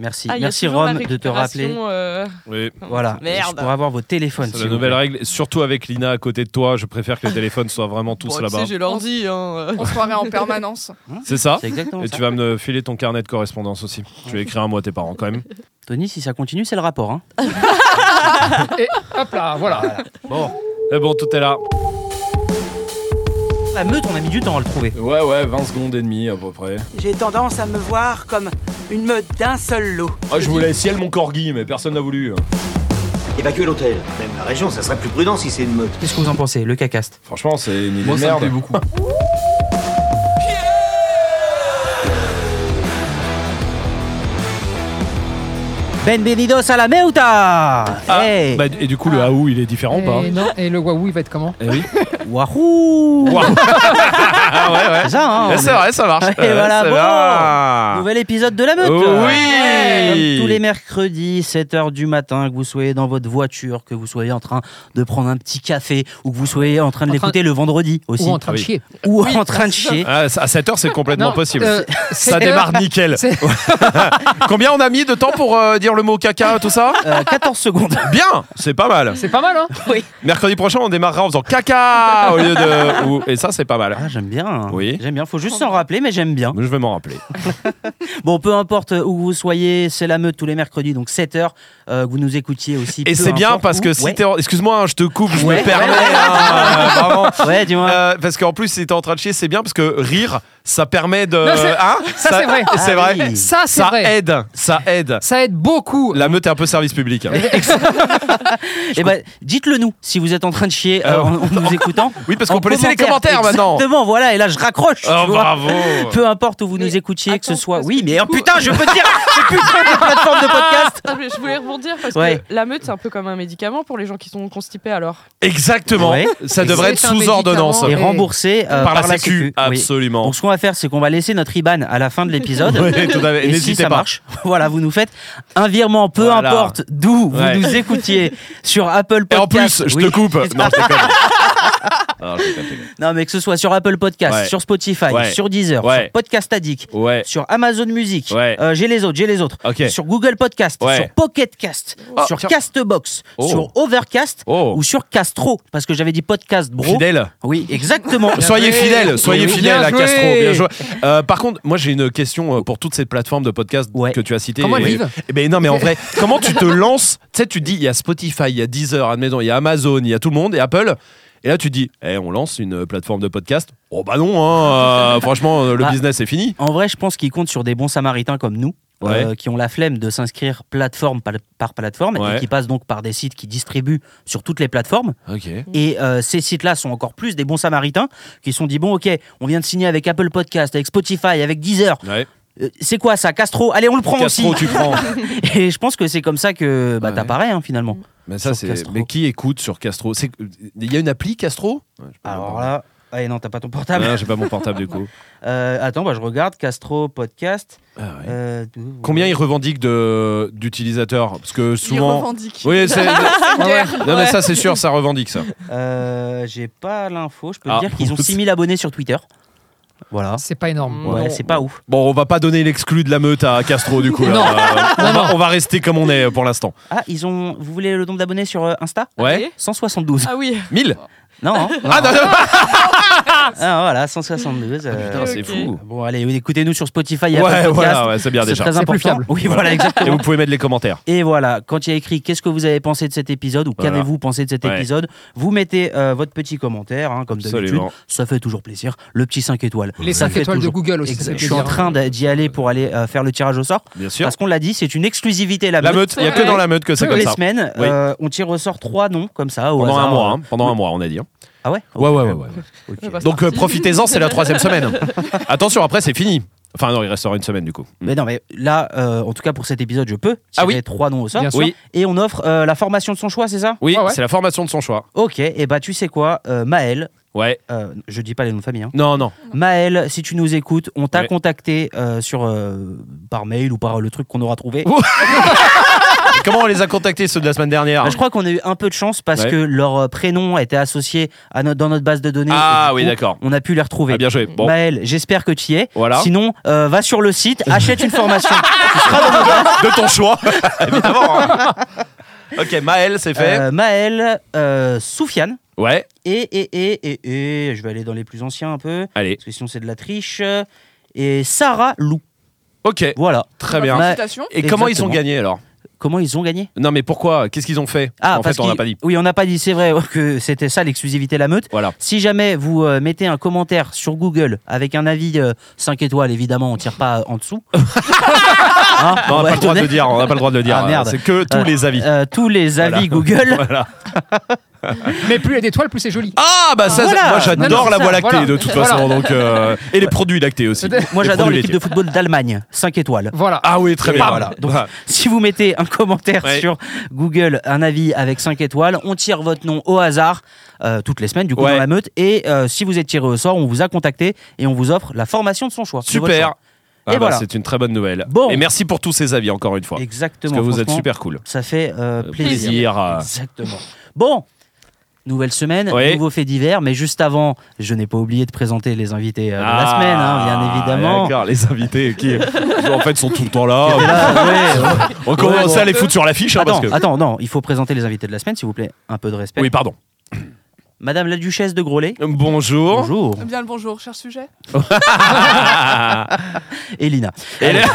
Merci. Ah, il y a Merci toujours la Rome de te récupération, rappeler. euh, Oui. Voilà, Merde. je pourrais avoir vos téléphones. C'est s'il la vous nouvelle plaît. règle. Surtout avec Lina à côté de toi, je préfère que les téléphones soient vraiment tous bon, tu là-bas. sais, j'ai l'ordi. hein. On se croirait en permanence. C'est ça C'est exactement Et ça. tu vas me filer ton carnet de correspondance aussi. Je vais écrire un mot à tes parents quand même. Tony, si ça continue, c'est le rapport. hein. Et hop là, voilà. Bon. Et Eh bon, tout est là. La meute, on a mis du temps à le trouver. Ouais, ouais, 20 secondes et demie à peu près. J'ai tendance à me voir comme une meute d'un seul lot. Ah, je voulais ciel mon corgi, mais personne n'a voulu. Évacuer l'hôtel, même la région, ça serait plus prudent si c'est une meute. Qu'est-ce que vous en pensez, le cacaste Franchement, c'est une idée Moi, de ça me merde. plaît beaucoup. Benvenidos a la meuta Ah, Hey bah, et du coup, le Aou, il est différent ou pas Et non, et le Wahoo, il va être comment Eh oui. Wahoo Waouh. Ah ouais, ouais. C'est ça, hein, Eh, on c'est est- vrai, ça marche. Et Eh, voilà, ça bon. va. Nouvel épisode de la meute Ah. Oh Oui. Comme tous les mercredis, 7h du matin, que vous soyez dans votre voiture, que vous soyez en train de prendre un petit café, ou que vous soyez en train de En train- l'écouter le vendredi aussi, Ou en train de Ah Oui. chier ou en train de chier. Ah, à 7 heures, c'est complètement Non, possible. euh, ça c'est- démarre nickel. C'est- Combien on a mis de temps pour euh, dire le mot caca, tout ça Euh, 14 secondes. Bien, c'est pas mal. C'est pas mal, hein Mercredi prochain, on démarrera en faisant caca au lieu de. ou- Et ça, c'est pas mal. Ah, j'aime bien. hein. Oui. J'aime bien. Faut juste s'en rappeler, mais j'aime bien. Je vais m'en rappeler. Bon, peu importe où vous soyez, c'est la meute tous les mercredis, donc 7h, que vous nous écoutiez aussi. Et peu c'est bien importe parce que où. si Ouais. t'es. en- Excuse-moi, hein, je te coupe, je Ouais. me permets. hein, euh, vraiment. Ouais, dis-moi. Euh, parce qu'en plus, si t'es en train de chier, c'est bien parce que rire, ça permet de. Non, c'est- Hein ça, c'est vrai. C'est Ah vrai. oui. Ça, c'est Ça vrai. aide. Ça aide. Ça aide beaucoup. La meute est un peu service public. hein. Eh ben, dites-le nous si vous êtes en train de chier euh, Alors, en, en nous écoutant. Oui, parce En qu'on peut laisser les commentaires maintenant. Exactement, voilà, et là je raccroche. tu Oh, vois. bravo. Peu importe où vous Mais nous écoutiez, que ce attends, soit. parce Oui, que mais du oh, coup- putain, je peux dire C'est putain de plateforme de podcast Ah, mais je voulais rebondir parce Ouais. que la meute, c'est un peu comme un médicament pour les gens qui sont constipés alors. Exactement. Ouais. Ça devrait être C'est un sous ordonnance. médicament. Et Ouais. remboursé euh, Par, la sécu. Oui. Absolument. Donc ce qu'on va faire, c'est qu'on va laisser notre IBAN à la fin de l'épisode. Ouais, tout à Et fait. Et si n'hésitez ça pas. marche, voilà, vous nous faites un virement, peu Voilà. importe d'où Ouais. vous nous écoutiez sur Apple Et en Podcast. plus, je Oui. te coupe. Non, je déconne. Non, je déconne, je déconne. Non, mais que ce soit sur Apple Podcast, Ouais. sur Spotify, Ouais. sur Deezer, Ouais. sur Podcast Addict, Ouais. sur Amazon Music. Eh. Ouais. Euh, j'ai les autres, j'ai les autres. Ok. Sur Google Podcast, Ouais. sur Pocket Cast, Oh, sur tiens. Castbox, Oh. sur Overcast Oh. ou sur Castro, parce que j'avais dit Podcast Bro. Fidèle. Oui, exactement. Soyez fidèles, soyez Oui, oui. fidèles à Bien joué. Castro. Bien joué. Euh, par contre, moi j'ai une question euh, pour toutes ces plateformes de podcast Ouais. que tu as citées. Comment Et- elles vivent Eh ben non, mais en vrai, comment tu te lances Tu sais, tu te dis, il y a Spotify, il y a Deezer, admettons, il y a Amazon, il y a tout le monde, et Apple. Et là, tu te dis, eh, on lance une euh, plateforme de podcast Oh bah non, hein, euh, franchement, euh, le Bah. business est fini. En vrai, je pense qu'ils comptent sur des bons samaritains comme nous. Ouais. euh, qui ont la flemme de s'inscrire plateforme par, par plateforme Ouais. et qui passent donc par des sites qui distribuent sur toutes les plateformes. Ok. Et euh, ces sites-là sont encore plus des bons samaritains qui se sont dit bon ok, on vient de signer avec Apple Podcast, avec Spotify, avec Deezer. Ouais. Euh, c'est quoi ça, Castro Allez, on le prend Castro, aussi. tu prends. Et je pense que c'est comme ça que bah, Ouais. t'apparais hein, finalement. Mais ça, Sur c'est. Castro. Mais qui écoute sur Castro C'est- Il y a une appli Castro Ouais, je peux Alors pas. là, ah et non, t'as pas ton portable. Non, j'ai pas mon portable du coup. Euh, attends, bah, je regarde Castro podcast. Ah ouais. Euh, Combien ils revendiquent de- d'utilisateurs Parce que Ils souvent. revendiquent. Oui, c'est. Ah ouais. Non, mais ça, c'est sûr, ça revendique ça. euh, J'ai pas l'info. Je peux Ah. te dire qu'ils ont 6000 abonnés sur Twitter. Voilà. C'est pas énorme. Ouais, Non. c'est pas ouf. Bon, on va pas donner l'exclu de la meute à Castro du coup. là. Non. Euh, on, Non, va, on va rester comme on est euh, pour l'instant. Ah, ils ont. Vous voulez le nombre d'abonnés sur euh, Insta Ouais. 172. Ah oui. 1000 Non, hein. Ah non, non Ah, voilà, 172. euh, Putain, c'est ok. fou. Bon, allez, écoutez-nous sur Spotify. et Apple Ouais, Podcast. voilà, ouais, c'est bien C'est déjà. très C'est important. plus fiable. Oui, voilà, Et exactement. vous pouvez mettre les commentaires. Et voilà, quand il y a écrit qu'est-ce que vous avez pensé de cet épisode ou Voilà. qu'avez-vous pensé de cet Ouais. épisode, vous mettez euh, votre petit commentaire, hein, comme d'habitude. Absolument. Ça fait toujours plaisir. Le petit 5 étoiles. Les ça 5 fait étoiles de toujours- Google aussi. ça Exact. fait Je suis en plaisir. hein. train de- d'y aller pour aller euh, faire le tirage au sort. Bien sûr. Parce qu'on l'a dit, c'est une exclusivité la La meute. meute, il y a que dans la meute que c'est Toutes comme les ça. semaines, Oui. euh, on tire au sort trois noms comme ça. Au Pendant un hasard. euh, mois, hein. pendant un mois, on a dit. hein. Ah ouais Ouais, ouais, ouais, ouais. Ok. Ouais, bah, Donc euh, profitez-en, c'est la troisième semaine. Attention, après c'est fini. Enfin non, il restera une semaine du coup. Mais non, mais là, euh, en tout cas pour cet épisode, je peux tirer Ah oui. trois noms au sort. Bien sûr. Oui, Et on offre euh, la formation de son choix, c'est ça oui, Ah ouais. c'est la formation de son choix. Ok, et bah tu sais quoi, euh, Maël, Ouais. euh, je dis pas les noms de famille, hein. Non, non. Maël, si tu nous écoutes, on t'a Ouais. contacté euh, sur, euh, par mail ou par euh, le truc qu'on aura trouvé. Ouais. Et comment on les a contactés ceux de la semaine dernière Bah, je crois qu'on a eu un peu de chance parce Ah. Ouais. que leur euh, prénom a été associé à notre- dans notre base de données. Et Ah du oui, coup, Bah, d'accord. On a pu les retrouver. Ah, bien joué. Bon, Maël, j'espère que tu y es. voilà. Sinon, euh, va sur le site, achète une formation. Tu seras dans notre base. de ton choix, évidemment. hein. Ok, Maël, c'est fait. Euh, Maël, euh, Soufiane. Ouais, Et, et, et, et, et, je vais aller dans les plus anciens un peu, allez. parce que sinon c'est de la triche. Et Sarah Lou. Ok, Voilà. très Bah, bien. Félicitations. Et comment ils ont Exactement. gagnés alors Comment ils ont gagné Non, mais pourquoi Qu'est-ce qu'ils ont fait En fait, on qu'ils- n'a pas dit. Ah, Oui, on n'a pas dit, c'est vrai, que c'était ça l'exclusivité de la meute. Voilà. Si jamais vous euh, mettez un commentaire sur Google avec un avis 5 étoiles, évidemment, on tire pas en dessous. Hein, Non, on va n'a pas le être droit de le honnête. dire. On n'a pas le droit de le dire. Ah, merde. C'est que tous Euh, les avis. Euh, tous les avis Google. Voilà. Mais plus il y a d'étoiles, plus c'est joli. Ah bah ça, Voilà. c'est- moi Non, j'adore non, la c'est voie ça, lactée voilà. de toute Voilà. façon donc euh, et les produits lactés aussi. Moi, Les j'adore produits l'équipe de laitiers. football d'Allemagne, 5 étoiles. Voilà. Ah oui très bien Bam. voilà. Donc, Bah, Si vous mettez un commentaire Ouais. sur Google, un avis avec 5 étoiles, on tire votre nom au hasard euh, toutes les semaines, du coup, Ouais. dans la meute. Et euh, si vous êtes tiré au sort, on vous a contacté et on vous offre la formation de son choix. de votre super. choix. Ah Et bah, voilà. C'est une très bonne nouvelle. Bon. Et merci pour tous ces avis encore une fois. Parce Exactement. que vous êtes franchement, super cool. Ça fait euh, plaisir. euh, Exactement. Bon, nouvelle semaine, Oui. nouveau fait divers, mais juste avant, je n'ai pas oublié de présenter les invités euh, de la Ah, semaine, hein, bien évidemment. D'accord, les invités qui en fait sont tout le temps là. Ah, ouais, ouais. On commence Ouais, à les foutre sur l'affiche hein, Attends, parce que. attends, non, il faut présenter les invités de la semaine, s'il vous plaît, un peu de respect. Oui, pardon. Madame la Duchesse de Groslay. Bonjour. Bonjour. Bien le bonjour, cher sujet. Et Lina. Et Allez, là-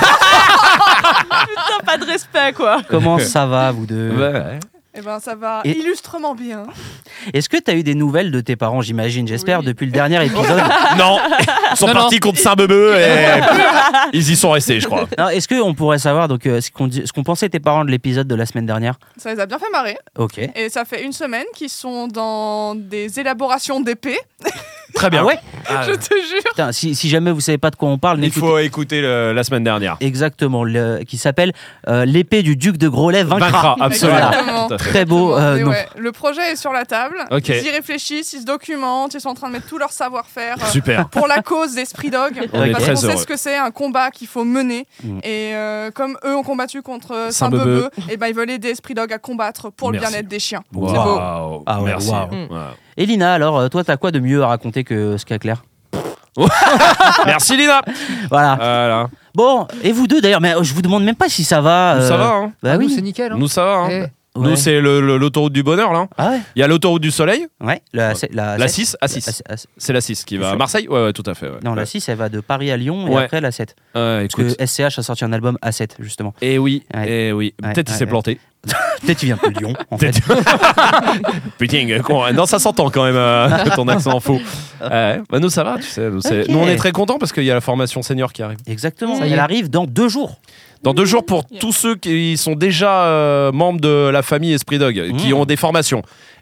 Putain, pas de respect, quoi. Comment ça va, vous deux Ouais. Eh ben, ça va Et- illustrement bien. Est-ce que tu as eu des nouvelles de tes parents, j'imagine, j'espère, Oui. depuis le dernier épisode Non, ils sont Non, non. partis contre Saint-Bebeu et ils y sont restés, je crois. Non, Est-ce qu'on pourrait savoir donc, euh, ce qu'on dit- ce qu'on pensait tes parents de l'épisode de la semaine dernière Ça les a bien fait marrer. Ok. Et ça fait une semaine qu'ils sont dans des élaborations d'épées, Très bien. Ah ouais je te jure. Putain, si, si jamais vous savez pas de quoi on parle, Il n'écoutez faut écouter le- la semaine dernière. exactement le- qui s'appelle euh, l'épée du duc de Groslay vaincra. Vaincra, absolument. Exactement. Tout à fait. Très beau. euh, Mais nom. ouais, le projet est sur la table. Ok. Ils y réfléchissent, ils se documentent, ils sont en train de mettre tout leur savoir-faire euh, Super. pour la cause des Spree Dogs. On est Parce très qu'on sait heureux. ce que c'est, un combat qu'il faut mener. Mm. Et euh, comme eux ont combattu contre Saint-Bebeu. Saint-Bebeu, et ben ils veulent aider Spree Dogs à combattre pour le Merci. bien-être des chiens. Wow. C'est beau. Ah ouais, Merci. wow. Mm. Ouais. Et Lina, alors, euh, toi, t'as quoi de mieux à raconter que ce qu'a Claire Merci Lina. Voilà. Voilà. Bon, et vous deux d'ailleurs, mais euh, je vous demande même pas si ça va. Nous euh, ça va. hein. Bah Nous, c'est oui. nickel. hein. Nous ça va. hein. Eh, Ouais. Nous c'est le- le- l'autoroute du bonheur là. Ah ouais Il y a l'autoroute du soleil. Ouais. La, Ah, c'est- La sept. 6 à La 6. se- la se- C'est la 6 qui va à C'est- Marseille Ouais, ouais, tout à fait. ouais. Non, la 6, elle va de Paris à Lyon et Ouais. après la 7. Parce Ouais, écoute. que SCH a sorti un album A7, justement. Et oui, Ouais. et oui. Ouais, Peut-être il ouais, s'est ouais. planté. Peut-être tu viens de Lyon, en fait. Putain, euh, con. hein. Non, ça s'entend quand même, euh, ton accent faux. Ouais. Bah, nous, ça va, tu sais. Nous, c'est- Ok. nous, on est très contents parce qu'il y a la formation senior qui arrive. Exactement. Ça y Elle est. arrive dans deux jours. Dans deux jours, pour tous ceux qui sont déjà euh, membres de la famille Esprit Dog, qui Mmh. ont des formations.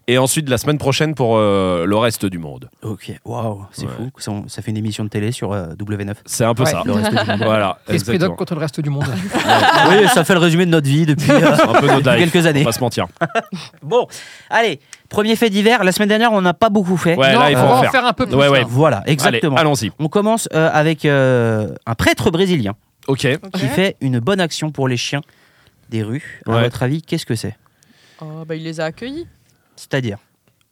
Et ensuite, la semaine prochaine, pour euh, le reste du monde. Ok. Waouh, c'est Ouais. fou. Ça, on- ça fait une émission de télé sur euh, W9. C'est un peu Ouais. ça. Le reste du monde. Voilà. Esprit exactement. doc contre le reste du monde. oui, ça fait le résumé de notre vie depuis, euh, C'est un peu nos depuis lives, quelques On années. va se mentir. Bon, allez, premier fait divers. La semaine dernière, on n'a pas beaucoup fait. Ouais, non, Bah, là, il faut on va en en faire. faire un peu plus. hein. Ouais, ouais. là. Voilà, exactement. Allez, allons-y. on commence euh, avec euh, un prêtre brésilien Ok. qui fait une bonne action pour les chiens des rues. À Ouais. votre avis, qu'est-ce que c'est Oh, bah, il les a accueillis. C'est-à-dire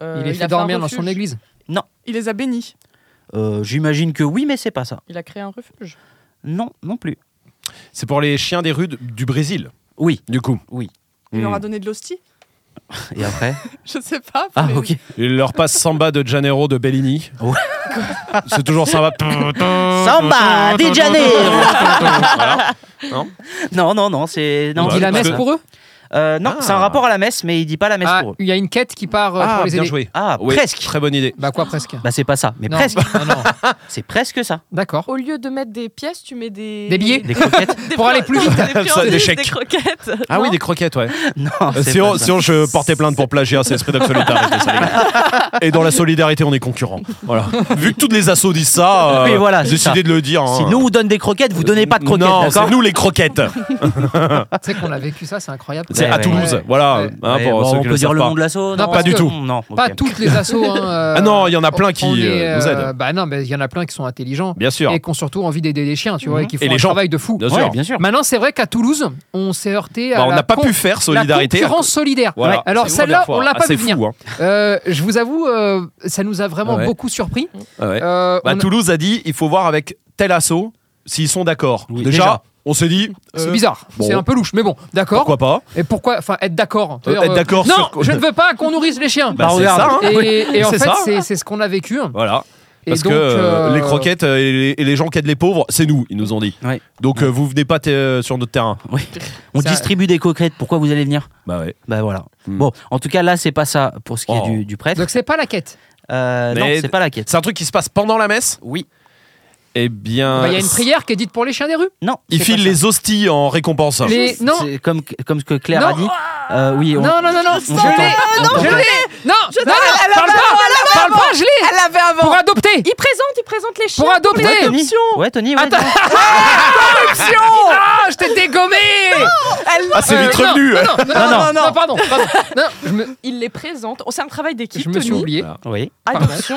Euh, Il les a fait un dormir dans refuge. son église. Il les a bénis. Euh, J'imagine que oui, mais c'est pas ça. Il a créé un refuge. Non, non plus. C'est pour les chiens des rues de- du Brésil, Oui. du coup. Oui. Il Mmh. Hmm. leur a donné de l'hostie. Et après Je sais pas. Ah, mais- ok. Il leur passe Samba de Janeiro de Bellini. Ouais. C'est toujours Samba. Samba de Janeiro. Voilà. Non, non, non, c'est. Non, Il dit la Bah, parce messe que- pour eux. Euh, non, Ah. c'est un rapport à la messe, mais il dit pas la messe Ah, pour eux. il y a une quête qui part euh, Ah, pour les bien aider. joué. Ah, Oui, presque Très bonne idée. Bah quoi, presque. Bah, c'est pas ça, mais Non. presque. Non, non. Bah. C'est presque ça. D'accord. Au lieu de mettre des pièces, tu mets des. Des billets Des croquettes Des Pour aller plus vite. des Ça, des friandises, chèques. des croquettes. Ah Non oui, des croquettes, ouais. Non, Euh, Ah, c'est Sinon, pas ça. sinon, je portais plainte pour plagiat, c'est l'esprit d'absolute. arrêtez ça, les gars. Et dans la solidarité, on est concurrents. Voilà. Vu que toutes les assos disent ça, euh, Oui, voilà, j'ai c'est ça. décidé de le dire. hein. Si nous on donne des croquettes, vous donnez pas de croquettes, Non, d'accord c'est nous les croquettes. Tu sais qu'on a vécu ça, c'est incroyable. C'est Ouais, à ouais. Toulouse, Ouais. voilà. Ouais. hein, Ouais, pour bon, ceux on qui peut le dire savent le pas. nom de l'assaut Non, pas parce du que- tout. Non, ok. Pas toutes les assos. hein, euh, Ah non, il y en a plein on qui est, euh, nous euh, aident. Bah non, mais il y en a plein qui sont intelligents Bien sûr. et qui ont surtout envie d'aider les chiens, tu vois, Mhm. et qui Et font les un gens. travail de fou. Bien Ouais, sûr. bien sûr. Maintenant, c'est vrai qu'à Toulouse, on s'est heurté à Bah, on la n'a pas con- pu faire la solidarité. à concurrence solidaire. Voilà. Ouais. C'est Alors la celle-là, première on l'a fois. pas Ah, vu c'est venir. fou, hein. Euh, je vous avoue, euh, ça nous a vraiment Ouais. beaucoup surpris. Ah ouais. Euh, Bah, on a- Toulouse a dit il faut voir avec tel assaut s'ils sont d'accord. Oui, déjà, déjà. on s'est dit. C'est euh, bizarre, bon. c'est un peu louche, mais bon, d'accord. Pourquoi pas Bah, Euh, Et pourquoi Enfin, être d'accord. C'est-à-dire, euh, être d'accord Non, sur quoi je ne veux pas qu'on nourrisse les chiens. Bah, Bah, c'est regarde. ça, hein. et, et en C'est fait, ça. c'est- c'est ce qu'on a vécu. Voilà. Et Parce donc, que euh, euh, les croquettes euh, et les, et les gens qui aident les pauvres, c'est nous, ils nous ont dit. Ouais. Donc euh, vous venez pas euh, sur notre terrain. On Ça- distribue des coquettes, pourquoi vous allez venir Bah ouais. Bah voilà. Hmm. Bon, en tout cas, là, c'est pas ça pour ce qui Oh. est du, du prêtre. Donc, c'est pas la quête. Euh, non, Mais- c'est pas la quête. C'est un truc qui se passe pendant la messe Oui. Eh bien. Bah, Il Euh, y a une prière qui est dite pour les chiens des rues. Non. Ils c'est filent pas ça. les hosties en récompense. Les- Non, C'est Comme, comme ce que Claire Non. a dit. Euh, oui, on- non, non, non, non, je on t'entend, l'ai. on Je t'entend. l'ai. Non, non, elle non, a parle pas, pas. Parle pas, je l'ai. Elle l'avait avant. Pour adopter. Il présente, il présente les chiens. Pour adopter. Ouais, Tony. Ouais, Tony, ouais, Attends. Tony. Ah, je t'ai dégommé. Elle- Ah, c'est Euh, vite non, revenu Non, non, non, non, non, pardon. pardon. Non, je me, Il les présente. Oh, c'est un travail d'équipe. je me suis Tony. oublié. Euh, Voilà. Oui. Attention.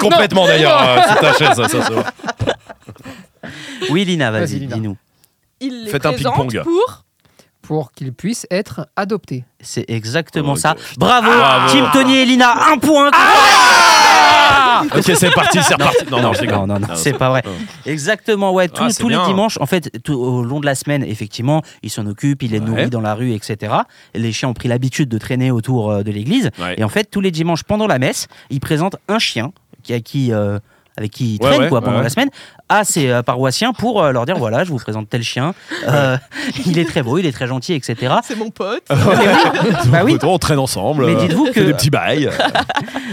Complètement Non. d'ailleurs, Non. euh, sous ta chaise, ça, ça, ça. Oui, Lina, vas-y, Vas-y, Lina. dis-nous. Il les Faites un présente ping-pong. pour. Pour qu'ils puissent être adoptés. C'est exactement Ok. ça. Bravo, Ah, Team bravo. Tony et Lina, un point. Ah, Ok, c'est parti, c'est reparti. Non, non, je rigole. non, non, non, c'est pas vrai. Exactement, ouais. Tous, Ah, c'est tous les bien. dimanches, en fait, tout- au long de la semaine, effectivement, ils s'en occupent, ils les Ouais. nourrissent dans la rue, etc. Les chiens ont pris l'habitude de traîner autour euh, de l'église. Ouais. Et en fait, tous les dimanches, pendant la messe, ils présentent un chien qui, à qui, euh, avec qui ils Ouais, traînent ouais, quoi, pendant ouais. la semaine à ces euh, paroissiens pour euh, leur dire voilà, je vous présente tel chien. Euh, il est très beau, il est très gentil, etc. C'est mon pote. Bah oui. On traîne ensemble. Mais euh, dites-vous on que- fait des petits bails.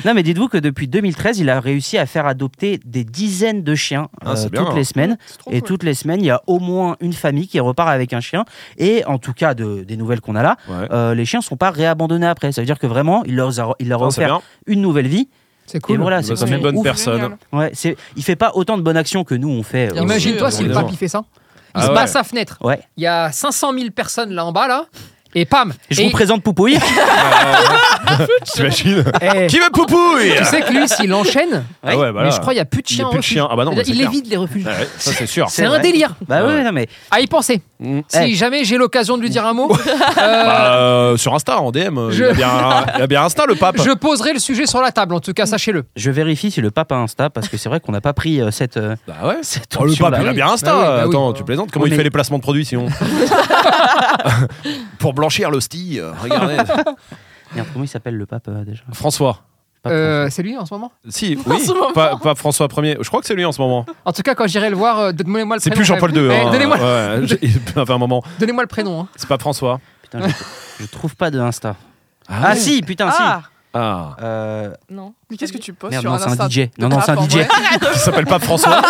Non, mais dites-vous que depuis 2013, il a réussi à faire adopter des dizaines de chiens Ah, euh, c'est bien, toutes hein. les semaines. C'est trop Et cool. toutes les semaines, il y a au moins une famille qui repart avec un chien. Et en tout cas, de- des nouvelles qu'on a là, Ouais. euh, les chiens ne sont pas réabandonnés après. Ça veut dire que vraiment, il leur a, il leur a Non, c'est offert bien. une nouvelle vie. C'est Et cool. voilà, Bah, c'est c'est quand une même bonne ouf. personne. Ouais, c'est- il fait pas autant de bonnes actions que nous, on fait. Bien euh, Imagine-toi si le évidemment. pape il fait ça. Il Ah se ouais. bat à sa fenêtre. Ouais. Il y a 500 000 personnes là en bas, là. Et pam. Je Et- vous présente Poupouille. T'imagines Eh, Qui veut poupouille Tu sais que lui, s'il enchaîne, Ah ouais, bah mais là. je crois qu'il n'y a plus de Il y a chiens. en plus de refuge. chiens. Ah bah non, mais c'est il clair. évite les refuges. Ouais, ouais, ça, c'est sûr. C'est un vrai. délire Bah Ouais. oui, non mais à y penser. Mm. Si Eh. jamais j'ai l'occasion de lui dire un mot, euh, Bah, euh, sur Insta, en DM, euh, Je- il, a bien, il a bien Insta, le pape. je poserai le sujet sur la table. En tout cas, sachez-le. je vérifie si le pape a Insta parce que c'est vrai qu'on n'a pas pris euh, cette. euh, Bah ouais. cette Oh, le option-là. pape, il a bien Insta. Bah oui, bah oui. Attends, tu plaisantes Comment Oui, il mais- fait les placements de produits, sinon Pour blanchir l'hostie, euh, regardez. Merde, comment il s'appelle le pape euh, déjà François. Pape Euh, c'est lui en ce moment. Si, oui. Pas, pas François 1er. Je crois que c'est lui en ce moment. En tout cas, quand j'irai le voir, euh, donnez-moi le C'est prénom. plus Jean-Paul II. Eh, hein. Donnez-moi Ouais, j'ai- ça fait un moment. donnez-moi le prénom. hein. C'est pas François. Putain, je, je trouve pas de Insta. Ah, si, putain, Ah Ah. si. Euh, non. Mais qu'est-ce que tu postes merde, sur non, un c'est un Insta DJ. Non, de non, c'est un rap, en DJ. vrai Il s'appelle pas François.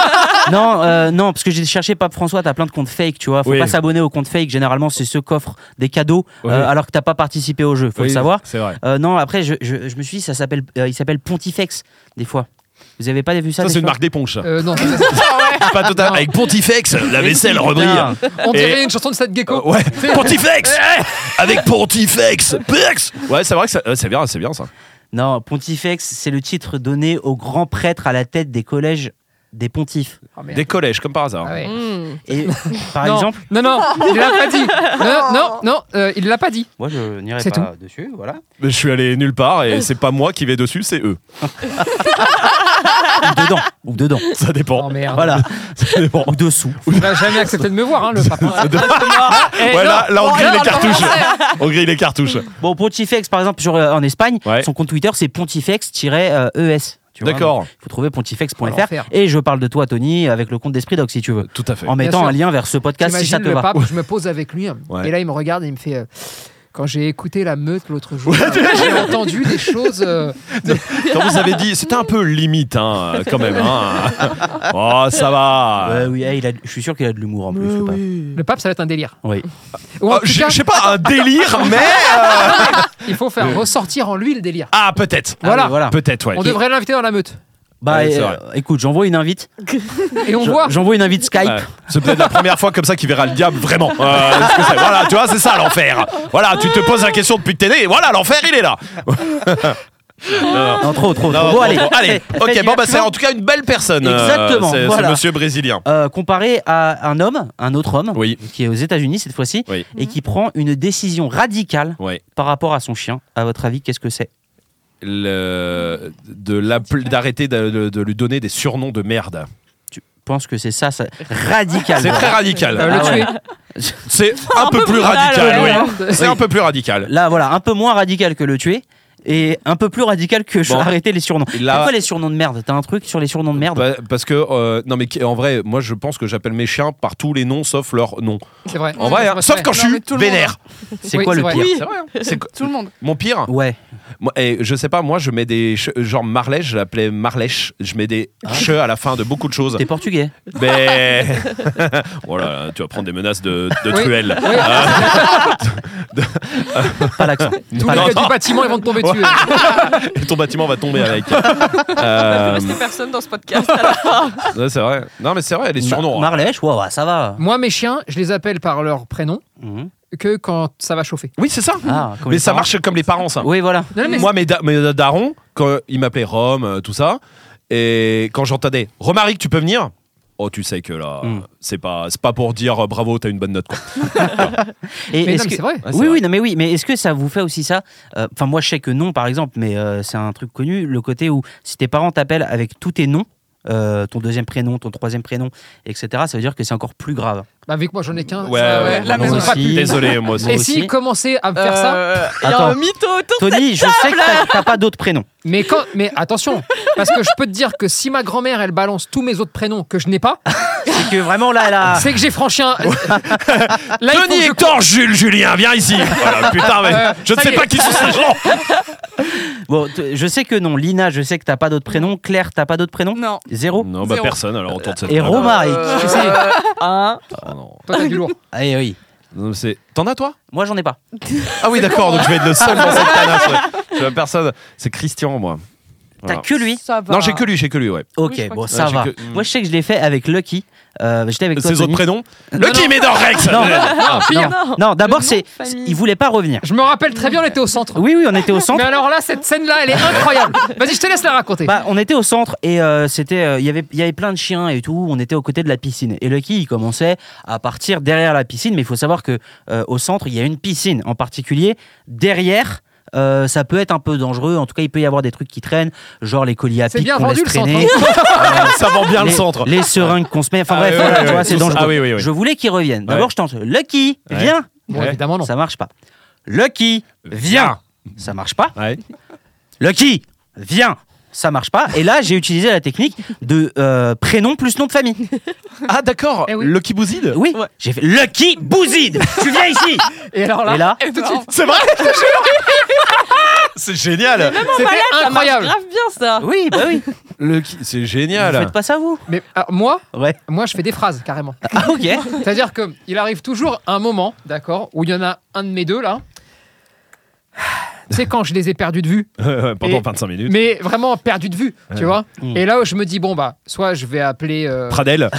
Non, euh, non, parce que j'ai cherché Pape François, t'as plein de comptes fake, tu vois. Faut Oui. pas s'abonner aux comptes fake. Généralement, c'est ceux qu'offrent des cadeaux euh, Oui. alors que t'as pas participé au jeu. Faut Oui, le savoir. C'est vrai. Euh, non, après, je, je- je me suis dit, ça s'appelle, euh, il s'appelle Pontifex, des fois. Vous avez pas vu ça Ça, des c'est une fois marque d'éponge. Euh, non, ça, c'est- Pas total. Avec Pontifex, la vaisselle rebrie. Putain. on dirait Et- une chanson de Sad Gecko. Euh, ouais, Pontifex Eh, Avec Pontifex Pex Ouais, c'est vrai que ça- euh, c'est bien, c'est bien ça. Non, Pontifex, c'est le titre donné au grand prêtre à la tête des collèges des pontifs. Ah, merde. Des collèges, comme par hasard. Ah ouais. Hmm. Et par non, exemple, non, non, il l'a pas dit. Non, non, non, euh, il l'a pas dit. moi je n'irai C'est pas dessus, voilà. Mais Je suis allé nulle part et c'est pas moi qui vais dessus, c'est eux. Ou dedans, ou dedans. Ça Oh dépend. merde. Voilà, Ça dépend. ou dessous. Il va jamais accepter de me voir, hein, le papa. Eh, Ouais, non. là, là, on Oh, grille non, les non, cartouches. On grille les cartouches. Euh, Bon, Pontifex, par exemple, sur, euh, en Espagne, Ouais. son compte Twitter, c'est pontifex-es. tu vois. D'accord. Il faut trouver Alors, pontifex.fr. faire. Et je parle de toi, Tony, avec le compte d'Esprit Doc, si tu veux. Tout à fait. En mettant sûr. un lien vers ce podcast, si T'imagines ça te le va. pape, je me pose avec lui, Ouais. et là il me regarde et il me fait. euh, quand j'ai écouté la meute l'autre jour, j'ai entendu des choses. euh, Quand vous avez dit, c'était un peu limite, hein, quand même. hein. Oh, ça va. Ouais, oui, eh, il a- je suis sûr qu'il a de l'humour en plus. Ah le pape. Le pape, ça va être un délire. Oui. Ou en Oh, tout Je cas, je sais pas, un délire, mais. euh, il faut faire ressortir en lui le délire. Ah, peut-être. Ah, Voilà. mais voilà. Peut-être, ouais. On devrait l'inviter dans la meute. Bah, Ouais, c'est euh, écoute, j'envoie une invite. Et on J'en- voit. J'envoie une invite Skype. Ouais. C'est peut-être la première fois comme ça qu'il verra le diable vraiment. Euh, ce que c'est. voilà, tu vois, c'est ça l'enfer. Voilà, tu te poses la question depuis que t'es né. et Voilà, l'enfer, il est là. Non, Non, trop, trop, trop. non, Bon, non, allez. bon, allez. Faites- faites Ok, du bon, bah, c'est maximum. en tout cas une belle personne. euh, Exactement, c'est- voilà. Ce monsieur brésilien. Euh, comparé à un homme, un autre homme, Oui. qui est aux États-Unis cette fois-ci, Oui. Mhm. et qui prend une décision radicale Ouais. par rapport à son chien. À votre avis, qu'est-ce que c'est Le- de l'appel- d'arrêter de, de- de lui donner des surnoms de merde. Tu- pense que c'est ça, ça- radical. C'est très voilà. radical. Euh, le Ah ouais. tuer. C'est un, peu, plus brutal, radical, ouais. oui. C'est un peu plus radical. Là, voilà, un peu moins radical que le tuer et un peu plus radical que je Bon. arrêter les surnoms. Il l'a- Pourquoi les surnoms de merde T'as un truc sur les surnoms de merde Pa- Parce que, euh, non mais qui- en vrai, moi je pense que j'appelle mes chiens par tous les noms sauf leur nom. C'est vrai. En vrai, hein, sauf quand je Non, suis mais tout le monde. hein. vénère. C'est Bah, Oui, quoi c'est le vrai. pire Oui. C'est vrai, hein. C'est quoi- Tout le monde. Mon pire, Ouais. moi, eh, je sais pas, moi je mets des. che- Genre Marlèche, je l'appelais Marlèche, je mets des Ah. che à la fin de beaucoup de choses. T'es portugais. Mais. voilà, tu vas prendre des menaces de, de Oui. truelle. Ah, Oui. Pas l'accent. Tous Pas les l'accent. gars du bâtiment, ils vont te tomber dessus. Ton bâtiment va tomber avec. Il Euh, reste personne dans ce podcast. ouais, c'est vrai. Non, mais c'est vrai, les surnoms. hein. Marlèche, ouais, ouais, ça va. Moi, mes chiens, je les appelle par leur prénom Mhm. que quand ça va chauffer. Oui, c'est ça. Ah, comme mais les ça parents. marche comme les parents, ça. Oui, voilà. Non, mais Moi, mes, da- mes darons, quand ils m'appelaient Rome, euh, tout ça, et quand j'entendais Romaric, tu peux venir Oh, tu sais que là, Mm. c'est pas, c'est pas pour dire euh, bravo, t'as une bonne note. Quoi. Et mais non, est-ce mais que- c'est vrai. Ouais, c'est oui, vrai. oui, non, mais oui, mais est-ce que ça vous fait aussi ça Euh, Enfin, moi, je sais que non, par exemple, mais euh, c'est un truc connu, le côté où si tes parents t'appellent avec tous tes noms, euh, ton deuxième prénom, ton troisième prénom, etc., ça veut dire que c'est encore plus grave. Bah, vu que moi, j'en ai qu'un. Ouais, ça, ouais, ils la en maison ont aussi. pas plus. Désolé, moi aussi. Et aussi. s'ils commençaient à me faire ça, Euh, Il y a un Attends. mytho autour de Tony, je sais que t'as- t'as pas d'autres prénoms. mais, quand, mais attention, parce que je peux te dire que si ma grand-mère, elle balance tous mes autres prénoms que je n'ai pas, C'est que vraiment, là, là. c'est que j'ai franchi un. Là, il faut que Denis, je Hector, Jules, Julien, viens ici. Voilà, putain, mais Euh, je ne ça sais y est. pas qui sont ces gens. Bon, t- je sais que non. Lina, je sais que t'as pas d'autres prénoms. Claire, t'as pas d'autres prénoms Non. Zéro. Non, bah Zéro. personne, alors autour de cette Et table. Romaric. euh, Tu sais, Un. Oh, non. toi, t'as du lourd. Ah, eh oui. Non, mais c'est- T'en as, toi Moi, j'en ai pas. Ah oui, d'accord, donc je vais être le seul dans cette panache. ouais. Je vois personne. C'est Christian, moi. T'as Voilà. que lui. Ça va. Non, j'ai que lui, j'ai que lui, ouais. Ok, Oui, je crois bon, que ça Ouais, j'ai va. que- Moi, je sais que je l'ai fait avec Lucky. Euh, J'étais avec toi. Ses autres Tony. prénoms Lucky Médor Rex Non. Ah, Non, non, d'abord, Oh, Le nom de c'est. famille. Il voulait pas revenir. Je me rappelle très bien, on était au centre. Oui, oui, on était au centre. Mais alors là, cette scène-là, elle est incroyable. Vas-y, je te laisse la raconter. Bah, on était au centre et euh, c'était, euh, il y avait, il y avait plein de chiens et tout. On était aux côtés de la piscine et Lucky il commençait à partir derrière la piscine, mais il faut savoir que euh, au centre il y a une piscine en particulier derrière. euh, ça peut être un peu dangereux. En tout cas, il peut y avoir des trucs qui traînent, genre les colis à C'est pic bien qu'on vendu, laisse le hein. traîner, Euh, Ça vend bien les, le centre. les seringues qu'on se met. Enfin Ah bref, oui, voilà, oui, tu oui, vois, tout c'est ça. dangereux. Ah oui, oui, oui. Je voulais qu'il revienne. D'abord, Ouais. je tente Lucky, Ouais. viens. Bon, Ouais. évidemment, non. Ça marche pas. Lucky, viens. Ça marche pas. Ouais. Lucky, viens ça marche pas. Et là, j'ai utilisé la technique de euh, prénom plus nom de famille. Ah d'accord, Eh oui. Lucky Bouzid Oui, j'ai fait Lucky Bouzid. Tu viens ici. Et alors là, Et là, C'est vrai C'est génial c'était Oh, bah Ça marche incroyable. grave bien ça. oui, bah oui. Lucky, c'est Vous génial faites pas ça vous Mais alors, moi, Ouais. moi, je fais des phrases carrément. Ah ok. C'est-à-dire que il arrive toujours un moment, d'accord, où il y en a un de mes deux là. C'est quand je les ai perdus de vue, Euh, Pendant Et- 25 minutes. mais vraiment perdus de vue, tu vois. Hmm. Et là où je me dis bon bah, soit je vais appeler. euh, Pradel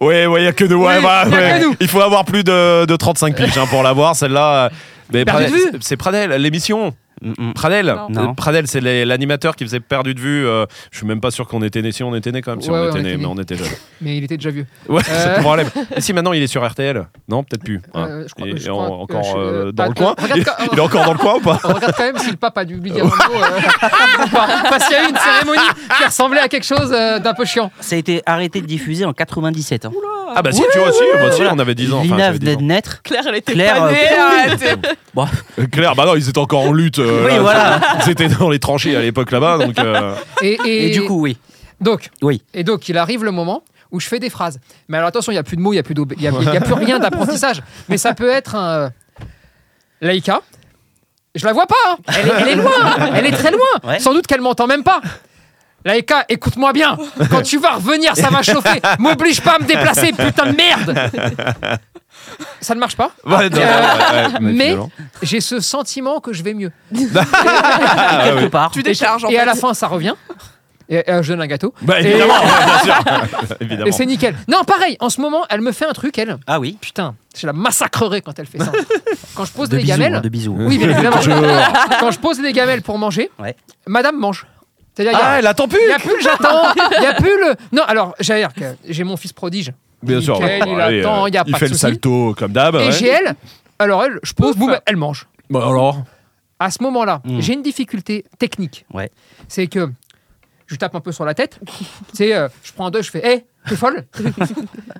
Ouais, ouais, y a que nous. Ouais, Oui, bah, y a ouais. que nous. Il faut avoir plus de, de 35 piges hein, pour l'avoir, celle-là. euh, Mais Perdu Pradel- de vue c'est- c'est Pradel, l'émission. Mm, mm. Pradel. Non. Euh, Pradel, c'est les- l'animateur qui faisait perdu de vue. euh, je suis même pas sûr qu'on était nés. Si on était nés quand même, si Ouais, on ouais, était on nés, était mais nés. on était jeunes. Mais il était déjà vieux. Ouais, Euh. c'est le problème. Et si maintenant il est sur RTL Non, peut-être plus. hein. Euh, je crois- Et- je et en- crois que encore je- euh, euh, dans pas- le coin regarde il, quand- il est encore dans le coin ou pas On regarde quand même si le pape a dû lui dire un mot. euh, ou pas. parce qu'il y a eu une cérémonie qui ressemblait à quelque chose euh, d'un peu chiant. Ça a été arrêté de diffuser en 97. hein. Ah bah si, tu vois, si, bah si, on avait 10 ans. enfin, Lina j'avais 10 venait ans. de naître. Claire, elle était Claire, pas euh, née. arrête. Euh, Claire, bah non, ils étaient encore en lutte. euh, Oui, là, voilà. Ils étaient dans les tranchées à l'époque là-bas, donc. euh, Et, Et, et- du coup, oui. donc, Oui. et donc, il arrive le moment où je fais des phrases. Mais alors attention, il n'y a plus de mots, il n'y a plus d'obé- il y a, il y a plus rien d'apprentissage. Mais ça peut être un euh, Laïka. Je la vois pas. hein. Elle, est, elle est loin. Elle est très loin. Ouais. Sans doute qu'elle m'entend même pas. Laïka, écoute-moi bien. Quand tu vas revenir, ça va chauffer. M'oblige pas à me déplacer, putain de merde. Ça ne marche pas. ouais, non, ouais, ouais, ouais, mais- finalement. j'ai ce sentiment que je vais mieux. Et quelque part. Tu décharges en Et à fait. la fin, ça revient. Et, euh, je donne un gâteau. Bah Et- évidemment, bien sûr. Et évidemment. c'est nickel. Non, pareil, en ce moment, elle me fait un truc, elle. Ah oui. Putain, je la massacrerai quand elle fait ça. Quand je pose De des bisous. gamelles. hein, de bisous. Oui, bien évidemment. Quand je pose des gamelles pour manger, Ouais. madame mange. C'est-à-dire, il y a- Ah, elle attend plus il n'y a plus le j'attends, il n'y a plus le. Non, alors, j'allais dire que j'ai mon fils prodige. Bien sûr. Nickel, ouais. il Bah, allez, attend, euh, y a il pas fait de le souci. salto comme d'hab. Et ouais. j'ai elle. Alors, elle, je pose, boum, elle mange. Bah alors À ce moment-là, Mm. Hmm. j'ai une difficulté technique. Ouais. C'est que je lui tape un peu sur la tête. tu sais, euh, je prends un deux, je fais Hé, t'es folle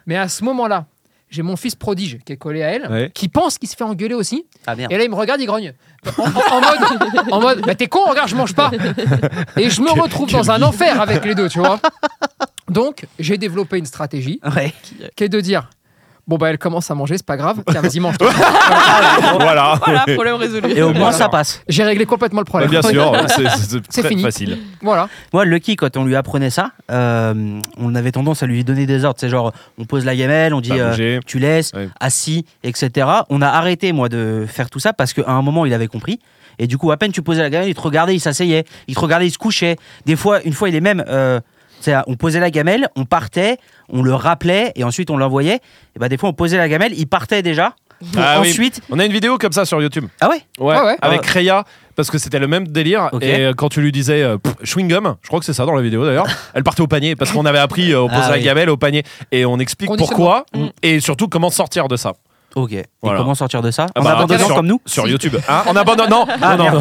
Mais à ce moment-là, j'ai mon fils prodige qui est collé à elle, Ouais. qui pense qu'il se fait engueuler aussi. Ah merde. Et là, il me regarde, il grogne. En, en- en mode, en mode bah, t'es con, regarde, je mange pas. Et je me retrouve dans un enfer avec les deux, tu vois. Donc, j'ai développé une stratégie Ouais. qui est de dire Bon, bah, elle commence à manger, c'est pas grave. Tiens, vas-y, mange. Ah, voilà. Voilà, problème résolu. Et au moins Voilà. ça passe. J'ai réglé complètement le Bah, problème. bien sûr, c'est- C'est c'est très fini. facile. Voilà. Moi, Lucky, quand on lui apprenait ça, euh, on avait tendance à lui donner des ordres. C'est genre, on pose la gamelle, on dit Pas euh, bouger. tu laisses, Ouais. assis, etc. On a arrêté, moi, de faire tout ça parce qu'à un moment, il avait compris. Et du coup, à peine tu posais la gamelle, il te regardait, il s'asseyait, il te regardait, il se couchait. Des fois, une fois, il est même. euh, c'est à- on posait la gamelle, on partait, on le rappelait et ensuite on l'envoyait. Et bah, des fois, on posait la gamelle, il partait déjà. pour Ah oui. ensuite. On a une vidéo comme ça sur YouTube. Ah ouais Ouais, Ah ouais. avec Ah. Raya parce que c'était le même délire Ok. et euh, quand tu lui disais euh, pff, chewing gum je crois que c'est ça dans la vidéo d'ailleurs elle partait au panier parce qu'on avait appris euh, on posait Ah la oui. gamelle au panier et on explique Conditionnement. pourquoi et surtout comment sortir de ça Ok. Et Voilà. comment sortir de ça Ah En bah, abandonnant sur- comme nous sur Si. YouTube Hein, en abandonnant non non non,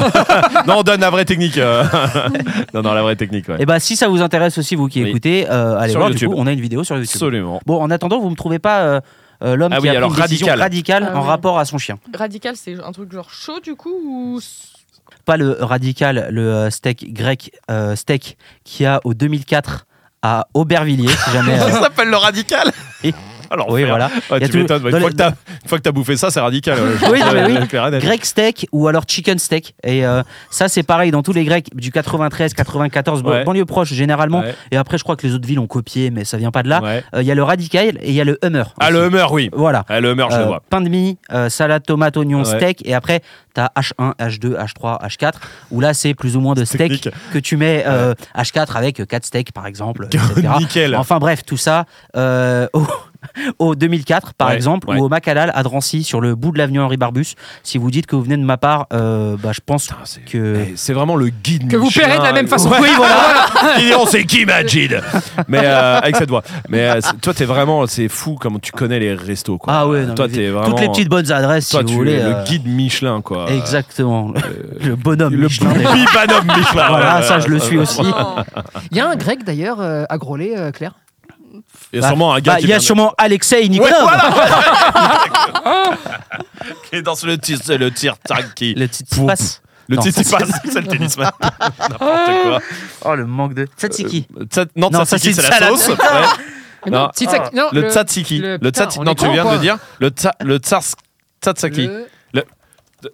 Non, on donne la vraie technique euh. non non la vraie technique ouais. Et bah, si ça vous intéresse aussi, vous qui Oui. écoutez, euh, allez Sur voir, YouTube. du coup, on a une vidéo sur YouTube. absolument Bon, en attendant, vous me trouvez pas euh, euh, l'homme Ah qui oui, a pris alors une décision radical. radicale Ah en oui. rapport à son chien. Radical, c'est un truc genre chaud du coup ou s- Pas le radical, le euh, steak grec, euh, steak qu'il y a au 2004 à Aubervilliers, si jamais. euh, s'appelle le radical Oui. alors oui, voilà. Ouais, Il y a tu tout- m'étonnes. Ouais, dans Une, fois les- que t'as- une fois que t'as bouffé ça, c'est radical. ouais. Oui, non, mais oui. Je- clair et net. Grec steak ou alors chicken steak. Et euh, ça, c'est pareil dans tous les Grecs du 93, 94, ban- Ouais. banlieue proche généralement. Ouais. Et après, je crois que les autres villes ont copié, mais ça vient pas de là. Euh, Ouais. Il y a le radical et il y a le hummer. Ah, le humeur, oui. Voilà. Ah, le humeur, je le Euh, vois. pain de mie, euh, salade, tomate, oignon, Ouais. steak. Et après, tu as H1, H2, H3, H4. Où là, c'est plus ou moins de steak Technique. que tu mets euh, H4 avec 4 steaks, par exemple. etc. Nickel. Enfin bref, tout ça euh, au, au 2004, par Ouais, exemple, ouais. ou au Macalal à Drancy, sur le bout de l'avenue Henri Barbus. Si vous dites que vous venez de ma part, euh, bah, je pense Putain, c'est- que... Eh, C'est vraiment le guide. Que vous Michelin. paierez de la même façon. Ouais. Oui, voilà. Ils diront c'est qui Majid Mais euh, avec cette voix. Mais euh, c'est- toi t'es vraiment c'est fou comment tu connais les restos quoi. Ah ouais, non, toi mais t'es vraiment Toutes les petites bonnes adresses, toi si tu vous voulez. es euh, le guide Michelin quoi. Exactement. Le bonhomme. Le Michelin, d'ailleurs. bibanum Michelin. Euh, Voilà, ça, je le suis aussi. Non. Il y a un grec d'ailleurs euh, à Grolet, euh, Claire. Il y a sûrement un gars Bah, qui, Il y a vient- sûrement hein. Alexei Nikolov. qui est dans le tir le tir tac qui Le petit Pou- passe. le Non, titi ça, passe c'est le tennisman. N'importe quoi. Oh le manque de. Tzatziki. Tsa- non, Non, tzatziki, ça, c'est c'est une la salade. sauce. ouais. Mais Ah Non. Tsitsak- non, Le tzatziki. Oh, le- Le putain, tzatziki. on Non, est tu con, viens de quoi. le dire. Le tsa- le tsars- tzatziki. le-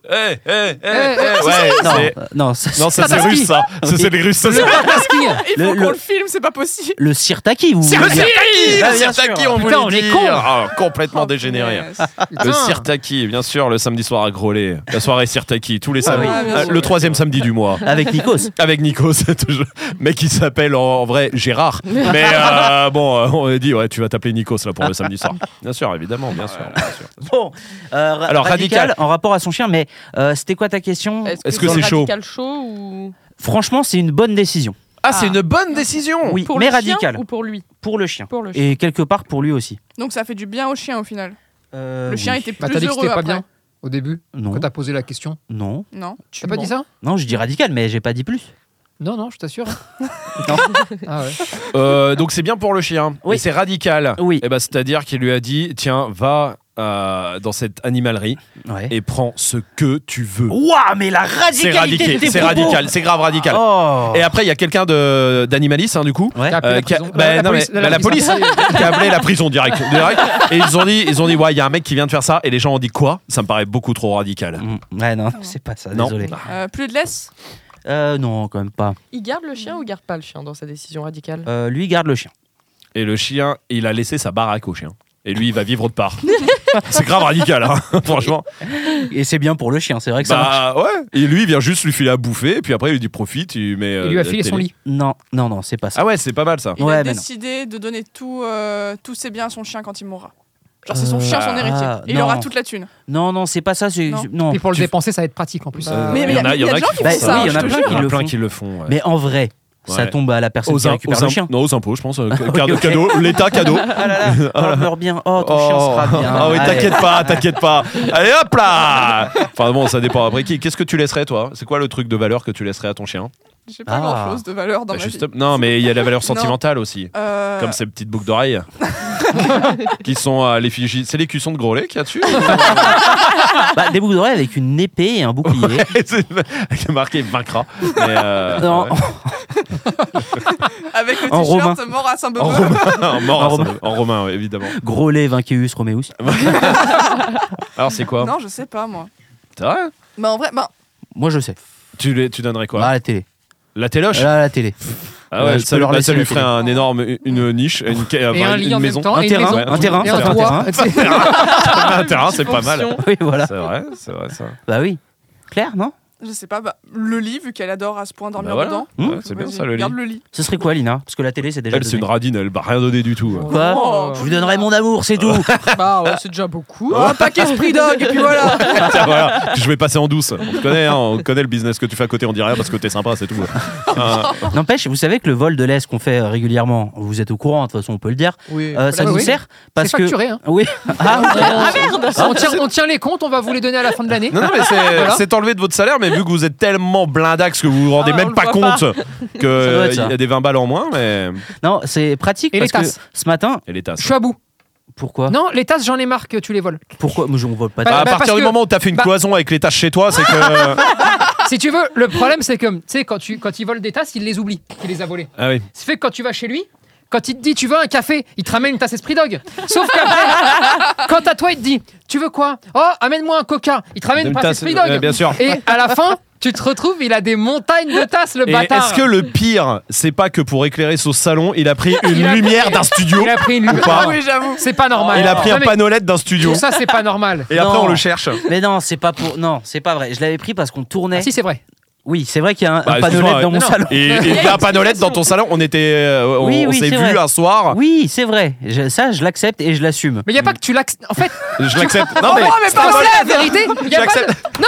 Eh, eh, eh, Eh, eh, ouais, Non, c'est- euh, non, ça, Non, ça c'est Tzatziki. russe ça. Ça, C'est les Russes. ça, c'est- Tzatziki. Il Le- faut le- qu'on le filme, c'est pas possible. le sirtaki, vous voulez dire Sirtaki Ah, Le bien Sirtaki, sûr. on Putain, voulait on est dire con. Ah, Complètement Oh, dégénéré. punaise. Le Putain. Sirtaki, bien sûr, le samedi soir à Grolet. La soirée Sirtaki, tous les samedis. oui, bien Ah, sûr, le bien troisième samedi du mois. Avec Nikos. Avec Nico, c'est toujours. Mec, qui s'appelle en, en vrai Gérard. Mais euh, bon, euh, on a dit, ouais, tu vas t'appeler Nikos là pour le samedi soir. Bien sûr, évidemment, bien sûr. Ah. bien sûr. Bon, euh, ra- Alors, radical, radical. en rapport à son chien, mais euh, c'était quoi ta question Est-ce que dans le c'est chaud radical chaud ou Franchement, c'est une bonne décision. Ah, c'est une bonne décision Oui, pour mais le chien radical ou pour lui pour le chien. Pour le chien. Et quelque part pour lui aussi. Donc ça fait du bien au chien au final. Euh, Le chien oui. était plus Bah, t'as dit que heureux c'était pas après. bien au début Euh, Non, quand t'as posé la question. non, Non. T'as pas dit ça non, je dis radical, mais j'ai pas dit plus. Non, non, je t'assure. Non. Ah ouais. Euh, donc c'est bien pour le chien. Oui. Et c'est radical. Oui. Et ben c'est-à-dire qu'il lui a dit tiens, va euh, dans cette animalerie Ouais. et prends ce que tu veux. Ouah, mais la C'est radicalité de tes radical, c'est propos radical, c'est grave radical. Oh. Et après, il y a quelqu'un de- d'animaliste, hein, du coup. Ouais. T'as appelé euh, la qui a- prison. bah, Euh, non, mais- bah, la police. qui a appelé la prison direct, direct. et ils ont dit ils ont dit ouais il y a un mec qui vient de faire ça et les gens ont dit quoi ça me paraît beaucoup trop radical Mm, Ouais, non, c'est pas ça, Non. désolé. Euh, plus de laisse Euh, non, quand même pas. Il garde le chien ou garde pas le chien dans sa décision radicale Euh, lui, garde le chien. et le chien il a laissé sa baraque au chien et lui il va vivre autre part c'est grave radical hein, franchement Et c'est bien pour le chien, c'est vrai que ça marche. bah ouais et lui il vient juste lui filer à bouffer et puis après il lui dit profite il met euh, Il lui a la filé son télé. lit. Non, non, non, c'est pas ça. ah ouais c'est pas mal ça Il Ouais, a mais non. décidé de donner tout, euh, tous ses biens à son chien quand il mourra. Genre c'est son Euh, chien son ah, héritier. Et il non. aura toute la thune. Non, non, c'est pas ça. c'est- Non. non. Et pour le Tu- dépenser, ça va être pratique en plus. Bah, Mais il y en a, il y en a des gens qui Bah, font oui, ça. il y en a je plein te jure. qui le font. qui le font ouais. Mais en vrai, ça Ouais. tombe à la personne aux, qui im- récupère aux le im- chien. non, aux impôts je pense euh, Ok, cadeau- ok. cadeau l'état cadeau Ah là là, parle-leur bien. Oh, ton chien Oh. sera bien. Ah oui, Allez. t'inquiète pas, t'inquiète pas. Allez Bah, hop là Enfin bon, ça dépend. Après, qui- qu'est-ce que tu laisserais toi C'est quoi le truc de valeur que tu laisserais à ton chien J'ai pas Ah. grand chose de valeur dans Bah, ma juste- vie. Non, mais il y a la valeur sentimentale aussi. Euh, Comme ces petites boucles d'oreilles qui sont à l'effigie. C'est les cuissons de gros lait qu'il y a dessus Bah, des boucles d'oreilles avec une épée et un bouclier. C'est c'est marqué vaincra. Mais, euh, Non, ouais. Avec le En romain. t-shirt mort à En Saint-Beuve. romain, en mort, en romain. en romain, ouais, évidemment. gros lait, Vinceus, Romeus. Alors c'est quoi Non, je sais pas moi. C'est vrai Mais en vrai, bah, Moi, je sais. tu, les- tu donnerais quoi Là, à la télé. La téloche Là, à la télé. Ouais, Ah ouais, Bah, Euh, je peux ça, leur bah, laisser ça la lui ferait télé. un énorme, une niche, une, ca- Et enfin, un bah, une lit en maison. même temps, Un et une terrain, maison. un Ouais. terrain, Et ça fait un toit. terrain. Tu sais, un terrain, c'est pas mal. Fonction. Oui, voilà. C'est vrai, c'est vrai ça. Bah oui. Claire, non je sais pas, bah, le lit, vu qu'elle adore à ce point dormir Bah voilà. dedans. Hmm Ouais, c'est bien Vas-y, ça le lit. Garde le lit. Ce serait quoi, Lina Parce que la télé, c'est déjà. Elle, c'est une donné. radine, elle va rien donner du tout. Quoi Oh, Je vous donnerai mon amour, c'est tout. Bah, ouais, c'est déjà beaucoup. Oh, un paquet Spree Dog, et puis voilà. Tiens, voilà, je vais passer en douce. On te connaît, hein, on connaît le business que tu fais à côté, on dirait rien parce que t'es sympa, c'est tout. Euh, N'empêche, vous savez que le vol de l'Est qu'on fait euh, régulièrement, vous êtes au courant, de toute façon, on peut le dire, Oui. euh, ça oui, nous oui. sert parce c'est que. facturé. hein. Oui. Ah, on, tient, on tient les comptes, on va vous les donner à la fin de l'année. non, non, mais c'est Voilà. c'est enlevé de votre salaire, mais vu que vous êtes tellement blindax que vous vous rendez Ah, on même le pas voit compte Ça doit que être il ça. y a des 20 balles en moins, mais. non, c'est pratique Et les parce que tasses. ce matin, Et les tasses. Je suis à bout. pourquoi Non, les tasses, j'en ai marre que tu les voles. Pourquoi Moi, je- on vole pas de Bah, Bah, à bah, partir parce du que- moment où t'as fait une bah- cloison avec les tasses chez toi, c'est que. Si tu veux, le problème, c'est que, tu sais, quand, tu- quand ils volent des tasses, ils les oublient, qu'ils les a volées. Ah oui. Ça fait que quand tu vas chez lui, quand il te dit tu veux un café, il te ramène une tasse Esprit Dog. Sauf qu'après, quand à toi, il te dit tu veux quoi Oh, amène-moi un coca. Il te ramène une Une tasse tasse, Esprit Dog. euh, bien sûr. Et à la fin, tu te retrouves, il a des montagnes de tasses, le Et bâtard. est-ce que le pire, c'est pas que pour éclairer son salon, il a pris une Il a- lumière d'un studio Il a pris une ou pas lumière. Ah Oui, j'avoue. C'est pas normal. Il a pris Non, un mais panolette d'un studio. Tout ça, c'est pas normal. Et après, Non. on le cherche. Mais non, c'est pas pour. Non, c'est pas vrai. Je l'avais pris parce qu'on tournait. Ah, si, c'est vrai. Oui, c'est vrai qu'il y a un, Bah, un panneau excuse-moi, LED dans ouais. mon Non. salon. Et, et il y a un panolette dans ton salon. On était, euh, on, Oui, on oui, s'est c'est vu vrai. un soir. Oui, c'est vrai. Je- ça, je l'accepte et je l'assume. Mais il n'y a pas que tu l'acceptes. En fait, Je l'accepte. Non Ah, mais, Oh, mais pas parce mal. que la vérité, y a pas de- j'accepte. Non,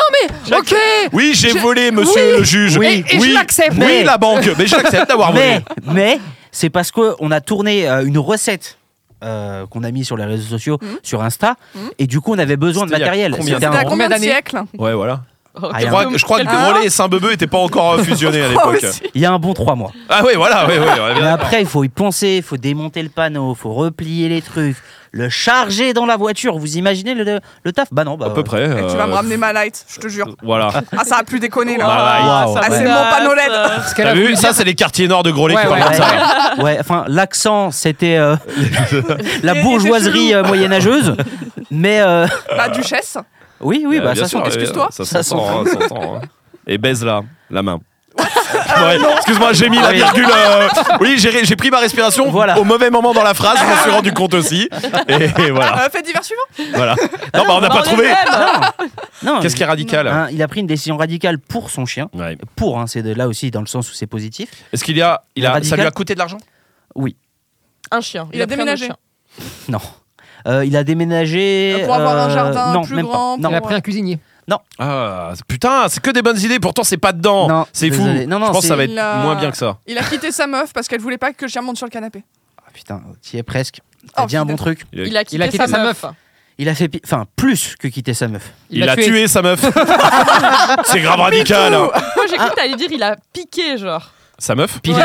mais ok. Oui, j'ai Je- volé, monsieur oui. le juge. Oui. Et- et je l'accepte. Oui, Mais- la banque. Mais je l'accepte d'avoir volé. Mais, mais c'est parce qu'on a tourné euh, une recette euh, qu'on a mis sur les réseaux sociaux, Mhm. sur Insta, et du coup, on avait besoin de C'était il y a matériel. combien C'était C'était à un- combien de d'années siècles Ouais, voilà. Oh, Ah, il, Je y a crois, un, que- je crois que Ah. Grelais et Saint-Bebeu n'étaient pas encore euh, fusionnés à Oh, l'époque. aussi. il y a un bon trois mois. Ah oui, voilà, oui, oui, ouais, Mais bien. après, il faut y penser, il faut démonter le panneau, il faut replier les trucs, le charger dans la voiture. Vous imaginez le, le, le taf Bah non, bah. à peu près. Et tu euh, vas me ramener ma light, je te jure. Voilà. Ah, ça a plus déconné là. Bah, Waouh, là, waouh, Ah, ouais. c'est mon panolette. Parce qu'elle T'as a vu voulu Ça, dire- c'est les quartiers nord de Grelais qui Ouais, parlent comme ouais. ça. Ouais, enfin, l'accent, c'était euh, Il la était bourgeoisie chelou. euh, moyenâgeuse. Mais euh, La Bah, duchesse. oui, oui, Euh, bah, bien ça sûr, sent. euh, excuse-toi. Ça Ça s'entend, hein, ça s'entend, hein. Et baise là, la main. Ouais, Excuse-moi, j'ai mis la Oui. virgule. euh, Oui, j'ai j'ai pris ma respiration Voilà. au mauvais moment dans la phrase, je m'en suis rendu compte aussi. Et, et voilà, Euh, faites divers suivants. voilà. Non, bah on n'a pas trouvé. Non, Qu'est-ce qui est radical hein, il a pris une décision radicale pour son chien. Ouais. Pour, hein, c'est de- là aussi dans le sens où c'est positif. Est-ce qu'il y a, il a ça Radical. lui a coûté de l'argent Un chien. Il a pris un autre déménagé. chien. Non. Euh, il a déménagé. Pour avoir un euh, jardin non, plus même pas. grand, Non, Elle a pris un cuisinier. Ah putain, c'est que des bonnes idées. Pourtant, c'est pas dedans. Non, c'est fou. désolé. Non, non, je pense que ça c'est- va être il a- moins bien que ça. Il a quitté sa meuf parce qu'elle voulait pas que le chien monte sur le canapé. Ah, putain, t'y es presque. T'as Oh, dit un bon putain. truc. Il a quitté, Il a quitté sa meuf. Il a fait, pi- enfin, plus que quitter sa meuf. Il, a tué. sa meuf. c'est grave radical. hein. Moi, Ah. j'ai cru que t'allais dire il a piqué, genre. Sa meuf. Puis Ouais.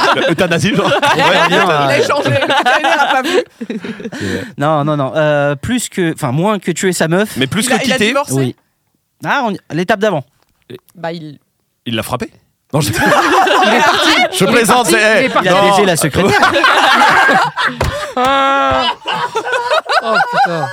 Euthanasie, genre. il Ah, a- Il a échangé. Il l'a pas vu. Non, non, non. euh, plus que, enfin, moins que tuer sa meuf. Mais plus Il que a- il a quitter, divorcé. Oui. Ah, on y- l'étape d'avant. Bah, il. il l'a frappé. Non, je... Il est parti. Je plaisante, parti, c'est- il est eh, parti. Il a non. baisé la secrétaire. Oh putain.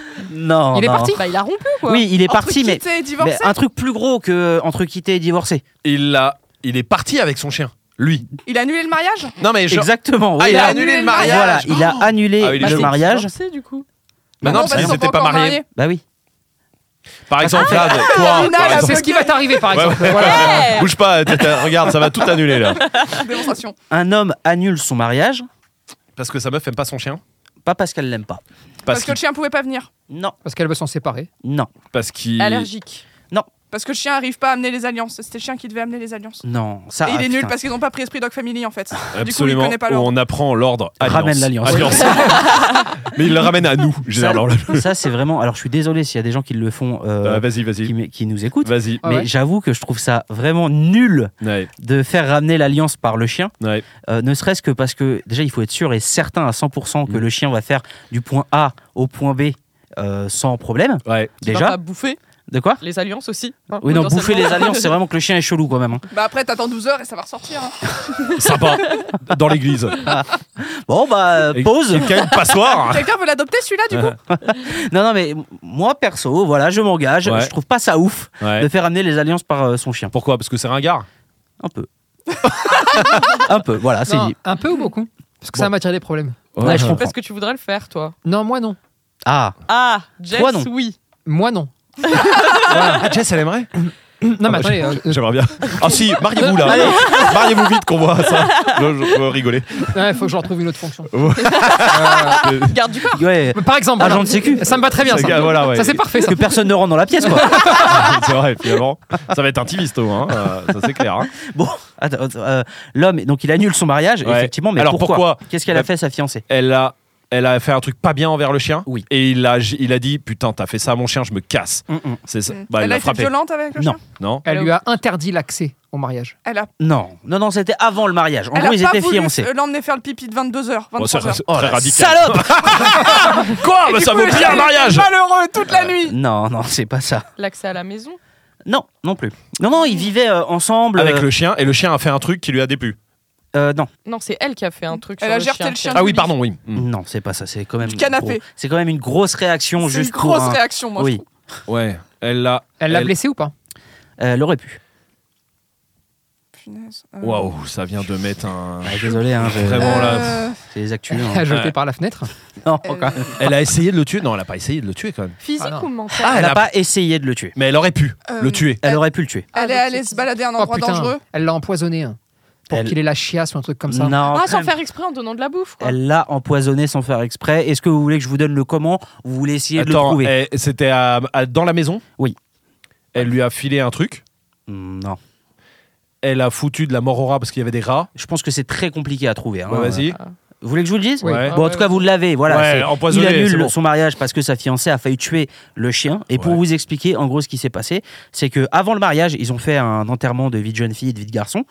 non. Il est Oh, non. parti. Bah, il a rompu, quoi. Oui, il est Entre parti, mais, quitter et mais divorcer. un truc plus gros que euh, entre quitter et divorcer. Il l'a. Il est parti avec son chien. Lui. Il a annulé le mariage. Non mais je. Exactement. Ah, oui, il a là- annulé le mariage. Voilà, il a annulé Ah oui, il est le chaud. mariage. Bah, C'est du coup. Bah non, parce qu'ils qu'ils sont n'étaient pas encore mariés. Bah oui. Par exemple, Ah, là, de- toi, Lina, par elle a exemple. C'est ce qui va t'arriver, par Ouais, exemple. ouais. Voilà. Ouais. Bouge pas, t'as- t'as- regarde, ça va tout annuler là. Démonstration. Un homme annule son mariage, Parce que sa meuf aime pas son chien. pas parce qu'elle l'aime pas. Parce Parce que qu'il. le chien pouvait pas venir. Non, Parce qu'elle veut s'en séparer. non. Parce qu'il. Allergique. Parce que le chien arrive pas à amener les alliances. C'était le chien qui devait amener les alliances. Non, ça. Et il ah, est nul putain. parce qu'ils n'ont pas pris esprit Dog Family en fait. Du coup, il Absolument. connaît pas où l'ordre. on apprend l'ordre. Alliance. Ramène l'alliance. Alliance. Mais il le ramène à nous, généralement. Ça, c'est vraiment. Alors, je suis désolé s'il y a des gens qui le font, euh, Euh, vas-y, vas-y. qui, m- qui nous écoutent. Vas-y. Ah mais ouais. j'avoue que je trouve ça vraiment nul Ouais, de faire ramener l'alliance par le chien, ouais. euh, ne serait-ce que parce que déjà il faut être sûr et certain à 100% que Mm. le chien va faire du point A au point B euh, sans problème. Ouais. Tu vas Déjà. pas bouffer De quoi les alliances aussi. hein, Oui, non, bouffer potentiellement. les alliances, c'est vraiment que le chien est chelou quand même. hein. Bah après, t'attends 12 heures et ça va ressortir. hein. Sympa. Dans l'église. Ah. Bon, bah, euh, Et- pause. Quelqu'un a une Ah. passoire. Quelqu'un veut l'adopter celui-là du Euh, coup Non, non, mais m- moi perso, voilà, je m'engage. Ouais. Je trouve pas ça ouf Ouais. de faire amener les alliances par euh, son chien. Pourquoi Parce que c'est ringard. Un peu. un peu, voilà, c'est Non, dit. un peu ou beaucoup Parce que ça Bon. m'attire des problèmes. Ouais, je comprends. Parce que tu voudrais le faire, toi. Non, moi non. Ah, Ah, Jess, Toi, non. oui. Moi non. Ah, Jess, elle aimerait Non, Ah, mais bah, attendez. euh, euh, J'aimerais bien. Ah si, mariez-vous là. Mariez-vous vite qu'on voit ça. Je, je peux rigoler. ouais, faut que je retrouve une autre fonction. Oh. Ah. Garde du corps. ouais. Par exemple, Agent voilà. de sécu. ça me va très bien. Ça, Ça, voilà, ouais. Ça, c'est parfait. Ça. Que personne ne rentre dans la pièce, quoi. c'est vrai, finalement. Ça va être intimiste, hein. euh, ça c'est clair. hein. Bon, attends, attends, euh, l'homme, donc il annule son mariage, Ouais. effectivement, mais Alors, pourquoi, pourquoi Qu'est-ce qu'elle a Bah- fait sa fiancée Elle a, elle a fait un truc pas bien envers le chien. Oui. Et il a, il a dit putain, t'as fait ça à mon chien, je me casse. C'est ça. Bah, elle Hmm. Elle a l'a été frappé. violente avec le Non. chien Non. Elle lui a interdit l'accès au mariage. Elle a, Non, non, non, c'était avant le mariage. En elle gros, a ils pas étaient voulu fiancés. euh, l'emmener faire le pipi de 22h, Bon, c'est 23h. c'est très radical. Oh Salope Quoi Bah, Ça vaut bien un mariage. Euh, Malheureux toute la nuit Non, non, c'est pas ça. L'accès à la maison. Non, non plus. Non, non, ils vivaient euh, ensemble. Avec euh, le chien, et le chien a fait un truc qui lui a déplu. euh, non, Non, c'est elle qui a fait un truc. Elle sur a gerté le chien. Ah oui, pardon, oui. Mm. non, c'est pas ça. C'est quand même. Du canapé. gros- C'est quand même une grosse réaction C'est une juste grosse pour. un- réaction, moi. Oui, Ouais. Elle l'a. Elle l'a blessé ou pas euh, elle aurait pu. je trouve. Punaise. Euh, Waouh, ça vient de mettre un. Bah, désolé, hein, je- Vraiment, là. euh, c'est les actus. Elle hein. a jeté Ouais. par la fenêtre. Non, euh, quand même. Elle a essayé de le tuer. Non, elle a pas essayé de le tuer quand même. Physique Ah, non. ou mental Ah, Elle elle n'a a- pas essayé de le tuer. Mais elle aurait pu Euh, le tuer. Elle aurait pu le tuer. Elle est allée se balader à un Ah, Oh endroit dangereux. putain, elle l'a empoisonné. hein, Pour Elle- qu'il ait la chiasse ou un truc comme ça. Non, Ah, quand sans même. faire exprès en donnant de la bouffe. quoi. Elle l'a empoisonné sans faire exprès. Est-ce que vous voulez que je vous donne le comment Vous voulez essayer de le Attends, trouver elle- c'était à- à- dans la maison Oui. Elle lui a filé un truc. Mm, Non. Elle a foutu de la mort aux rats parce qu'il y avait des rats. Je pense que c'est très compliqué à trouver. hein. Ouais, vas-y. Vous voulez que je vous le dise Oui. Ouais. Bon, en tout cas, vous l'avez. Voilà. Ouais, c'est- empoisonné, il annule c'est bon. son mariage parce que sa fiancée a failli tuer le chien. Et pour Ouais. vous expliquer en gros ce qui s'est passé, c'est que avant le mariage, ils ont fait un enterrement de vie de jeune fille et de vie de garçon.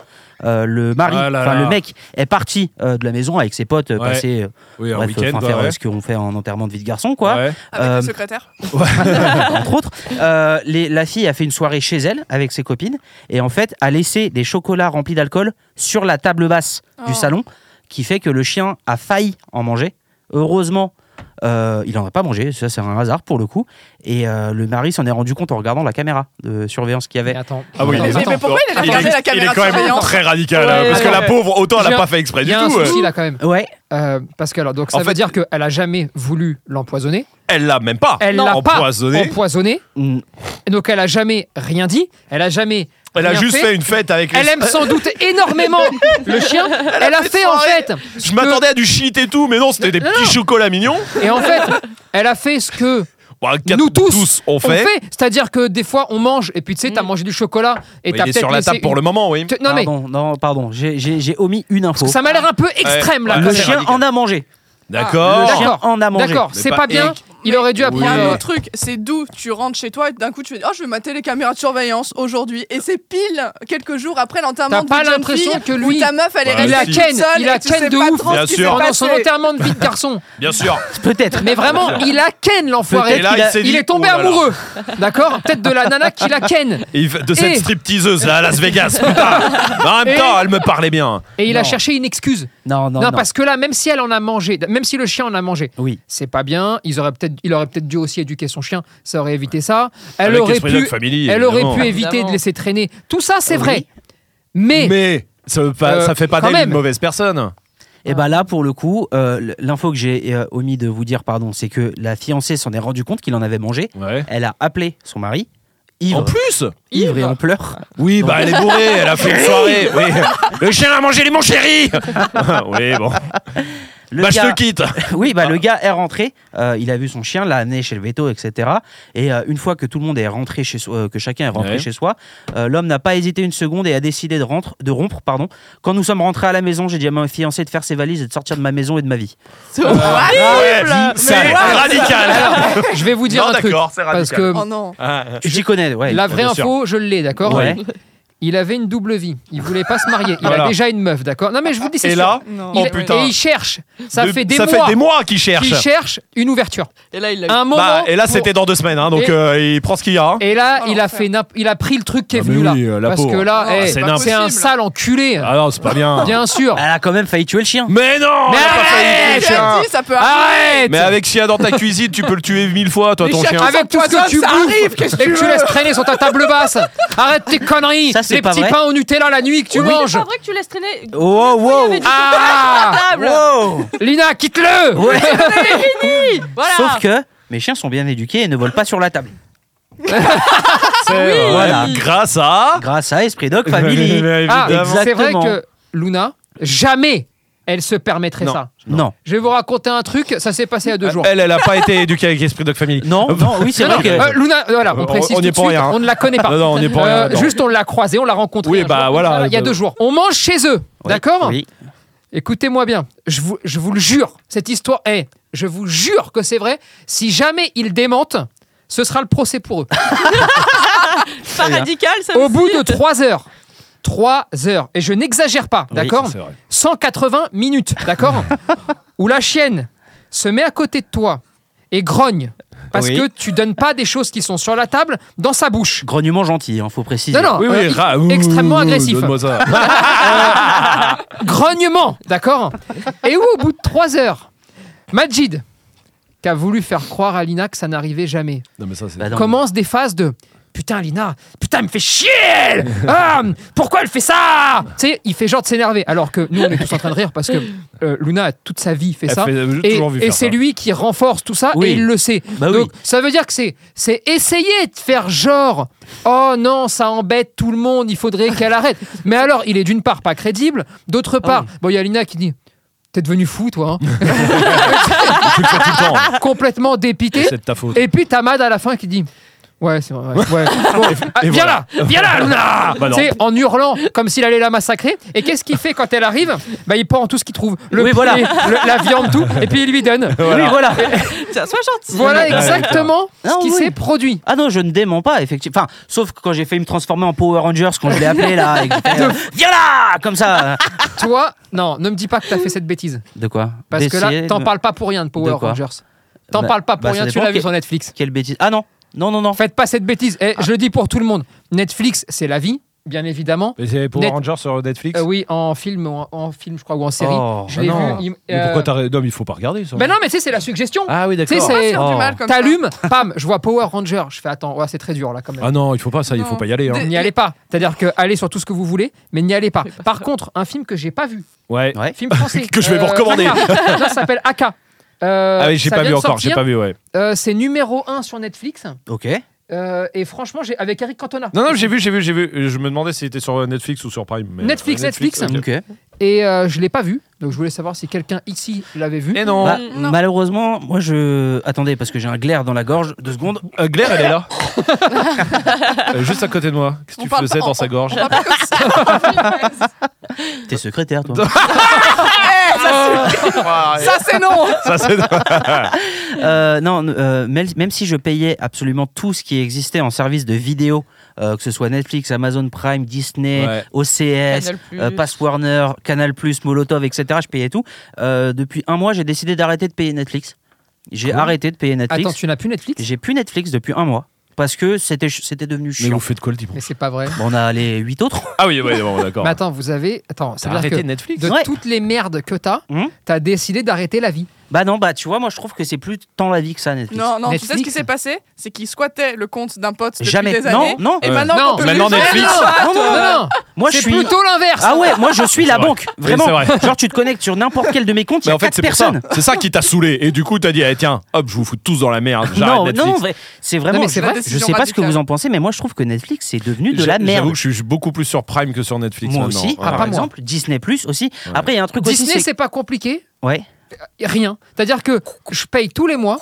Euh, le mari, Ah là enfin là. le mec, est parti euh, de la maison avec ses potes euh, Ouais. passer, euh, Oui, un bref, week-end. enfin, ouais, faire euh, ouais. ce qu'on fait en enterrement de vie de garçon, quoi. Ouais. Avec Euh, le secrétaire. entre autres. Euh, les- la fille a fait une soirée chez elle avec ses copines et en fait a laissé des chocolats remplis d'alcool sur la table basse du Oh. salon, qui fait que le chien a failli en manger. Heureusement, euh, il n'en a pas mangé, ça c'est un hasard pour le coup. Et euh, le mari s'en est rendu compte en regardant la caméra de surveillance qu'il y Mais avait. attends. Ah oui, attends, Mais- il mais, attends. mais pourquoi il a est, regardé il la est caméra de quand même surveillance très radical, hein, Ouais, parce que ouais. la pauvre, autant elle J'ai n'a un- pas fait exprès Il du y a un tout. euh. souci là quand même. Ouais, Euh, parce que alors, donc ça En veut fait- dire qu'elle a jamais voulu l'empoisonner. Elle l'a même pas Elle Non. l'a pas empoisonné. empoisonné. Mm. Et Donc elle a jamais rien dit. Elle a jamais. Elle a rien juste fait. une fête avec. les- Elle aime sans doute énormément le chien. Elle, a fait en fait. Je m'attendais à du shit et tout, mais non, c'était des Non, petits non. chocolats mignons. Et en fait, elle a fait ce que Bah, quatre- nous tous, on on fait. fait. C'est-à-dire que des fois on mange et puis tu sais t'as Mm. mangé du chocolat et Oui, t'as il est peut-être sur la laissé table pour une- le moment, oui. Tu- Non mais pardon, non, pardon, j'ai- j'ai j'ai omis une info. ça m'a l'air un peu extrême là. Ouais, Ah, Le quand c'est chien radical. en a mangé. D'accord. Le chien Ah, D'accord. en a même. mangé. Oh. D'accord, Mais c'est pas pas bien. Eric. Il aurait dû Il y apprendre. a un euh, autre truc, c'est d'où tu rentres chez toi et d'un coup tu fais Oh, je vais mater les caméras de surveillance aujourd'hui. Et c'est pile quelques jours après l'enterrement T'as de pas jeune l'impression fille que où lui, ta meuf, elle est Ouais, Il a restée Bah, si. Ken, Euh, toute seule il a et tu Ken sais de pas ouf trop ce Bien qui sûr. s'est pendant son passé. enterrement de vie de garçon. Bien sûr. Peut-être. Mais vraiment, il a ken l'enfoiré. Peut-être Et là, qu'il a- il il, s'est dit, est tombé oh Ah, là là. amoureux. D'accord Peut-être de la nana qui la ken. Et de cette Et- stripteaseuse là à Las Vegas, putain. Mais en même Et- temps, elle me parlait bien. Et il a Non. cherché une excuse. Non, non, Non, non. parce que là, même si elle en a mangé, même si le chien en a mangé, Oui. c'est pas bien. Ils auraient peut-être, il aurait peut-être dû aussi éduquer son chien. Ça aurait évité ça. Elle Avec aurait Esprit Dog pu, Family, elle évidemment. aurait pu éviter Évidemment. de laisser traîner. Tout ça, c'est Oui. vrai. Mais, Mais ça, veut pas- Euh, ça fait pas quand d'elle une même. mauvaise personne. Et bah là, pour le coup, euh, l- l'info que j'ai euh, omis de vous dire, pardon, c'est que la fiancée s'en est rendu compte qu'il en avait mangé. Ouais. Elle a appelé son mari, ivre, En plus ivre et Ivre. en pleurs. Oui, bah elle est bourrée, elle a fait une soirée. Oui. Le chien a mangé les mon chéri Oui, bon. Le bah, je gars- te quitte Ah. oui, bah, le gars est rentré. euh, il a vu son chien, l'a amené chez le veto, etc. Et euh, une fois que tout le monde est rentré chez soi, euh, que chacun est rentré Ouais. chez soi, euh, l'homme n'a pas hésité une seconde et a décidé de, rentre, de rompre. Pardon. Quand nous sommes rentrés à la maison, j'ai dit à ma fiancée de faire ses valises et de sortir de ma maison et de ma vie. C'est horrible. Ouais, Ah, Mais C'est radical Je vais vous dire Non, un truc. d'accord, c'est Parce radical. que Oh non. Euh, Tu t'y connais, ouais. la vraie bien sûr. info, je l'ai, d'accord Ouais. Il avait une double vie. Il voulait pas se marier. Il Voilà. a déjà une meuf, d'accord Non, mais je vous le dis, c'est Et sûr. là, Non. Il- oh putain. Et il cherche. Ça de- fait des ça mois fait des mois qu'il cherche. qu'il cherche une ouverture. Et là, il l'a eu. Un moment. Bah, et là, pour- c'était dans deux semaines, hein, donc Et- euh, il prend ce qu'il y a. hein. Et là, Oh, il a l'enfer. fait, n'imp- il a pris le truc qui est Ah, mais venu là. oui, euh, la Parce peau. que là, Non, eh, c'est c'est nimp. un possible. sale enculé. hein. Ah non, c'est pas bien. Bien sûr. Elle a quand même failli tuer le chien. Mais non on a pas failli tuer le J'ai chien. hein. dit, ça peut Arrête. ah, Mais avec chien dans ta cuisine, tu peux le tuer mille fois, toi, Les ton chiens chien. qui Avec tout ce que empoisonne, tu ça bouffes arrive, qu'est-ce que et que tu tu veux laisses traîner sur ta table basse. Arrête tes conneries. Ça, c'est les pas petits vrai. pains au Nutella la nuit que tu Oui, manges. C'est pas vrai que tu laisses traîner. Oh, Il y wow. avait du Ah. table. Wow. Lina, quitte-le. Ouais. Voilà. Sauf que mes chiens sont bien éduqués et ne volent pas sur la table. Voilà. Grâce à. Grâce à Esprit Dog Family. Ah, Ah Family. c'est vrai Exactement. que Luna, jamais elle se permettrait Non. Euh, ça. Non. Je vais vous raconter un truc, ça s'est passé à deux jours. Elle, elle a pas été éduquée avec Esprit Dog Family. Non, non, oui, c'est Non, vrai non, euh, que. Luna, euh, voilà, on On- précise on tout y est de pour suite, rien. hein. on ne la connaît pas. Non, non, on n'est pour rien. Euh, d'accord. juste, on l'a croisée, on l'a rencontrée. Oui, un bah, jour, voilà. comme ça, Il y a deux jours. On mange chez eux, d'accord Oui. Écoutez-moi bien, je vous, je vous le jure, cette histoire est, je vous jure que c'est vrai, si jamais ils démentent, ce sera le procès pour eux. Pas radical, ça Au me bout suit. de trois heures, trois heures, et je n'exagère pas, d'accord C'est vrai. 180 minutes, d'accord Où la chienne se met à côté de toi et grogne parce Oui. que tu donnes pas des choses qui sont sur la table dans sa bouche. Grognement gentil, hein, faut préciser. Non, non, Oui, euh, oui, il- ra- ouh, extrêmement ouh, agressif. Donne-moi ça. grognement, d'accord Et où, au bout de trois heures, Majid, qui a voulu faire croire à Lina que ça n'arrivait jamais, Non, mais ça, c'est. Bah, non. commence des phases de Putain, Lina, putain, elle me fait chier elle Ah, Pourquoi elle fait ça Tu sais, il fait genre de s'énerver. Alors que nous, on est tous en train de rire parce que euh, Luna a toute sa vie fait Elle ça. fait- j'ai Et, toujours vu et faire c'est ça. lui qui renforce tout ça Oui. et il le sait. Bah oui. Donc ça veut dire que c'est c'est essayer de faire genre oh non ça embête tout le monde il faudrait qu'elle arrête. Mais alors il est d'une part pas crédible, d'autre Ah part bon il y a Lina qui dit t'es devenu fou toi hein. Tu le fais tout le temps. hein. complètement dépité. C'est de ta faute. Et puis t'as Mad à la fin qui dit ouais c'est vrai ouais, ouais. Bon, ah, et viens voilà. là viens là Luna Bah non. Tu sais, en hurlant comme s'il allait la massacrer. Et qu'est-ce qu'il fait quand elle arrive Bah il prend tout ce qu'il trouve le Oui, voilà. poulet, le- la viande tout et puis il lui donne. Oui, voilà. Tiens, sois gentil. Voilà exactement Non, ce oui. qui s'est produit. Ah non, je ne dément pas, effectivement. Enfin, sauf que quand j'ai failli me transformer en Power Rangers, quand je l'ai appelé là, et que j'ai fait, euh, viens là Comme ça. Toi, non, ne me dis pas que t'as fait cette bêtise. De quoi Parce que D'essayer là, de- t'en parles pas pour rien de Power De quoi Rangers. T'en Bah- parles pas pour bah, ça rien, tu dépend l'as vu quel- sur Netflix. Quelle bêtise. Ah non, non, non, non. Faites pas cette bêtise. Eh, Ah. Je le dis pour tout le monde. Netflix, c'est la vie, bien évidemment. Mais c'est Power Net- Rangers sur Netflix. Euh, oui, en film, en, en film, je crois, ou en série. Oh, je bah l'ai vu. non. il- Mais euh, pourquoi t'as. Non, mais il faut pas regarder ça. ben non, mais tu sais, c'est la suggestion. Ah oh. oui, tu sais, d'accord. c'est. faire du mal comme ça. T'allumes, pam, je vois Power Ranger. Je fais attends, ouais, c'est très dur là quand même. Ah non, il faut pas ça, il faut Non. pas y aller. hein. N'y allez pas. C'est-à-dire que allez sur tout ce que vous voulez, mais n'y allez pas. Par contre, un film que j'ai pas vu, Ah Ouais. Ouais. film français Euh, Que je vais vous recommander. Aka. Non, ça s'appelle AK. Euh, Ah oui, j'ai ça pas vient vu de encore, j'ai sortir. pas vu, ouais. Euh, c'est numéro 1 sur Netflix. Ok. Euh, et franchement, j'ai avec Eric Cantona. Non, non, j'ai vu, j'ai vu, j'ai vu. Je me demandais si c'était sur euh, Netflix ou sur Prime. mais- Netflix, Netflix. ok. Ok. Et euh, je l'ai pas vu. Donc je voulais savoir si quelqu'un ici l'avait vu. Et non. Bah, non. malheureusement, moi je. Attendez, parce que j'ai un glaire dans la gorge. Deux secondes. Euh, Claire, elle est là. Euh, juste à côté de moi. Qu'est-ce que On tu parle faisais pas- dans sa gorge T'es secrétaire, toi. Ça, c'est non. Ça, c'est. Euh, non, euh, même, même si je payais absolument tout ce qui existait en service de vidéo, euh, que ce soit Netflix, Amazon Prime, Disney, Ouais. OCS, Canal+. euh, Pass Warner, Canal+, Molotov, etc. Je payais tout. Euh, depuis un mois, j'ai décidé d'arrêter de payer Netflix. J'ai arrêté de payer Netflix. Attends, tu n'as plus Netflix J'ai plus Netflix depuis un mois parce que c'était ch- c'était devenu Mais chiant. vous faites quoi le type Mais c'est pas vrai. Bon, on a les huit autres. Ah oui, ouais, bon, d'accord. Mais attends, vous avez. Attends, ça T'as veut dire arrêté que Netflix de Ouais. toutes les merdes que t'as, Hmm t'as décidé d'arrêter la vie. Bah non, bah tu vois, moi je trouve que c'est plus tant la vie que ça Netflix. Non, non, tu sais ce Netflix. qui s'est passé C'est qu'il squattait le compte d'un pote depuis Jamais. des Non, années. non. Et Ouais. maintenant, Non. qu'on peut Maintenant, plus le faire, Netflix. non, non, non. Moi je C'est suis plutôt l'inverse. Ah ouais, moi je suis la vrai. banque, Oui, vraiment. c'est vrai. Genre tu te connectes sur n'importe quel de mes comptes, il y Mais a en fait, quatre c'est pour ça. personnes. C'est ça qui t'a saoulé. Et du coup, t'as dit, eh, tiens, hop, je vous fous tous dans la merde. Non, J'arrête Ah, non, Netflix. mais c'est vraiment. Non, mais c'est je, vrai. je sais pas ce que vous en pensez, mais moi je trouve que Netflix c'est devenu de la J'a- J'avoue merde. que je suis beaucoup plus sur Prime que sur Netflix Moi maintenant. aussi, ah, Ouais. par pas moi. exemple, Disney Plus aussi. Après, il y a un truc aussi. Disney, c'est- c'est pas compliqué. Ouais. Rien. C'est-à-dire que je paye tous les mois.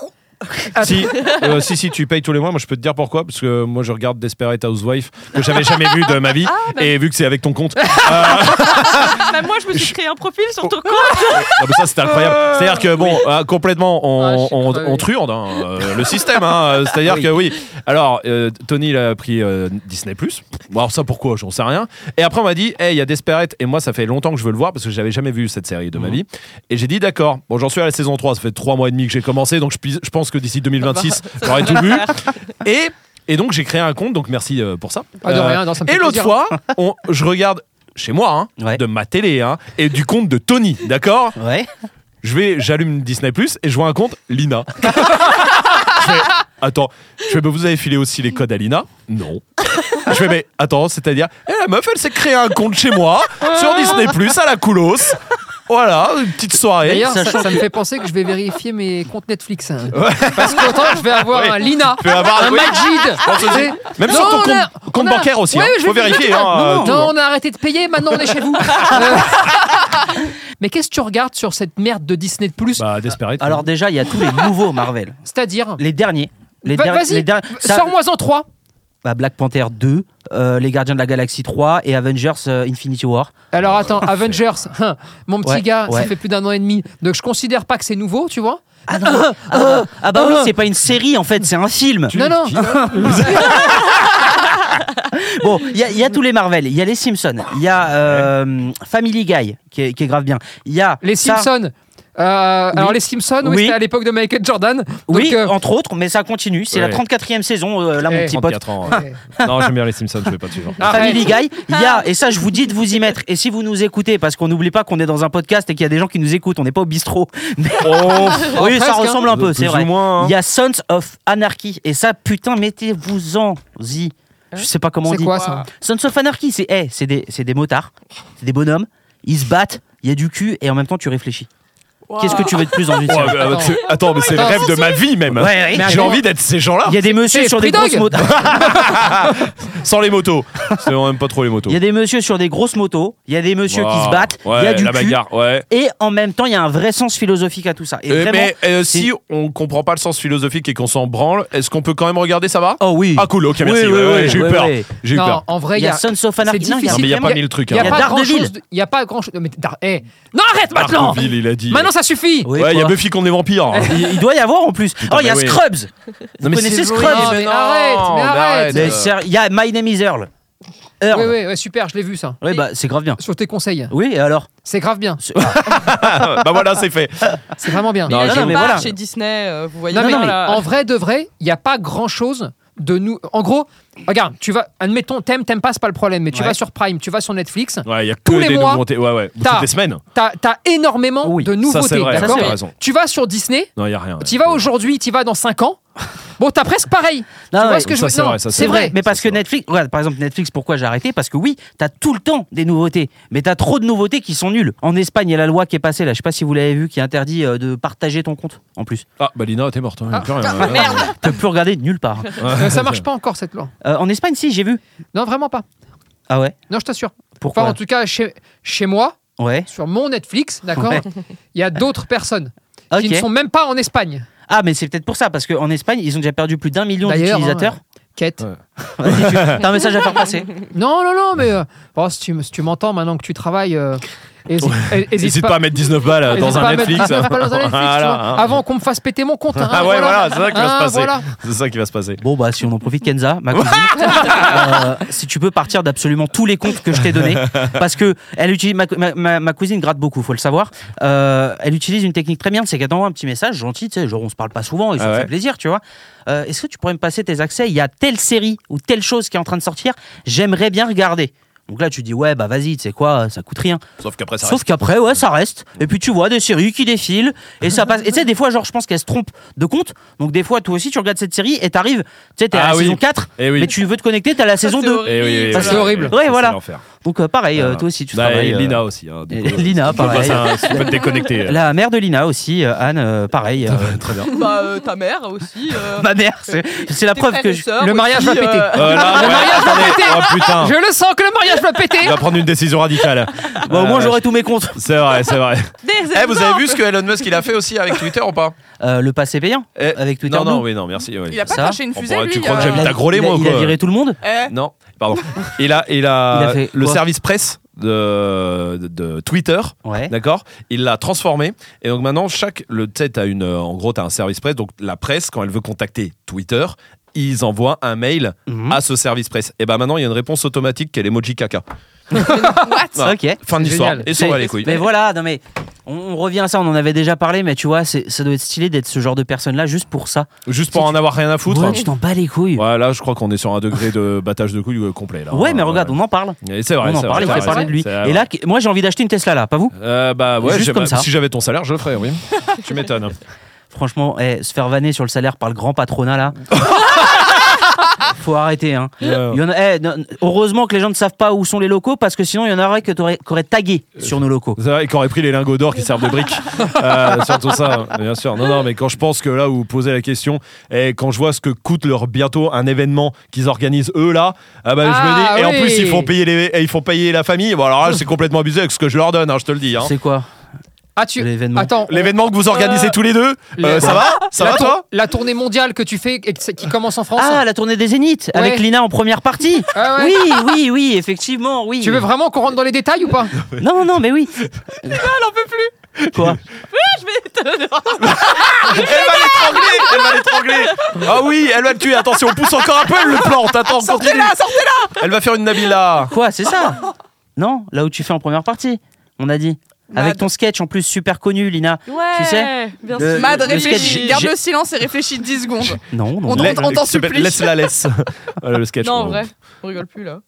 Ah, Si, euh, si, si, tu payes tous les mois. Moi, je peux te dire pourquoi. Parce que moi, je regarde Desperate Housewife, que j'avais jamais vu de ma vie. Ah, bah. Et vu que c'est avec ton compte. euh, Même Bah, moi, je me suis créé un profil sur ton compte. non, mais ça, c'était incroyable. C'est-à-dire que, bon, euh, complètement, Ah, je on, suis on, crevé. on truande hein, euh, le système. hein. C'est-à-dire que, oui. Alors, euh, Tony, il a pris euh, Disney. Bon, alors, ça, pourquoi J'en sais rien. Et après, on m'a dit, hey, il y a Desperate. Et moi, ça fait longtemps que je veux le voir parce que j'avais jamais vu cette série de Mhm. ma vie. Et j'ai dit, d'accord. Bon, j'en suis à la saison 3. Ça fait 3 mois et demi que j'ai commencé. Donc, je, puis- je pense que d'ici Ah 2026, bah, j'aurai tout vu. Et, et donc, j'ai créé un compte. Donc, merci euh, pour ça. Pas Ah, de Euh, rien, non, ça me fait et l'autre plaisir. fois, on- je regarde chez moi, hein, Ouais. de ma télé, hein, et du compte de Tony, d'accord Ouais. Je vais, j'allume Disney Plus et je vois un compte Lina. Je fais, attends, je fais, mais vous avez filé aussi les codes à Lina Non. Je fais, mais attends, c'est-à-dire, eh, la meuf, elle s'est créée un compte chez moi, sur Disney Plus, à la Koulos. Voilà, une petite soirée. D'ailleurs, ça, ça me fait penser que je vais vérifier mes comptes Netflix. hein. Parce qu'autant je vais avoir Oui. un Lina, Tu peux avoir- un oui. Majid. Même Non, sur ton on a- compte, compte on a- bancaire aussi, Ouais, hein. je faut vais vérifier. hein, Non, euh, tout. non, on a arrêté de payer, maintenant on est chez vous. Euh, Mais qu'est-ce que tu regardes sur cette merde de Disney de Plus Bah, Desperate. Alors déjà, il y a tous les nouveaux Marvel, C'est-à-dire, les derniers. Les Va- derni- les vas-y, derni- ça- sors-moi en trois. bah, Black Panther 2, euh, Les Gardiens de la Galaxie 3 et Avengers euh, Infinity War. Alors attends, Avengers, hein, mon petit Ouais, gars, ouais. ça fait plus d'un an et demi, donc je considère pas que c'est nouveau, tu vois. Ah, non. Ah, bah- ah bah oui, c'est pas une série en fait, c'est un film. non, non, Bon, il y, a- il y a tous les Marvel, il y a les Simpsons, il y a euh, Family Guy qui est, qui est grave bien. Il y a les ça- Simpsons. Euh, Alors les Simpsons, oui, Oui. c'était à l'époque de Michael Jordan. Oui, donc, euh, entre autres, mais ça continue. C'est Ouais. la 34e saison, euh, là, Eh, mon petit pote. 34 ans. ouais. Ah, non, j'aime bien les Simpsons, je vais pas te suivre. Arrête. Family Guy, il y a, et ça je vous dis de vous y mettre, et si vous nous écoutez, parce qu'on n'oublie pas qu'on est dans un podcast et qu'il y a des gens qui nous écoutent, on n'est pas au bistrot. Mais- oui, Oh, presque, ça hein. ressemble un peu, c'est Oh. Plus vrai. ou moins. hein. Il y a Sons of Anarchy, et ça, putain, mettez-vous-en-y. Je sais pas comment on Hein c'est dit. quoi ça Sons of Anarchy, c'est eh, c'est des, c'est des motards, c'est des bonhommes, ils se battent, il y a du cul, et en même temps tu réfléchis. Qu'est-ce que tu veux de plus dans une Oh, série bah. mais, euh, c'est- attends, mais c'est le Attends, rêve de ma vie même. Ouais, ouais. Mais J'ai attends. envie d'être ces gens-là, Il y a des messieurs Eh, sur des Free Dog grosses motos. sans les motos. Parce qu'on aime pas trop les motos. Il y a des messieurs sur des grosses motos, il y a des messieurs qui se Waouh. battent, il Ouais, y a du la cul. bagarre, ouais. Et en même temps, il y a un vrai sens philosophique à tout ça. Et Euh, vraiment- mais euh, c'est- si on comprend pas le sens philosophique et qu'on s'en branle, est-ce qu'on peut quand même regarder ça va Oh oui. Ah cool, ok, merci. Oui, ouais, oui, ouais, oui, j'ai eu oui, peur. oui. J'ai eu Non, peur. en vrai, Il y a Sons of Anarchy. c'est Non, il y a- Non, mais il y a pas vraiment- mille trucs. Il n'y a, Hein. y a pas grand Daredevil. chose. Il y a pas grand chose. Mais Dar- eh, Non, arrête maintenant Daredevil, il a dit. Maintenant, ça suffit Oui, ouais, il y a quoi. Buffy contre les vampires. hein. Il il doit y avoir en plus. oh, il y a mais oui. Scrubs. Vous connaissez c'est Scrubs joli, Non, mais arrête, mais arrête. Mais euh, ser- Il y a My Name is Earl. Earl. Oui, Oui, oui, ouais, super, je l'ai vu ça. bah c'est grave bien. Sur tes conseils. Oui, et alors C'est grave bien. C'est- bah voilà, c'est fait. C'est vraiment bien. Non, Non, je- non, mais mais voilà. Chez Disney, euh, vous voyez Non, mais bien, là. en vrai de vrai, il n'y a pas grand chose de nous. En gros, regarde, tu vas, admettons, t'aimes, t'aimes pas, c'est pas le problème, mais tu Ouais. vas sur Prime, tu vas sur Netflix, Ouais, il y a que Tous les des mois, nouveautés. Ouais, ouais. t'as- Toutes les semaines. t'as as énormément Oui, de Ça, c'est nouveautés. vrai. d'accord t'as raison. Tu vas sur Disney, Non, il y a rien. ouais. tu vas aujourd'hui, tu vas dans 5 ans. Bon, t'as presque pareil. Non, tu vois ouais. ce que je Ça, veux c'est non, vrai, ça, c'est C'est vrai. Mais parce que Ça, c'est vrai. Netflix, regarde, par exemple Netflix, pourquoi j'ai arrêté Parce que oui, t'as tout le temps des nouveautés, mais t'as trop de nouveautés qui sont nulles. En Espagne, il y a la loi qui est passée là, je sais pas si vous l'avez vu, qui interdit euh, de partager ton compte. En plus, Ah, bah Lina, t'es morte. hein, y a plus rien. Ah, tu peux plus regarder nulle part. Euh, ça marche pas encore cette loi. Euh, en Espagne, si j'ai vu. Non, vraiment pas. Ah ouais. Non, je t'assure. Enfin, Pourquoi en tout cas, chez, chez moi, Ouais. sur mon Netflix, d'accord, Ouais. il y a d'autres personnes Ok. qui ne sont même pas en Espagne. Ah, mais c'est peut-être pour ça, parce qu'en Espagne, ils ont déjà perdu plus d'un million D'ailleurs, hein, d'utilisateurs. Quête. Vas-y, tu- T'as un message à faire passer. Non, non, non, mais euh, bon, si tu, si tu m'entends maintenant que tu travailles, euh, hési- hé- hésite, Hésite pas à mettre 19 balles euh, hésite dans pas un à mettre Netflix. 19 balles dans un Netflix, tu Voilà, vois, hein. avant qu'on me fasse péter mon compte. hein, Ah ouais, voilà, c'est ça qui va se passer. voilà. C'est ça qui va se passer. Bon, bah, si on en profite, Kenza, ma cousine, euh, si tu peux partir d'absolument tous les comptes que je t'ai donnés, parce que elle utilise, ma, ma- ma- ma cousine gratte beaucoup, faut le savoir. Euh, elle utilise une technique très bien, c'est qu'elle t'envoie un petit message gentil, tu sais, genre on se parle pas souvent et ça Ah me ouais. fait plaisir, tu vois. Euh, Est-ce que tu pourrais me passer tes accès Il y a telle série ou telle chose qui est en train de sortir, j'aimerais bien regarder. Donc là, tu dis, ouais, bah vas-y, tu sais quoi, ça coûte rien. Sauf qu'après, Bah, ça Sauf qu'après, ouais, ça reste. Et puis tu vois des séries qui défilent et ça passe. Et tu sais, des fois, genre, je pense qu'elle se trompe de compte. Donc des fois, toi aussi, tu regardes cette série et t'arrives, tu sais, t'es à Ah la oui. saison 4, Et oui. mais tu veux te connecter, t'es à la saison 2. Eh oui, oui, Ça, oui, c'est oui. horrible. Bah, Ouais, Ça, voilà. c'est l'enfer. Donc euh, pareil, euh, Voilà. toi aussi, tu Bah, travailles. et euh, Lina aussi. hein, du et coup, Lina, tu peux pareil. passer un- Tu peux te déconnecter. euh. La mère de Lina aussi, euh, Anne, euh, pareil. euh, Très bien. Bah, euh, ta mère aussi. euh, ma mère, c'est c'est la tes preuve frères que et je. sœurs le mariage aussi, va péter. euh, Euh, là, Le ouais, mariage va attendez. péter. Oh putain. Je le sens que le mariage va péter. Il va prendre une décision radicale. Bah, au moins, Euh, j'aurai tous mes comptes. C'est vrai, c'est vrai. Des Eh, vous avez vu ce que Elon Musk il a fait aussi avec Twitter ou pas Euh, le passé payant Eh, avec Twitter Non, non, Blue. oui, non, merci. oui. Il a pas Ça craché une Oh, fusée, bah, lui. tu crois que euh, j'habite Il T'as a- il grolé, a- moi, ou Il a quoi viré tout le monde eh, Non, pardon. Il a, il a, Il a fait le quoi service presse de, de- de Twitter. Ouais. D'accord Il l'a transformé. Et donc maintenant, chaque. Le, tu sais, t'as une, euh, en gros, tu as un service presse. Donc la presse, quand elle veut contacter Twitter, ils envoient un mail Mhm. à ce service presse. Et ben maintenant, il y a une réponse automatique qui est l'emoji caca. Voilà. Ok. Fin de C'est l'histoire. génial. Et ça, on Mais- va les couilles. Mais voilà, non mais on, on revient à ça, on en avait déjà parlé, mais tu vois, c'est- ça doit être stylé d'être ce genre de personne-là juste pour ça. Juste pour en avoir rien à foutre. Ouais, tu t'en bats les couilles. Ouais, Ouais, là, je crois qu'on est sur un degré de battage de couilles euh, complet. Là, mais regarde, on en parle. Et C'est vrai, on en c'est parle, vrai, il faut c'est parler vrai, de lui. c'est vrai. Et là, qu- moi j'ai envie d'acheter une Tesla là, pas vous Euh, bah ouais, Juste j'ai- comme ça. si j'avais ton salaire, je le ferais, oui. tu m'étonnes. Franchement, eh, se faire vanner sur le salaire par le grand patronat là. Faut arrêter. Hein. Ouais. Il y en a- eh, non, heureusement que les gens ne savent pas où sont les locaux parce que sinon il y en aurait que t'aurais- qui auraient tagué Euh, sur nos locaux. C'est vrai, et qu'on aurait pris les lingots d'or qui servent de briques. Euh, surtout ça, bien sûr. Non, non, mais quand je pense que là, où vous posez la question, et quand je vois ce que coûte leur bientôt un événement qu'ils organisent eux là, ah bah, Ah, je me dis, et en oui. plus, ils font payer, les, et ils font payer la famille. Bon, alors là, c'est complètement abusé avec ce que je leur donne, hein, je te le dis. hein. C'est quoi Ah, tu. l'événement Attends. on- L'événement que vous organisez tous les deux, euh, les- ça va Ça la va tour- toi La tournée mondiale que tu fais et que c'est- qui commence en France. Ah, la tournée des Zéniths avec Ouais. Lina en première partie. Ah ouais. Oui, oui, oui, effectivement, oui. Tu veux vraiment qu'on rentre dans les détails ou pas Non, non, mais oui. Elle en peut plus. Quoi Je vais te. Elle va l'étrangler Elle va l'étrangler Ah oui, elle va le tuer, attention, on pousse encore un peu, elle le plante, attends, continue Elle va faire une Nabila Quoi C'est ça Non, là où tu fais en première partie, on a dit. Avec ton sketch en plus super connu, Lina. Ouais. Tu sais bien Le- Euh, sûr. Mad, le réfléchis. sketch, Garde j'ai- le silence et réfléchis 10 secondes. Non, non. On- non. Laisse- t'en s'il te plaît, supplie. Laisse la laisse Voilà, Le sketch. Non, en on- vrai, on rigole plus là.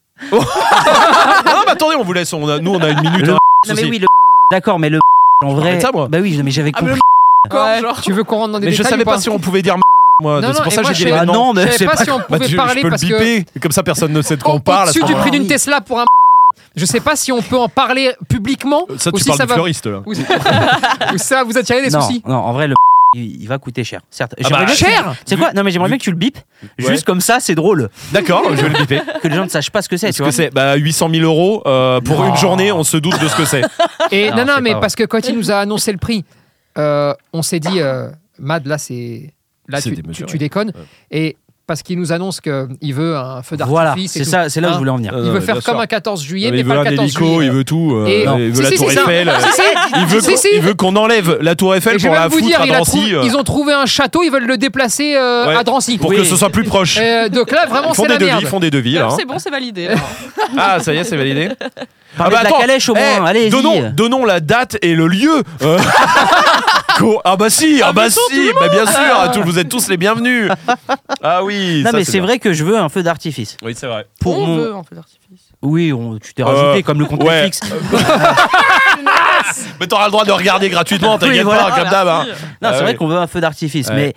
Ah non, mais attendez, on vous laisse. On a, nous, on a une minute. Le hein, Non, mais souci. oui, le. D'accord, mais le. En vrai. Arrête ça, moi. Bah oui, mais j'avais Ah, mais compris. Encore, Ouais. genre. Tu veux qu'on rentre dans des Mais je détails savais ou pas, pas si on pouvait dire. m- Moi, Non, c'est non, pour et ça que moi, j'ai dit je les savais- Ah noms. non, Je mais savais c'est pas pas. si on Bah, pouvait tu, parler je peux le parce que. biper, comme ça personne ne sait de quoi on parle. à ce Au-dessus du moment-là. prix d'une Oui. Tesla pour un. Je sais pas si on peut en parler publiquement. Ça, ou tu si parles ça du va- fleuriste, là. Ou, ou ça vous attirer des Non, soucis. non, en vrai, le. Il il va coûter cher, certes. Ah J'aimerais bah, bien que tu- cher C'est quoi Non, mais j'aimerais bien que tu le bipes. Juste comme ça, c'est drôle. D'accord, je vais le biper. Que les gens ne sachent pas ce que c'est, Parce tu que vois. c'est bah, 800 000 euros euh, pour Non. une journée, on se doute de ce que c'est. Et Non, non, non, c'est mais pas parce que quand il nous a annoncé le prix, euh, on s'est dit, euh, Mad, là, c'est. Là, C'est tu, démesuré. tu- tu déconnes. Et parce qu'il nous annonce qu'il veut un feu d'artifice. Voilà, et c'est tout. ça, c'est là où Hein je voulais en Euh, venir. Non, Il non, veut mais faire bien comme sûr. un 14 juillet, Non, mais mais, il veut pas un le 14 hélico, juillet. il veut tout. euh, Et- Il veut Si, la si, Tour c'est ça. Eiffel. euh, Si, si. Il veut Si, qu'on- si. il veut qu'on enlève la Tour Et Eiffel je vais pour la même vous foutre dire, à il a Drancy. trouvé- euh, ils ont trouvé un château, ils veulent le déplacer euh, Ouais. à Drancy. Pour Oui. que ce soit plus proche. Euh, donc là, vraiment, Ils font c'est des la devis, merde. ils font des devis. là, hein. C'est bon, c'est validé. alors. Ah, ça y est, c'est validé. Ah Parlez de la calèche, au moins, allez-y. Donnons, donnons la date et le lieu. Euh, co- ah bah si, ah bah si, bah bien sûr, à tous- vous êtes tous les bienvenus. Ah oui. Non, ça, mais c'est bien. vrai que je veux un feu d'artifice. Oui, c'est vrai. Pour on mon- veut un feu d'artifice. Oui, on- tu t'es rajouté Euh, comme le compte ouais. Netflix. Mais t'auras le droit de regarder gratuitement, t'inquiète Oui, voilà. pas, comme d'hab. hein. Non, Ah c'est vrai oui. qu'on veut un feu d'artifice, Ouais. mais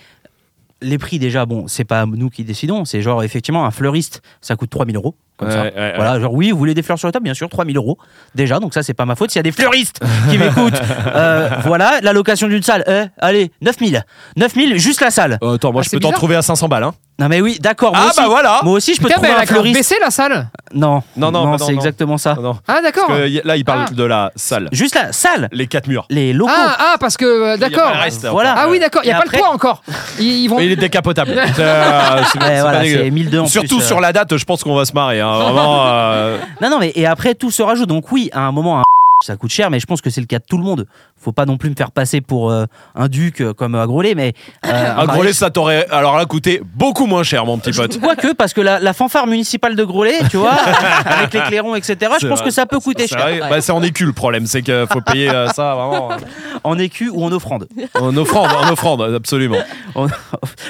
les prix, déjà, bon, c'est pas nous qui décidons, c'est genre, effectivement, un fleuriste, ça coûte 3000 euros. Comme ça. Ouais, ouais, ouais. Voilà, genre, oui, vous voulez des fleurs sur la table, bien sûr, 3000 euros. Déjà, donc ça, c'est pas ma faute. S'il y a des fleuristes qui m'écoutent, euh, voilà, la location d'une salle, eh, allez, 9000. 9000, juste la salle. Euh, attends, moi Ah, je c'est peux t'en bizarre. trouver à 500 balles. Hein. Non, mais oui, d'accord. moi Ah aussi- bah voilà. Moi aussi, je peux Putain, trouver mais elle un a grave fleuriste. baissé la salle. Non, Non, non, bah non, c'est non. exactement ça. Ah non, Ah, d'accord. parce que y- là, il parle Ah. de la salle, Juste la salle, les quatre murs. les locaux. Ah, ah, parce que. euh, D'accord. Il y a pas le reste, Voilà. encore. Ah oui, d'accord. Il n'y Et a pas après- le poids encore. Ils, ils vont. Mais il est décapotable. Euh, c'est- ah, c'est Ouais, pas voilà, dégueu. c'est 1002 en Surtout plus, euh. sur la date, je pense qu'on va se marrer. hein. Vraiment. euh, Non, non, mais et après tout se rajoute. Donc oui, à un moment, un ça coûte cher, mais je pense que c'est le cas de tout le monde. Faut pas non plus me faire passer pour euh, un duc euh, comme à Grolet, mais euh, Un bah, Grolet, ça t'aurait alors là coûté beaucoup moins cher, mon petit pote. Quoique, parce que la, la fanfare municipale de Grolet, tu vois, avec l'éclairon, etc., je C'est pense vrai. que ça peut coûter C'est cher. vrai, bah, c'est en écu le problème, c'est qu'il faut payer euh, ça vraiment euh, En écu ou en offrande. en offrande, en offrande, absolument. En-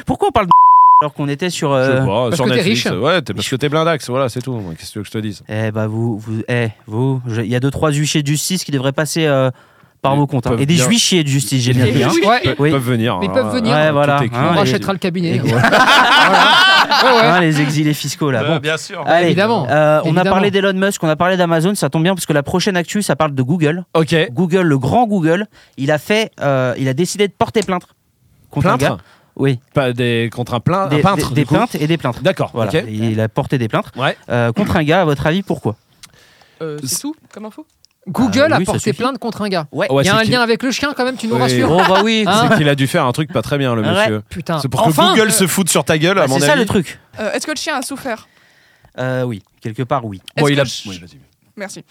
Pourquoi on parle de alors qu'on était sur. Je euh, sais pas, parce sur que t'es Netflix, riche. euh, Ouais, t'es- parce que t'es blindax, voilà, c'est tout. Moi, Qu'est-ce que tu veux que je te dise Eh bah vous, vous, eh vous, je- il y a deux trois huissiers de justice qui devraient passer euh, par Ils vos comptes hein. peuvent et des bien- juichiers de justice, j'ai bien dit. hein. Ouais. Oui. Ils peuvent venir. Ils hein, peuvent venir. Ah, Ouais, voilà, tout est écrit. hein, On les- rachètera le cabinet. les- Ouais, ouais. Hein, les exilés fiscaux là. Bon. Bah, Bien sûr. Allez, Évidemment. euh, on a Oh, Évidemment. parlé d'Elon Musk, on a parlé d'Amazon, ça tombe bien parce que la prochaine actu, ça parle de Google. Ok. Google, le grand Google, il a fait, euh, il a décidé de porter plainte contre un Plaintre gars. Oui, Pas des contre Ah, un, plein, des, un peintre. des- des du coup. plaintes et des plaintes. D'accord. Voilà, ok. il a porté des plaintes Ouais. euh, contre un gars. À votre avis, pourquoi Euh, c'est tout comme info Google Ah, a oui, ça porté suffit. plainte contre un gars. Ouais. Il y a c'est un qu'il- lien avec le chien quand même, tu nous Oui. rassures. Oh bah oui. Hein C'est qu'il a dû faire un truc pas très bien, le Ouais. monsieur. Putain. C'est pour enfin, que Google euh, se foute sur ta gueule, à Bah, mon c'est avis. ça le truc. Euh, Est-ce que le chien a souffert Euh, oui, quelque part oui. Bon, Est-ce il que a- je- Oui, vas-y. Merci.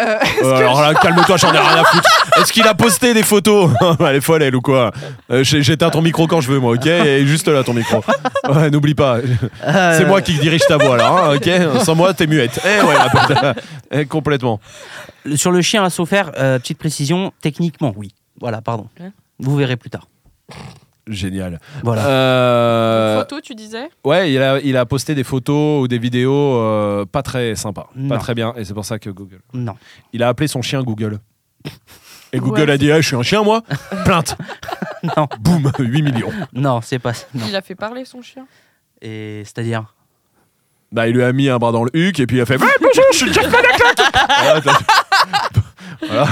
Euh, Euh, est-ce que- alors là, calme-toi, j'en ai rien à foutre. Est-ce qu'il a posté des photos Elle est folle, elle ou quoi Euh, j'ai- J'éteins ton micro quand je veux, moi, ok Et juste là, ton micro. Ouais, n'oublie pas. C'est Euh, moi qui dirige ta voix, là, hein, ok Sans moi, t'es muette. Eh ouais, la putain. Eh, complètement. Euh, le- Sur le chien à Saufer, euh, petite précision, techniquement oui. Voilà, pardon. Ouais. Vous verrez plus tard. Génial. Voilà. Euh, Photo, tu disais ouais, il a, il a posté des photos ou des vidéos euh, pas très sympas, Non. pas très bien, et c'est pour ça que Google. Non. Il a appelé son chien Google. Et Google Ouais. a dit Ah, Je suis un chien, moi Plainte Non. Boum 8 millions. Non, c'est pas. Non. Il a fait parler son chien. Et c'est-à-dire. Bah, il lui a mis un bras dans le huc et puis il a fait Ouais, bonjour, je suis le Jack Black, là, tout- Voilà, t'as- Voilà.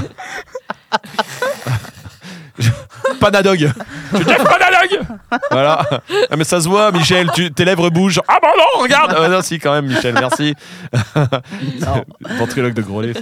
Panadog. Je suis Jack Panadog. Voilà. Ah, mais ça se voit, Michel, tu- tes lèvres bougent. Ah bah non, regarde. Ah, non, si, quand même, Michel, merci. Non. Ah, Ventriloque de Grolet. ça.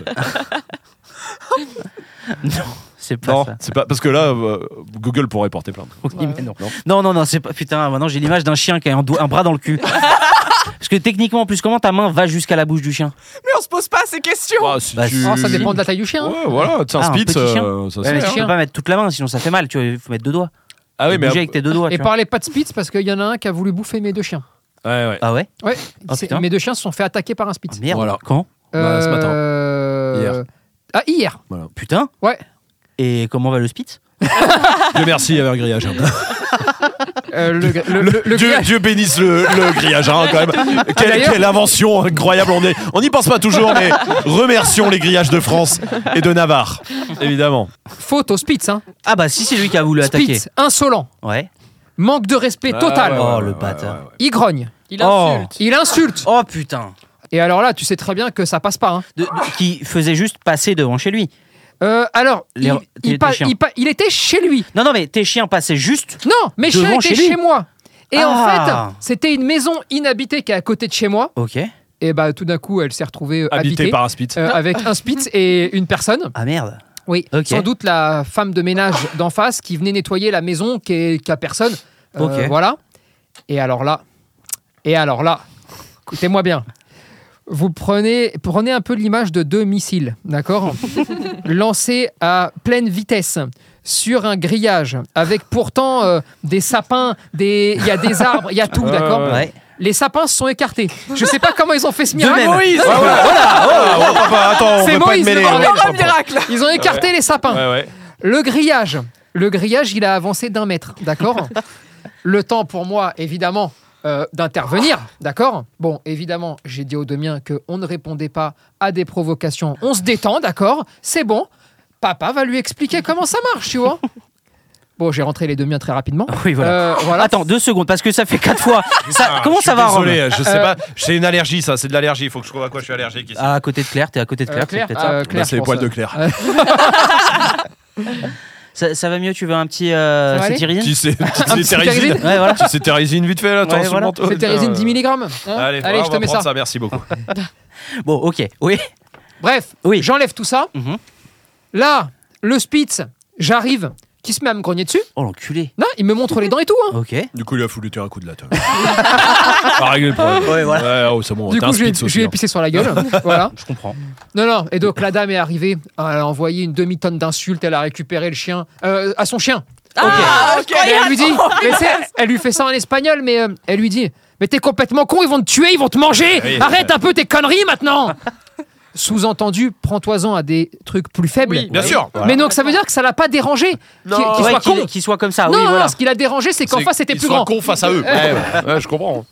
C'est pas Non, ça. c'est pas parce que là, euh, Google pourrait porter plainte. Oui, mais non. Non, non, non, c'est pas. Putain, maintenant j'ai l'image d'un chien qui a un, doigt- un bras dans le cul. Parce que techniquement, en plus, comment ta main va jusqu'à la bouche du chien Mais on se pose pas ces questions Ah, si Bah, tu- oh, ça dépend de la taille du chien. hein. Ouais, voilà, tiens, Ah, un Spitz, petit chien. euh, ça se Ouais, mais fait, tu hein. peux pas mettre toute la main, sinon ça fait mal. Tu vois, il faut mettre deux doigts. Ah oui, mais. Bouger avec tes deux doigts. Et tu vois. parlez pas de Spitz parce qu'il y en a un qui a voulu bouffer mes deux chiens. Ouais, ouais. Ah ouais Ouais, Oh, c'est- putain. mes deux chiens se sont fait attaquer par un Spitz. Ah, Merde. Voilà. Quand Bah, ce matin. Euh, Ah, hier. Putain. Ouais. Et comment va le Spitz Dieu merci, il y avait un grillage. hein. Euh, le, le- le- le Dieu, grillage- Ah, Dieu bénisse le, le grillage, hein, quand même. Quelle, D'ailleurs- quelle invention incroyable. On n'y on n'y pense pas toujours, mais remercions les grillages de France et de Navarre, évidemment. Faute au Spitz. Hein. Ah bah si, c'est lui qui a voulu attaquer. Spitz, insolent. Ouais. Manque de respect total. ouais, ouais. Oh, le bâtard. Il grogne. Il Oh. insulte. Il insulte. Oh putain. Et alors là, tu sais très bien que ça passe pas. hein. De- de- qui faisait juste passer devant chez lui. Euh, alors, Les- il, il il était pa- chiant. il pa- il était chez lui. Non, non, mais tes chiens passaient juste. Non, mes Devant chiens étaient chez lui. chez moi. Et Ah. en fait, c'était une maison inhabitée qui est à côté de chez moi. Ok. Et bah tout d'un coup, elle s'est retrouvée euh, Habité, habitée par un spit. euh, avec un Spitz et une personne. Ah merde. Oui, Ok. sans doute la femme de ménage d'en face qui venait nettoyer la maison qui est qui a personne. Euh, Ok. Voilà. Et alors là, et alors là, écoutez-moi bien. Vous prenez, prenez un peu l'image de deux missiles, d'accord Lancés à pleine vitesse sur un grillage, avec pourtant euh, des sapins, des, il y a des arbres, il y a tout, d'accord Ouais. Ouais. Les sapins se sont écartés. Je sais pas comment ils ont fait ce miracle. même. Moïse Voilà, Ah, oh, on va pas- Attends, on Ah. C'est veut pas hein. te Moïse, mêler. le on bordel. veut pas- Un miracle Ils ont écarté les sapins. Ouais, ouais. Le grillage. Le grillage, il a avancé d'un mètre, d'accord Le temps pour moi, évidemment, euh, d'intervenir, d'accord Bon, évidemment, j'ai dit aux deux miens qu'on ne répondait pas à des provocations. On se détend, d'accord C'est bon. Papa va lui expliquer comment ça marche, tu vois Bon, j'ai rentré les deux miens très rapidement. Oui, Ah, voilà. Euh, voilà. Attends, deux secondes, parce que ça fait quatre fois. Ça, Ah, comment je ça suis va Rome Désolé, je sais Euh, pas. C'est une allergie, ça. C'est de l'allergie. Il faut que je trouve à quoi je suis allergique. ici. Ah, À côté de Claire, t'es à côté de Euh, Claire, c'est Claire, peut-être euh, ça. Claire, Bah, c'est les je poils pense. de Claire. ça. ça va mieux, tu veux un petit euh, Ça va aller cétyrine Qui c'est petit Thérésine Ouais, voilà. Tu sais Thérésine vite fait, là. Attends, Ouais, sous le voilà. manteau. Euh, C'est Thérésine 10 mg. Allez, voilà, hein je on te va mets prendre ça. ça. Merci beaucoup. Bon, ok. Oui. Bref, Oui. j'enlève tout ça. Mhm. Là, le Spitz, j'arrive, qui se met à me grogner dessus. Oh l'enculé. Non, il me montre les dents et tout. hein. Ok. Du coup, il a foulu un coup de latte. Pas réglé le problème. Ouais, voilà. Ouais, oh, c'est bon, Du t'as un coup, je lui ai- spitz aussi, je lui ai hein. pissé sur la gueule. voilà. Je comprends. Non, non. Et donc, la dame est arrivée. Elle a envoyé une demi-tonne d'insultes. Elle a récupéré le chien. euh, à son chien. Ah, ok Et elle lui dit. mais tu sais, elle lui fait ça en espagnol, mais euh, elle lui dit Mais t'es complètement con, ils vont te tuer, ils vont te manger. Oui. Arrête un peu tes conneries maintenant. Sous-entendu, prends-toi-en à des trucs plus faibles. Oui. Bien sûr. Mais donc, ça veut dire que ça l'a pas dérangé. qu'il- Non. qu'il Ouais, soit qu'il con. qu'il soit comme ça, non, oui, non, voilà. ce qui l'a dérangé, c'est qu'en C'est- face, c'était ils plus sont grand. cons face à eux. Ouais, ouais, ouais, je comprends.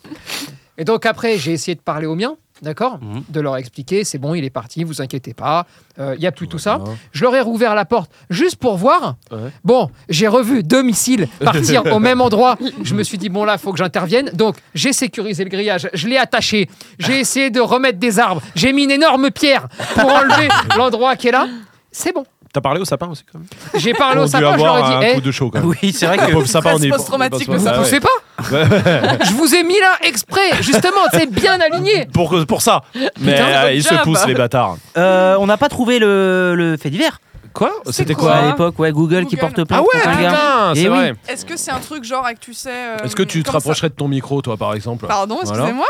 Et donc après, j'ai essayé de parler aux miens, d'accord Mhm. De leur expliquer, c'est bon, il est parti, vous inquiétez pas, euh, il y n'y a plus tout ça. Je leur ai rouvert la porte juste pour voir. Ouais. Bon, j'ai revu deux missiles partir au même endroit. Je me suis dit, bon là, faut que j'intervienne. Donc j'ai sécurisé le grillage, je l'ai attaché, j'ai essayé de remettre des arbres, j'ai mis une énorme pierre pour enlever l'endroit qui est là. C'est bon. T'as parlé au sapin aussi quand même J'ai parlé au On a dû sapin, je leur avoir ai dit, un hey, coup de chaud quand même. Oui, c'est vrai Le que. pauvre sapin, on est- post-traumatique, on est le pas- ouais. sapin. vous savez pas Je vous ai mis là exprès, justement, c'est bien aligné. pour, pour ça. Mais euh, ils se job. poussent, les bâtards. Euh, on n'a pas trouvé le, le fait divers. Quoi C'était C'était quoi quoi à l'époque, ouais, Google, qui Google. porte plainte Ah ouais, contre un gars. putain, Eh c'est oui. vrai. Est-ce que c'est un truc genre avec, tu sais. euh, Est-ce que tu te comme rapprocherais de ton micro, toi, par exemple ça- Pardon, Voilà. excusez-moi.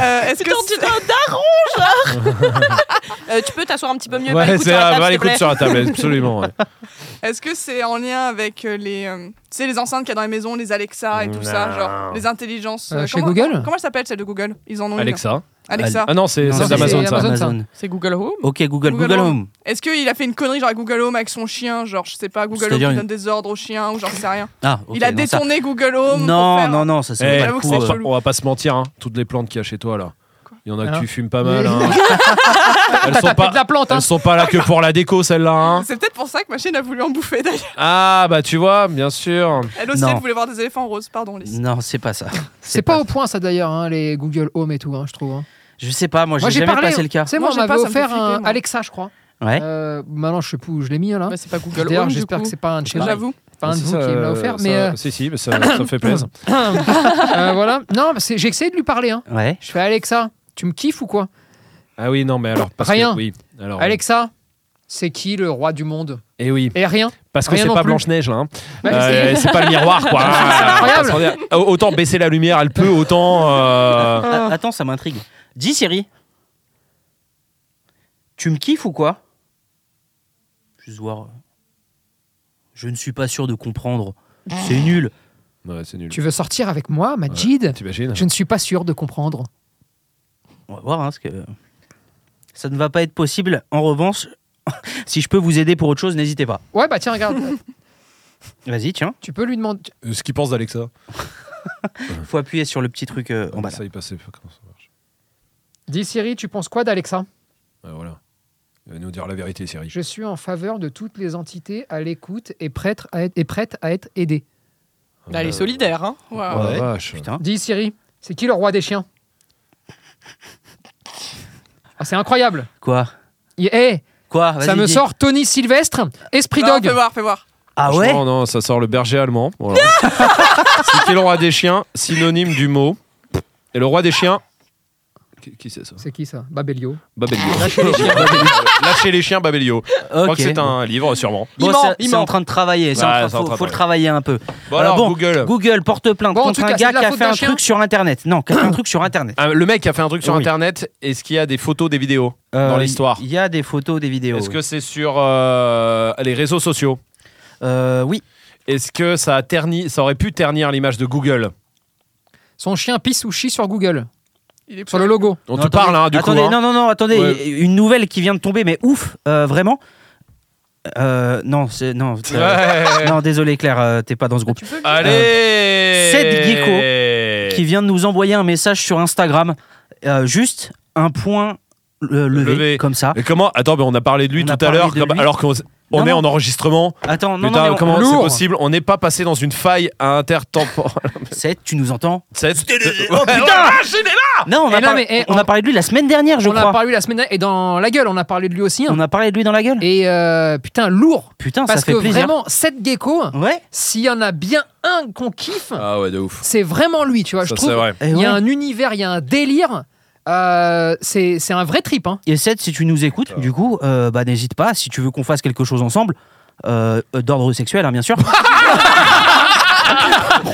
Euh, Est-ce que Putain, tu es un c'est- daron, genre Euh, Tu peux t'asseoir un petit peu mieux par les Ouais, coudes c'est sur la ah, table, bah, s'il les te plaît. coudes sur la table, absolument. ouais. est-ce que c'est en lien avec euh, les, euh, tu sais, les enceintes qu'il y a dans les maisons, les Alexa et tout ça, Non. genre les intelligences. Euh, euh, chez comment- Google Comment elle s'appelle celle de Google Ils en ont Alexa. une. Alexa. Ah non, c'est Non, celle c'est- d'Amazon, c'est ça. Amazon, ça. C'est Google Home Ok, Google, Google Google, Home. Home. Est-ce qu'il a fait une connerie genre avec Google Home avec son chien, genre je sais pas, Google Home C'est-à-dire qui une- donne des ordres au chien ou j'en sais rien. Ah, ok, Il a non, ça- détourné Google Home. Non, pour faire- non, non, ça c'est Eh, pas j'avoue le que coup. on, va c'est euh. pas, chelou. on va pas se mentir, hein, toutes les plantes qu'il y a chez toi là. Il y en a que Hein tu fumes pas mal. hein. T'as elles, sont tapé pas, Euh, de la plante, hein. elles sont pas là que pour la déco celles-là. hein. C'est peut-être pour ça que ma chienne a voulu en bouffer d'ailleurs. Ah bah tu vois, bien sûr. Elle aussi, Non. elle voulait voir des éléphants roses, pardon, Lise. Non, c'est pas ça. C'est pas au point, ça d'ailleurs, hein, les Google Home et tout, hein, je trouve. hein. Je sais pas, moi j'ai Moi, j'ai jamais parlé. passé le cas. C'est Moi, moi, j'ai on pas, m'avait ça me fait offert flipper, un moi. Alexa, je crois. Ouais. Euh, maintenant, je sais plus où je l'ai mis là. Bah, C'est pas Google D'ailleurs, Home. du j'espère coup. que c'est pas un de chez vous, Bah, J'avoue. pas un de Si, vous ça, qui me l'a euh, offert, ça- mais euh, Si, si, mais ça, ça me fait plaisir. euh, voilà. Non, mais c'est- j'ai essayé de lui parler. hein. Ouais. Je fais Alexa, tu me kiffes ou quoi Ah oui, non, mais alors. Parce Rien. Que, oui. Alors, Alexa, c'est qui le roi du monde Et oui. Et rien. Parce que Rien c'est non pas plus. Blanche-Neige, là. hein. Bah, Euh, c'est- c'est pas le miroir, quoi. incroyable. Parce qu'on est- Au- Autant baisser la lumière, elle peut, autant. euh, Ah, Attends, ça m'intrigue. Dis Siri. Tu me kiffes ou quoi Juste voir. Je ne suis pas sûr de comprendre. C'est Ah. nul. Ouais, c'est nul. Tu veux sortir avec moi, Majid T'imagines Je ne suis pas sûr de comprendre. On va voir, hein, parce que ça ne va pas être possible. En revanche, si je peux vous aider pour autre chose, n'hésitez pas. Ouais, bah tiens, regarde, Vas-y, tiens. tu peux lui demander. Euh, Ce qu'il pense d'Alexa. Faut appuyer sur le petit truc euh, en bas. là. Ça, il passait. Comment ça marche Dis Siri, tu penses quoi d'Alexa Ouais, Voilà. Il va nous dire la vérité, Siri. Je suis en faveur de toutes les entités à l'écoute et prête à être, et prête à être aidée. Bah, Elle est solidaire, hein. Oh, Ah, Waouh. la Ouais. vache. Putain. Dis Siri, c'est qui le roi des chiens Ah, C'est incroyable. Quoi Il- hey, Quoi Ah, Vas-y, ça me dis. sort Tony Sylvestre, Esprit Non, Fais Dog. voir, fais voir. Ah ouais Non, non, ça sort le berger allemand. Voilà. C'était le roi des chiens, synonyme du mot. Et le roi des chiens. Qui, qui c'est ça C'est qui ça Babelio. Babelio. Ah, Lâchez les chiens, Babelio. Lâchez les chiens, Babelio. Je crois Ok. que c'est un livre, sûrement. Bon, Il ment, c'est- il c'est ment. en train de travailler. c'est en Ouais, train- c'est en faut, train de faut le travailler. travailler un peu. Bon, Alors, alors, bon, Google. Google porte plainte Bon, en contre tout un cas, gars c'est de la qui a faute fait d'un un chien. truc sur Internet. Non, qui a fait un truc sur Internet. Ah, Le mec a fait un truc sur Oui. internet. Est-ce qu'il y a des photos, des vidéos dans Euh, l'histoire Il y a des photos, des vidéos. Est-ce oui. que c'est sur euh, les réseaux sociaux Euh, oui. Est-ce que ça a terni, ça aurait pu ternir l'image de Google Son chien pisse ou chie sur Google, Il est sur le logo. On Non, te attendez, parle hein, du attendez, coup. hein. Non, non, non, attendez. Ouais. il y a Une nouvelle qui vient de tomber, mais ouf, euh, vraiment. Euh, non, c'est- non, c'est- Ouais. non, désolé Claire, euh, t'es pas dans ce groupe. Allez Seth Qui vient de nous envoyer un message sur Instagram. Euh, juste un point euh, levé, Levé. comme ça. Mais comment Attends, mais on a parlé de lui On a tout à parlé l'heure, de comme- lui. alors qu'on on Non, est non. en enregistrement. Attends, non, Putain, non, mais on- comment c'est Lourd. possible On n'est pas passé dans une faille intertemporelle. Seth, tu nous entends Seth Oh putain Non, on Eh a, non, par- mais, eh, on a parlé de lui la semaine dernière, Ah, je on a crois. parlé de lui la semaine dernière et dans la gueule, on a parlé de lui aussi. hein. On a parlé de lui dans la gueule Et euh, putain, lourd. Putain, Parce ça fait que plaisir. vraiment, cette gecko, Ouais, s'il y en a bien un qu'on kiffe, Ah ouais, de ouf. c'est vraiment lui, tu vois. Ça je c'est trouve. vrai. et, Il y Eh ouais. a un univers, il y a un délire. Euh, c'est c'est un vrai trip. Hein. Et Seth, si tu nous écoutes, du coup, euh, bah, n'hésite pas, si tu veux qu'on fasse quelque chose ensemble, euh, euh, d'ordre sexuel, hein, bien sûr.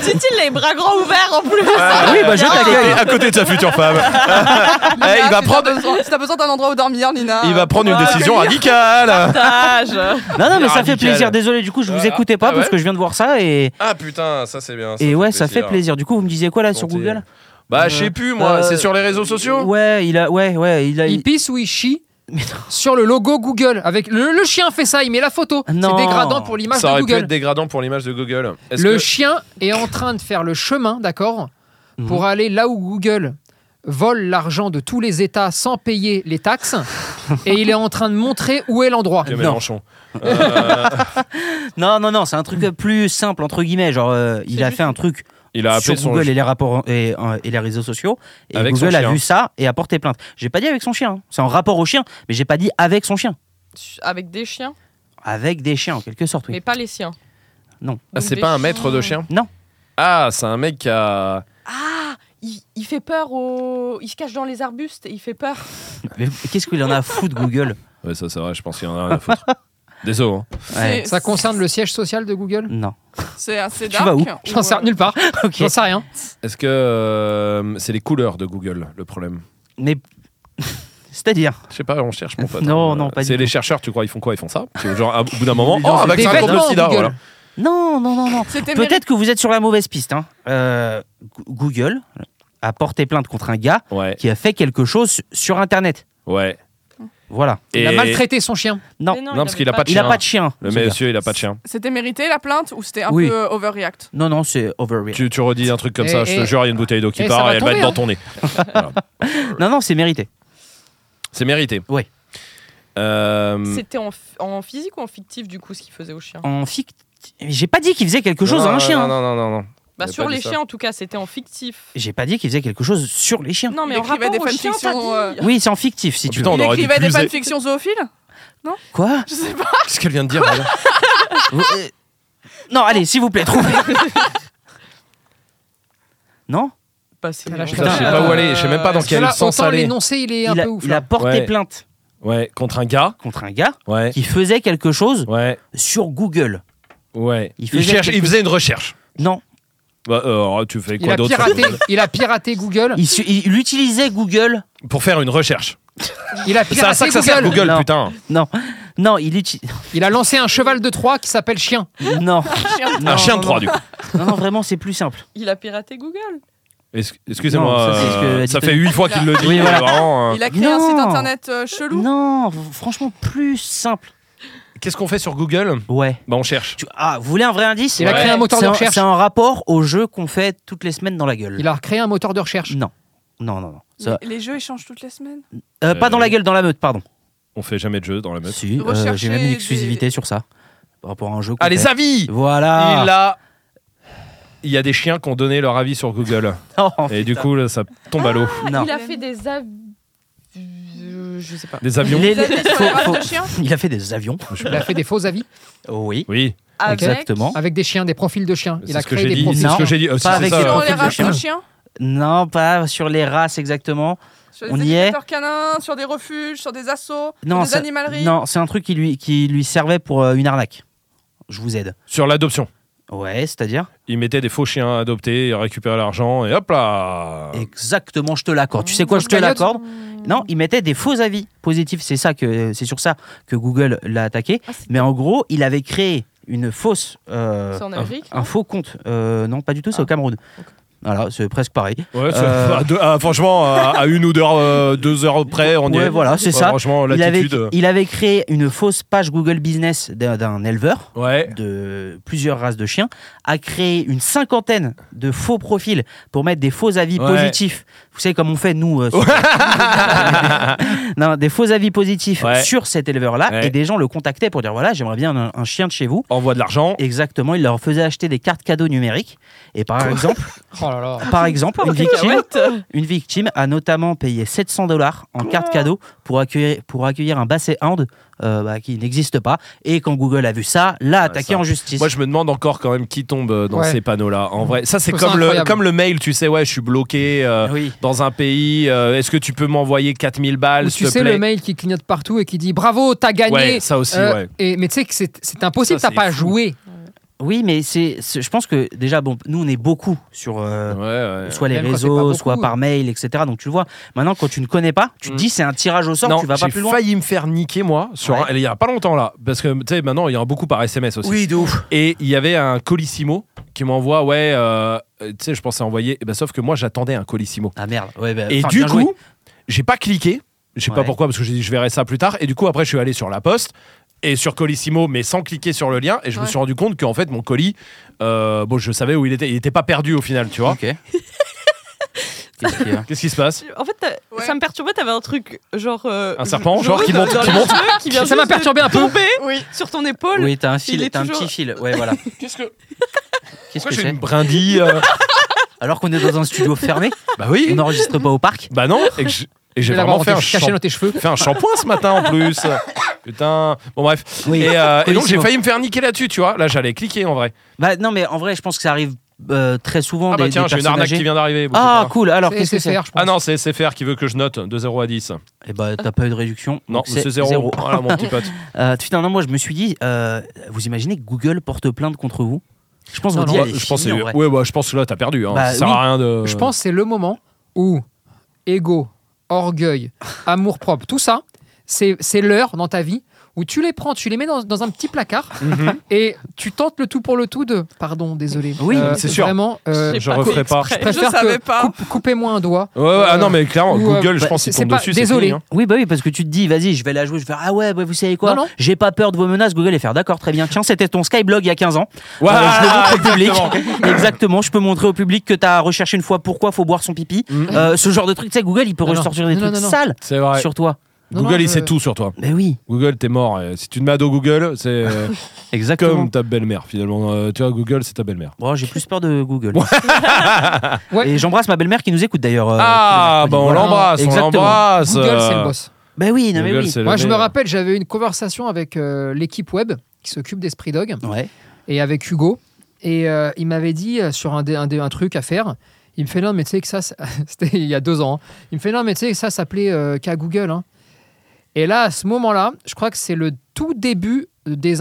C'est-il les bras grands ouverts en plus Ah oui, bah, je à, t'accueille. Ah, côté, à côté de sa future femme. Eh, il va prendre, Si t'as besoin d'un endroit où dormir, Nina. il euh, va prendre une on bah, va décision accueillir. radicale. Ah, Partage. Non, non, mais ça Radical. fait plaisir. Désolé, du coup, je vous Ah, écoutais pas ah ouais parce que je viens de voir ça et, Ah putain, ça c'est bien. et ouais, ça fait plaisir. Du coup, vous me disiez quoi là sur Google Bah, je sais plus, moi. Euh, c'est sur les réseaux sociaux Ouais, il a, ouais, ouais, il a. Il pisse ou il chie Mais non. sur le logo Google. Avec le, le chien fait ça, il met la photo. C'est Non. dégradant pour l'image Ça de aurait pu Google. être dégradant pour l'image de Google. Est-ce Le que- chien est en train de faire le chemin, d'accord, Mhm. pour aller là où Google vole l'argent de tous les États sans payer les taxes. et il est en train de montrer où est l'endroit. Que Mélenchon. Euh, Non, non, non, c'est un truc plus simple entre guillemets. Genre, euh, il a fait un truc il a sur appelé son. Google et les rapports et, euh, et les réseaux sociaux. Et Avec Google son a chien. vu ça et a porté plainte. J'ai pas dit avec son chien. hein. C'est en rapport au chien, mais j'ai pas dit avec son chien. Avec des chiens avec des chiens en quelque sorte. Mais Oui. pas les siens. Non. Ah, Donc c'est des pas un maître de chien Non. Ah, c'est un mec qui a. Ah il, il fait peur au. Il se cache dans les arbustes et il fait peur. Mais qu'est-ce qu'il en a à foutre Google Ouais, ça c'est vrai, je pense qu'il en a rien à foutre. Désolé. hein. Ouais. Ça concerne le siège social de Google Non. C'est assez Tu vas dark. où ou, J'en sais euh, nulle part. Ok. J'en sais rien. Est-ce que euh, c'est les couleurs de Google le problème Mais c'est-à-dire Je sais pas, on cherche mon pote. Non, Euh, non, pas du C'est les tout. chercheurs, tu crois, ils font quoi Ils font ça C'est Genre, à- au bout d'un moment, oh, Des un vaccin contre le vêtements, sida, Google. voilà. Non, non, non, non. C'était Peut-être que vous êtes sur la mauvaise piste. hein. Euh, Go- Google a porté plainte contre un gars Ouais, qui a fait quelque chose sur Internet. ouais. Voilà. Il a Et- maltraité son chien. Non. Mais Non, parce avait qu'il a pas de Il chien. n'a pas de chien. Le ce gars. monsieur, il a pas de chien. C'était mérité la plainte ou c'était un Oui. peu euh, overreact Non, non, c'est overreal. Tu, tu redis un truc comme Et- ça, je te et- jure, il y a une bouteille d'eau qui et ça part va et elle va hein. tomber, être dans ton nez. Voilà. Non, non, c'est mérité. C'est mérité. Ouais. Euh, C'était en, f- en physique ou en fictif du coup ce qu'il faisait aux chiens En fic... J'ai pas dit qu'il faisait quelque chose non, à un non, chien. Non, non, non, non. non. Bah Il a sur pas les dit ça. chiens en tout cas, c'était en fictif. J'ai pas dit qu'il faisait quelque chose sur les chiens. Non mais Il en écrivait rapport des aux chiens, fanfictions, t'as dit. Oui, c'est en fictif si Oh, tu putain, veux. on Il aurait dû écrivait des plus- fanfictions zoophiles Quoi Je sais pas. Ah Qu'est-ce qu'elle vient de dire elle Vous- euh, Non, allez, s'il vous plaît, trouvez. non Bah, c'est- Ah, là, je Putain, je sais euh, pas où aller, je sais même pas dans Parce que quel là, sens autant aller. l'énoncé, il est un il, a, peu ouf. hein. il a là. porté Ouais. plainte Ouais, contre un gars. contre un gars Ouais, qui faisait quelque chose ouais, sur Google. ouais. Il Il, faisait cherche, quelque il faisait une recherche. Non, Bah, euh, alors, tu fais Il quoi a, d'autre piraté, il a piraté Google. il, su- il utilisait Google. Pour faire une recherche. Il a C'est à ça piraté que ça sert Google. Google, Non. putain. Non, non, il utilise. Il a lancé un cheval de Troie qui s'appelle Chien. Non, Un Non, chien non, de 3 non. du coup. non, non, vraiment, c'est plus simple. Il a piraté Google. Es- Non, Excusez-moi, ça, c'est ce que euh, dit ça Tony. fait 8 fois qu'il le dit. Oui, voilà. mais vraiment, euh, Il a créé un Non. site internet euh, chelou Non, franchement, plus simple. Qu'est-ce qu'on fait sur Google Ouais. Bah, on cherche. Tu- Ah, vous voulez un vrai indice Il a Ouais. créé un moteur C'est de en- recherche. C'est en rapport au jeu qu'on fait toutes les semaines dans la gueule. Il a créé un moteur de recherche. Non, non, non, non. Ça- Les- Les jeux échangent toutes les semaines. Euh, pas dans la Euh, gueule, dans la meute, pardon. On fait jamais de jeu dans la meute. Si, euh, Rechercher j'ai même une des- exclusivité sur ça. Par rapport à un jeu. qu'on Ah, les fait. avis Voilà Il a. Il y a des chiens qui ont donné leur avis sur Google. Non, Et du Oh, putain. coup, là, ça tombe à l'eau. Non. Il a fait des av... euh, Je sais pas. Des avions Les- Vous avez les- sur les faut- races faut- de chiens Il a fait des avions. Il a fait des faux avis Oui, Oui, Avec- exactement. avec des chiens, des profils de chiens. Il c'est a ce que créé j'ai des dit. profils. C'est Non, ce que j'ai dit. Euh, si, pas c'est avec ça. les Sur profils les de races chiens. de chiens Non, pas sur les races exactement. Sur les On y est. éducateurs canins, sur des refuges, sur des assauts, Non, sur des ça- animaleries. Non, c'est un truc qui lui, qui lui servait pour euh, une arnaque. Je vous aide. Sur l'adoption. Ouais, c'est-à-dire Ils mettaient des faux chiens adoptés, ils récupéraient l'argent et hop là Exactement, je te l'accorde. Tu sais quoi, je te Caillotte. l'accorde. Non, il mettait des faux avis positifs. C'est ça que c'est sur ça que Google l'a attaqué. Ah, c'est- Mais en gros, il avait créé une fausse, euh, C'est en Amérique. un faux compte. Euh, non, pas du tout. C'est au Cameroun. Voilà, c'est presque pareil. Ouais, c'est- Euh. à deux- à- franchement, à, à une ou deux, heures, euh, deux heures près, on y Ouais, est. voilà, c'est Ouais, ça. Franchement, Il avait, l'attitude. euh, il avait créé une fausse page Google Business d'un- d'un éleveur Ouais. de plusieurs races de chiens, a créé une cinquantaine de faux profils pour mettre des faux avis Ouais. positifs. Vous savez comme on fait nous euh, sur- Non, des faux avis positifs Ouais. sur cet éleveur-là Ouais. et des gens le contactaient pour dire voilà j'aimerais bien un, un chien de chez vous. Envoie de l'argent. Exactement, il leur faisait acheter des cartes cadeaux numériques et par exemple, Oh là là. par exemple, une victime, une victime a notamment payé 700 dollars en carte cadeau pour accueillir, pour accueillir un basset hound euh, bah, qui n'existe pas. Et quand Google a vu ça, l'a attaqué Ah, ça. en justice. Moi, je me demande encore quand même qui tombe euh, dans Ouais. ces panneaux-là. En vrai, ça, c'est trouve ça comme le, incroyable. comme le mail, tu sais, ouais, je suis bloqué euh, Oui. dans un pays. euh, Est-ce que tu peux m'envoyer 4000 Ou balles, s'il te tu sais plaît le mail qui clignote partout et qui dit bravo, t'as gagné. Ouais, ça aussi, Euh, ouais. et, mais tu sais que c'est c'est impossible, Ça, t'as pas c'est fou. joué. Oui, mais c'est, c'est- je pense que déjà, bon, nous, on est beaucoup sur euh, Ouais, ouais. soit les Même quand réseaux, c'est pas beaucoup, soit par mail, etc. Donc tu le vois. Maintenant, quand tu ne connais pas, tu te Mm. dis c'est un tirage au sort, non, tu vas pas j'ai plus loin. failli me faire niquer moi sur Ouais. un- il y a pas longtemps là parce que tu sais maintenant il y a beaucoup par SMS aussi. Oui, de ouf. Et il y avait un colissimo qui m'envoie ouais euh, euh, tu sais je pensais envoyer et ben, sauf que moi j'attendais un colissimo. Ah merde. Ouais, bah, Et enfin, du bien joué. coup, j'ai pas cliqué. Je sais pas Ouais. pourquoi, parce que j'ai dit je verrai ça plus tard. Et du coup, après, je suis allé sur la poste et sur Colissimo, mais sans cliquer sur le lien. Et je me Ouais. suis rendu compte qu'en fait, mon colis, euh, bon, je savais où il était. Il était pas perdu au final, tu vois. Ok. Qu'est-ce qu'il y a Qu'est-ce qui se passe En fait, t'as- Ouais. ça me perturbait, t'avais un truc genre. euh, Un serpent, jaune genre, qui monte- dans qui les monte. cheveux, qui vient Ça m'a juste de perturbé un peu. tomber Oui. sur ton épaule. Oui, t'as un fil, est t'as un toujours- petit fil. Ouais, voilà. Qu'est-ce que. Qu'est-ce Pourquoi que j'ai c'est une brindille euh, Alors qu'on est dans un studio fermé, Bah on oui n'enregistre pas au parc. Bah non Et que j'- et Je j'ai vais l'avoir vraiment fait un, caché champ- dans tes cheveux. fait un shampoing ce matin en plus Putain. Bon, bref. Oui. Et, euh, et donc, j'ai Colissimo. failli me faire niquer là-dessus, tu vois. Là, j'allais cliquer en vrai. Bah, non, mais en vrai, je pense que ça arrive euh, très souvent. Ah, bah des- tiens, des j'ai une personnes arnaque âgées. qui vient d'arriver. bougez Ah, pas. cool. Alors, C'est qu'est-ce que c'est SFR, je pense. Ah non, c'est SFR qui veut que je note de 0 à 10. Eh bah, t'as pas eu de réduction. Non, donc c'est 0. Voilà, mon petit pote. Euh, putain, non, moi, je me suis dit, euh, vous imaginez que Google porte plainte contre vous Je pense que Non, votre non, vie, Ouais, elle est je pense finie, que- en vrai. ouais, bah, je pense que là, t'as perdu. hein. Bah, ça sert oui. à rien de. Je pense que c'est le moment où ego, orgueil, amour propre, tout ça, c'est c'est l'heure dans ta vie où tu les prends, tu les mets dans, dans un petit placard Mhm. et tu tentes le tout pour le tout de pardon, désolé. Oui, c'est sûr. Vraiment, euh, Je referai pas. je Je préfère savais que pas. coupe- coupez-moi un doigt. Ouais, ouais, ah non, mais clairement, Ou, euh, Google, je bah, pense qu'il c'est tombe pas- dessus. c'est désolé. fini, hein. Oui, bah oui, parce que tu te dis, vas-y, je vais la jouer, je vais faire, ah ouais, bah, vous savez quoi Non, non. J'ai pas peur de vos menaces, Google, et faire, d'accord, très bien. Tiens, c'était ton Skyblog il y a 15 ans. Ouais, Euh, je le montre au public. exactement. Exactement. je peux montrer au public que t'as recherché une fois pourquoi faut boire son pipi. Mm. Euh, ce genre de truc, tu sais, Google, il peut Non, non. ressortir des Non, trucs non, non. sales C'est vrai. sur toi. Non, Google, non, il je- sait tout sur toi. Mais oui, Google, t'es mort. Euh, Si tu te mets à dos Google, c'est euh, exactement. comme ta belle-mère, finalement. Euh, tu vois, Google, c'est ta belle-mère. Bon, Oh, j'ai plus peur de Google. Ouais. Et j'embrasse ma belle-mère qui nous écoute d'ailleurs. euh, Ah, tous les mercredis. bah on Voilà. l'embrasse, on Exactement. l'embrasse. Google, c'est le euh, boss. Bah oui, non mais Google, oui. c'est le Moi, je me meilleur. rappelle, j'avais une conversation avec euh, l'équipe web qui s'occupe d'Esprit Dog. Ouais. et avec Hugo. Et euh, il m'avait dit euh, sur un, dé- un, dé- un truc à faire. Il me fait non, mais tu sais que ça, ça- c'était il y a deux ans. hein. Il me fait non, mais tu sais que ça s'appelait euh, qu'à Google. hein. Et là, à ce moment-là, je crois que c'est le tout début des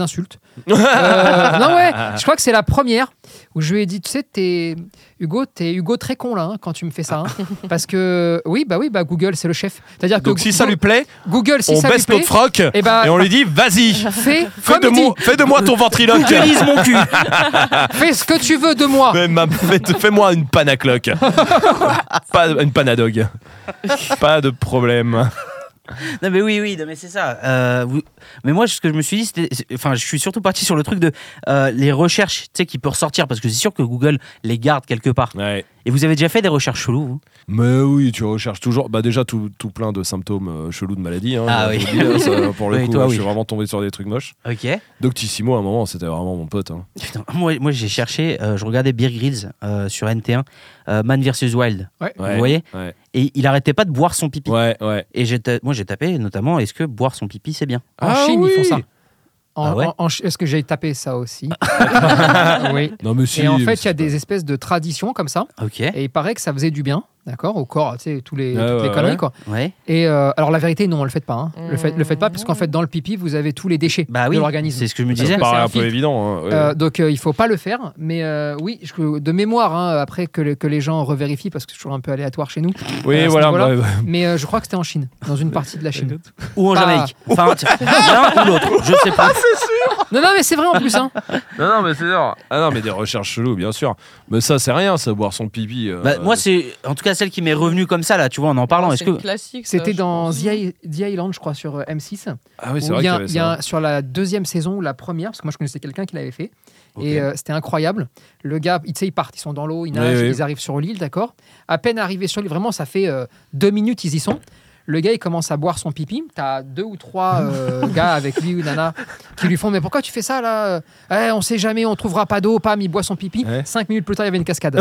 insultes. Euh, non, ouais, je crois que c'est la première où je lui ai dit, tu sais, t'es Hugo, t'es Hugo très con là hein, quand tu me fais ça. hein. Parce que oui, bah oui, bah Google, c'est le chef. C'est-à-dire que Ah. Donc si ça lui plaît, Google, si on ça lui baisse plaît, notre froc eh ben, et on lui dit vas-y, fais, fais comme de, il dit, moi, fais de moi ton ventriloque. Utilise mon cul. fais ce que tu veux de moi. Fais ma- fais- Fais-moi une panne à cloque. Pas une panne à dog. Pas de problème. Non mais oui, oui, non, mais c'est ça. Euh, vous- Mais moi, ce que je me suis dit, c'était, c'est- enfin, je suis surtout parti sur le truc de euh, les recherches, tu sais, qui peut ressortir parce que c'est sûr que Google les garde quelque part. Ouais. Et vous avez déjà fait des recherches cheloues vous Mais oui, tu recherches toujours. Bah déjà tout, tout plein de symptômes euh, chelous de maladie. hein, Ah je oui. vous le dis, hein, ça, pour le Oui, coup, toi, je oui. suis vraiment tombé sur des trucs moches. Ok. Doctissimo, à un moment, c'était vraiment mon pote. hein. Putain, moi, moi j'ai cherché, euh, je regardais Beer Grylls euh, sur NT1, euh, Man vs Wild. Ouais. Vous voyez Ouais. Et il arrêtait pas de boire son pipi. Ouais, ouais. Et j'ai ta- moi j'ai tapé notamment est-ce que boire son pipi c'est bien En Ah Chine, ils oui. font ça. En, Ah ouais en- en Chi- Est-ce que j'ai tapé ça aussi Oui. Non mais si. Et en mais fait, c'est il y a pas- des espèces de traditions comme ça. Ok. Et il paraît que ça faisait du bien, d'accord, au corps, tu sais, tous les, Ah toutes les ouais, conneries, ouais. quoi. Ouais. Et euh, alors, la vérité, non, on le fait pas. hein. Le, fait, le faites pas, parce qu'en Mmh. fait, dans le pipi, vous avez tous les déchets Bah oui. de l'organisme. C'est ce que je me Ça disais. Ça me paraît c'est un un peu filtre. évident. hein, ouais. Euh, donc, euh, il faut pas le faire. Mais euh, oui, je- de mémoire, hein, après que, le- que les gens revérifient, parce que c'est toujours un peu aléatoire chez nous. oui, à ce voilà. niveau-là. bah, bah, Mais euh, je crois que c'était en Chine, dans une partie de la Chine. Ou en Ah. Jamaïque. Enfin, tiens, l'un ou l'autre. Je sais pas. Non, non, mais c'est vrai en plus. Hein. Non, non, mais c'est sûr. Ah non, mais des recherches cheloues, bien sûr. Mais ça, c'est rien, ça, boire son pipi. euh, Bah, moi, c'est en tout cas celle qui m'est revenue comme ça, là, tu vois, en en parlant. Est-ce C'est que. classique, ça, C'était je dans pense. The I- The Island, je crois, sur euh, M6. Ah oui, c'est Où vrai qu'il Il y y a, avait il y a ça. un- sur la deuxième saison ou la première, parce que moi je connaissais quelqu'un qui l'avait fait, Ok. et euh, c'était incroyable. Le gars, il- tu sais, ils partent, ils sont dans l'eau, ils Oui, nagent, oui. ils arrivent sur l'île, d'accord À peine arrivés sur l'île, vraiment, ça fait euh, deux minutes, ils y sont. Le gars, il commence à boire son pipi. T'as deux ou trois euh, gars avec lui ou nana qui lui font Mais pourquoi tu fais ça là Eh, On sait jamais, on trouvera pas d'eau, pam, il boit son pipi. Ouais. Cinq minutes plus tard, il y avait une cascade.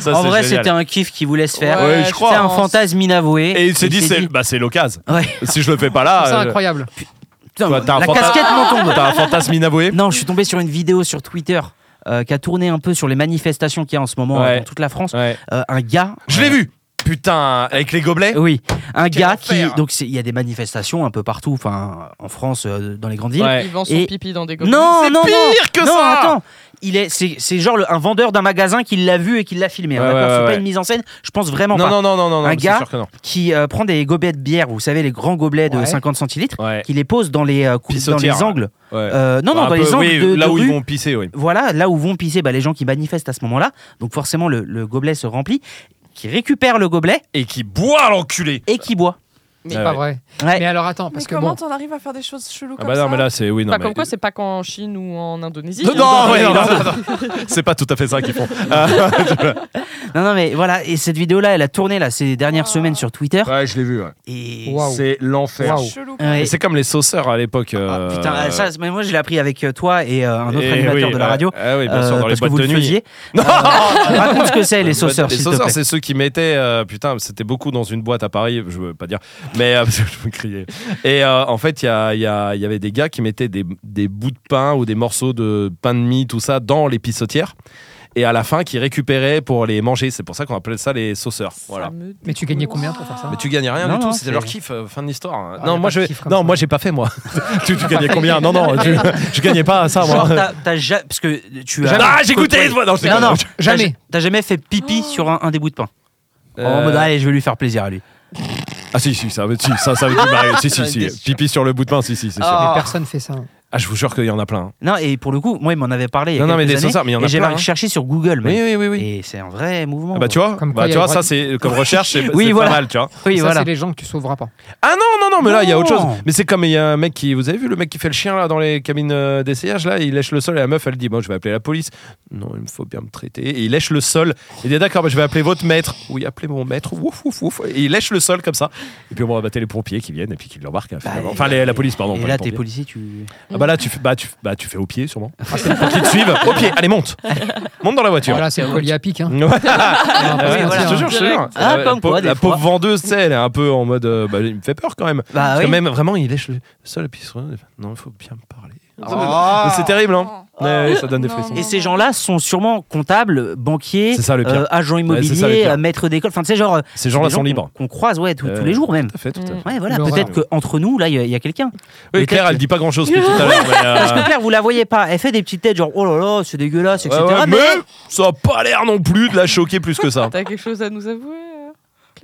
Ça, en c'est vrai, génial. c'était un kiff qui vous laisse faire. Ouais, je crois. C'était un pense. fantasme inavoué. Et il s'est dit, s'est c'est bah, c'est l'occasion. Ouais. Si je le fais pas c'est là. euh, incroyable. Putain, Toi, t'as un la fanta- casquette m'en tombe. T'as un fantasme inavoué Non, je suis tombé sur une vidéo sur Twitter euh, qui a tourné un peu sur les manifestations qu'il y a en ce moment Ouais. dans toute la France. Ouais. Euh, un gars. Je l'ai vu Putain, avec les gobelets Oui, un Quel gars enfer. qui donc c'est- il y a des manifestations un peu partout, enfin en France, euh, dans les grandes villes. Ouais. Ils vendent son Et- pipi dans des gobelets. Non, non, non, pire que non, ça attends. Il est, c'est, c'est genre le- un vendeur d'un magasin qui l'a vu et qui l'a filmé. hein, Ouais, d'accord ouais, c'est ouais, pas ouais. une mise en scène. Je pense vraiment Non, pas. non, non, non, non, Un mais gars- c'est sûr que non. Qui euh, prend des gobelets de bière, vous savez, les grands gobelets de Ouais. 50 centilitres, Ouais, qui les pose dans les, euh, cou- dans Pissotière, les angles. ouais. Euh, non, Enfin, non, un dans les peu, angles oui, de, là de où rue. ils vont pisser, oui. Voilà, là où vont pisser bah, les gens qui manifestent à ce moment-là. Donc forcément, le, le gobelet se remplit, qui récupère le gobelet Et qui boit l'enculé et qui boit. C'est Ah pas ouais. vrai. Ouais. Mais alors attends, Mais parce que comment bon. t'en arrives à faire des choses cheloues Ah comme bah non, mais ça là, c'est. Oui, non. Pas mais- comme quoi, c'est pas qu'en Chine ou en Indonésie. Non, hein. non, ouais, non, non, non, non. c'est pas tout à fait ça qu'ils font. Euh, Non, non, mais voilà. Et cette vidéo-là, elle a tourné là, ces dernières semaines sur Twitter. Ouais, je l'ai vu. ouais. Et Waouh. C'est l'enfer. Waouh. Chelou. Ouais. Et c'est comme les sauceurs à l'époque. Ah, euh, putain, ah, ça, c'est- mais moi je l'ai appris avec euh, toi et euh, un autre et animateur oui, de la ouais. radio. Ah oui, bien sûr, euh, dans les parce que boîtes vous de le nuit. faisiez. Euh, raconte ce que c'est les sauceurs, Les s'il te sauceurs, plaît. c'est ceux qui mettaient, euh, putain, c'était beaucoup dans une boîte à Paris, je veux pas dire, Mais euh, parce que je me criais. Et euh, en fait, il y, a- il y a- il y avait des gars qui mettaient des, des bouts de pain ou des morceaux de pain de mie, tout ça, dans les pissotières. Et à la fin, qui récupéraient pour les manger. C'est pour ça qu'on appelle ça les sauceurs. Voilà. Mais tu gagnais combien pour faire ça Mais tu gagnais rien Non, du non, tout, c'était c'est- leur kiff, euh, fin de l'histoire. Ah, y a non, pas moi de je, kiff comme non, ça. moi j'ai pas fait moi. Ah, tu, tu gagnais combien Non, non, tu- je gagnais pas ça moi. Genre, t'as, t'as ja- Parce que tu as. Ah, j'ai goûté toi toi, Non, je Non, déconne. non, Jamais. T'as, t'as jamais fait pipi sur un, un des bouts de pain En Euh, mode, allez, je vais lui faire plaisir à lui. Ah si, si, ça, avait- si, ça, ça avait dû m'arriver. Si, si, Ah, si. bien sûr. Pipi sur le bout de pain, si, si, c'est sûr. Ah. Mais personne fait ça. Ah, je vous jure qu'il y en a plein. hein. Non, et pour le coup, moi, il m'en avait parlé. Il y a Non, non, mais quelques des années, sauceurs, mais il y en a Et j'ai plein, hein. cherché sur Google. Oui, même. oui, oui, oui. Et c'est un vrai mouvement. Ah bah tu vois, Comme quoi, bah, il y tu a vois le ça droit c'est comme recherche, c'est Oui, c'est voilà. pas mal, tu vois. Oui, ça, voilà. c'est les gens que tu sauveras pas. Ah non, non, non, mais là il y a autre chose. Non. Mais c'est comme il y a un mec qui, vous avez vu le mec qui fait le chien là dans les cabines euh, d'essayage là, il lèche le sol et la meuf elle dit bon je vais appeler la police. Non, il me faut bien me traiter. Et il lèche le sol. Il dit d'accord, bah, je vais appeler votre maître. Oui, appelez mon maître. Ouf, ouf, ouf. Et il lèche le sol comme ça. Et puis bon, bah t'as les pompiers qui viennent et puis qui l'embarquent. hein, finalement. Bah, et- enfin les- la police pardon. Et pas là, les t'es pompiers. policier, tu. Ah bah là tu fais, bah tu bah tu fais au pied sûrement. Pour qu'ils te suivent au pied. Allez monte, monte dans la voiture. Voilà, c'est un collier à pic. Hein. Ah, Ah ouais, bah, voilà. je te jure, je te jure. Ah, la, comme pau- quoi, des la fois. pauvre vendeuse, tu sais, elle est un peu en mode. euh, bah, il me fait peur quand même. Bah Parce que oui. même vraiment, il lèche le sol et puis il se retourne, il fait, Non, il faut bien me parler. Mais C'est terrible, hein. Ouais, ouais, ça donne des Non, frissons. Et ces gens-là sont sûrement comptables, banquiers, C'est ça, le pire. euh, agents c'est ça, le immobiliers, pire. euh, maîtres d'école. Enfin, tu sais, genre. euh, Ces gens-là des sont qu'on- libres. Qu'on croise, ouais, tous tous Euh, les jours même. Tout à fait, tout à fait. Ouais, voilà. Laura. Peut-être qu'entre nous, là, il y a- il y a quelqu'un. Oui, Peut-être Claire, elle que- dit pas grand chose tout à l'heure. mais, euh, Parce que Claire, vous la voyez pas. Elle fait des petites têtes, genre, oh là là, c'est dégueulasse, etc. ouais, ouais, mais- mais ça a pas l'air non plus de la choquer plus que ça. T'as quelque chose à nous avouer euh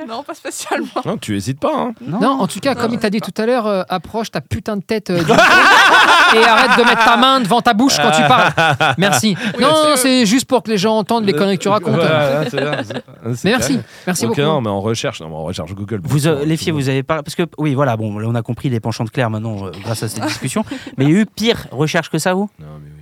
Non, pas spécialement. Non, tu hésites pas. Hein. Non. Non, en tout cas, comme il t'a dit tout à l'heure, euh, approche ta putain de tête euh, du micro et arrête de mettre ta main devant ta bouche quand tu parles. Merci. Oui, Non, c'est- non, c'est juste pour que les gens entendent les conneries que tu racontes. Ouais, Mais ouais, c'est bien, c'est- c'est merci, clair. merci Euh, Ok, beaucoup. non, mais on recherche, non, mais on recherche Google. Vous, euh, les filles, Tout le vous avez pas. Parce que, oui, voilà, bon, là, on a compris les penchants de Claire maintenant, euh, grâce à cette discussion. Mais il y a eu pire recherche que ça, vous monde. Non, mais oui.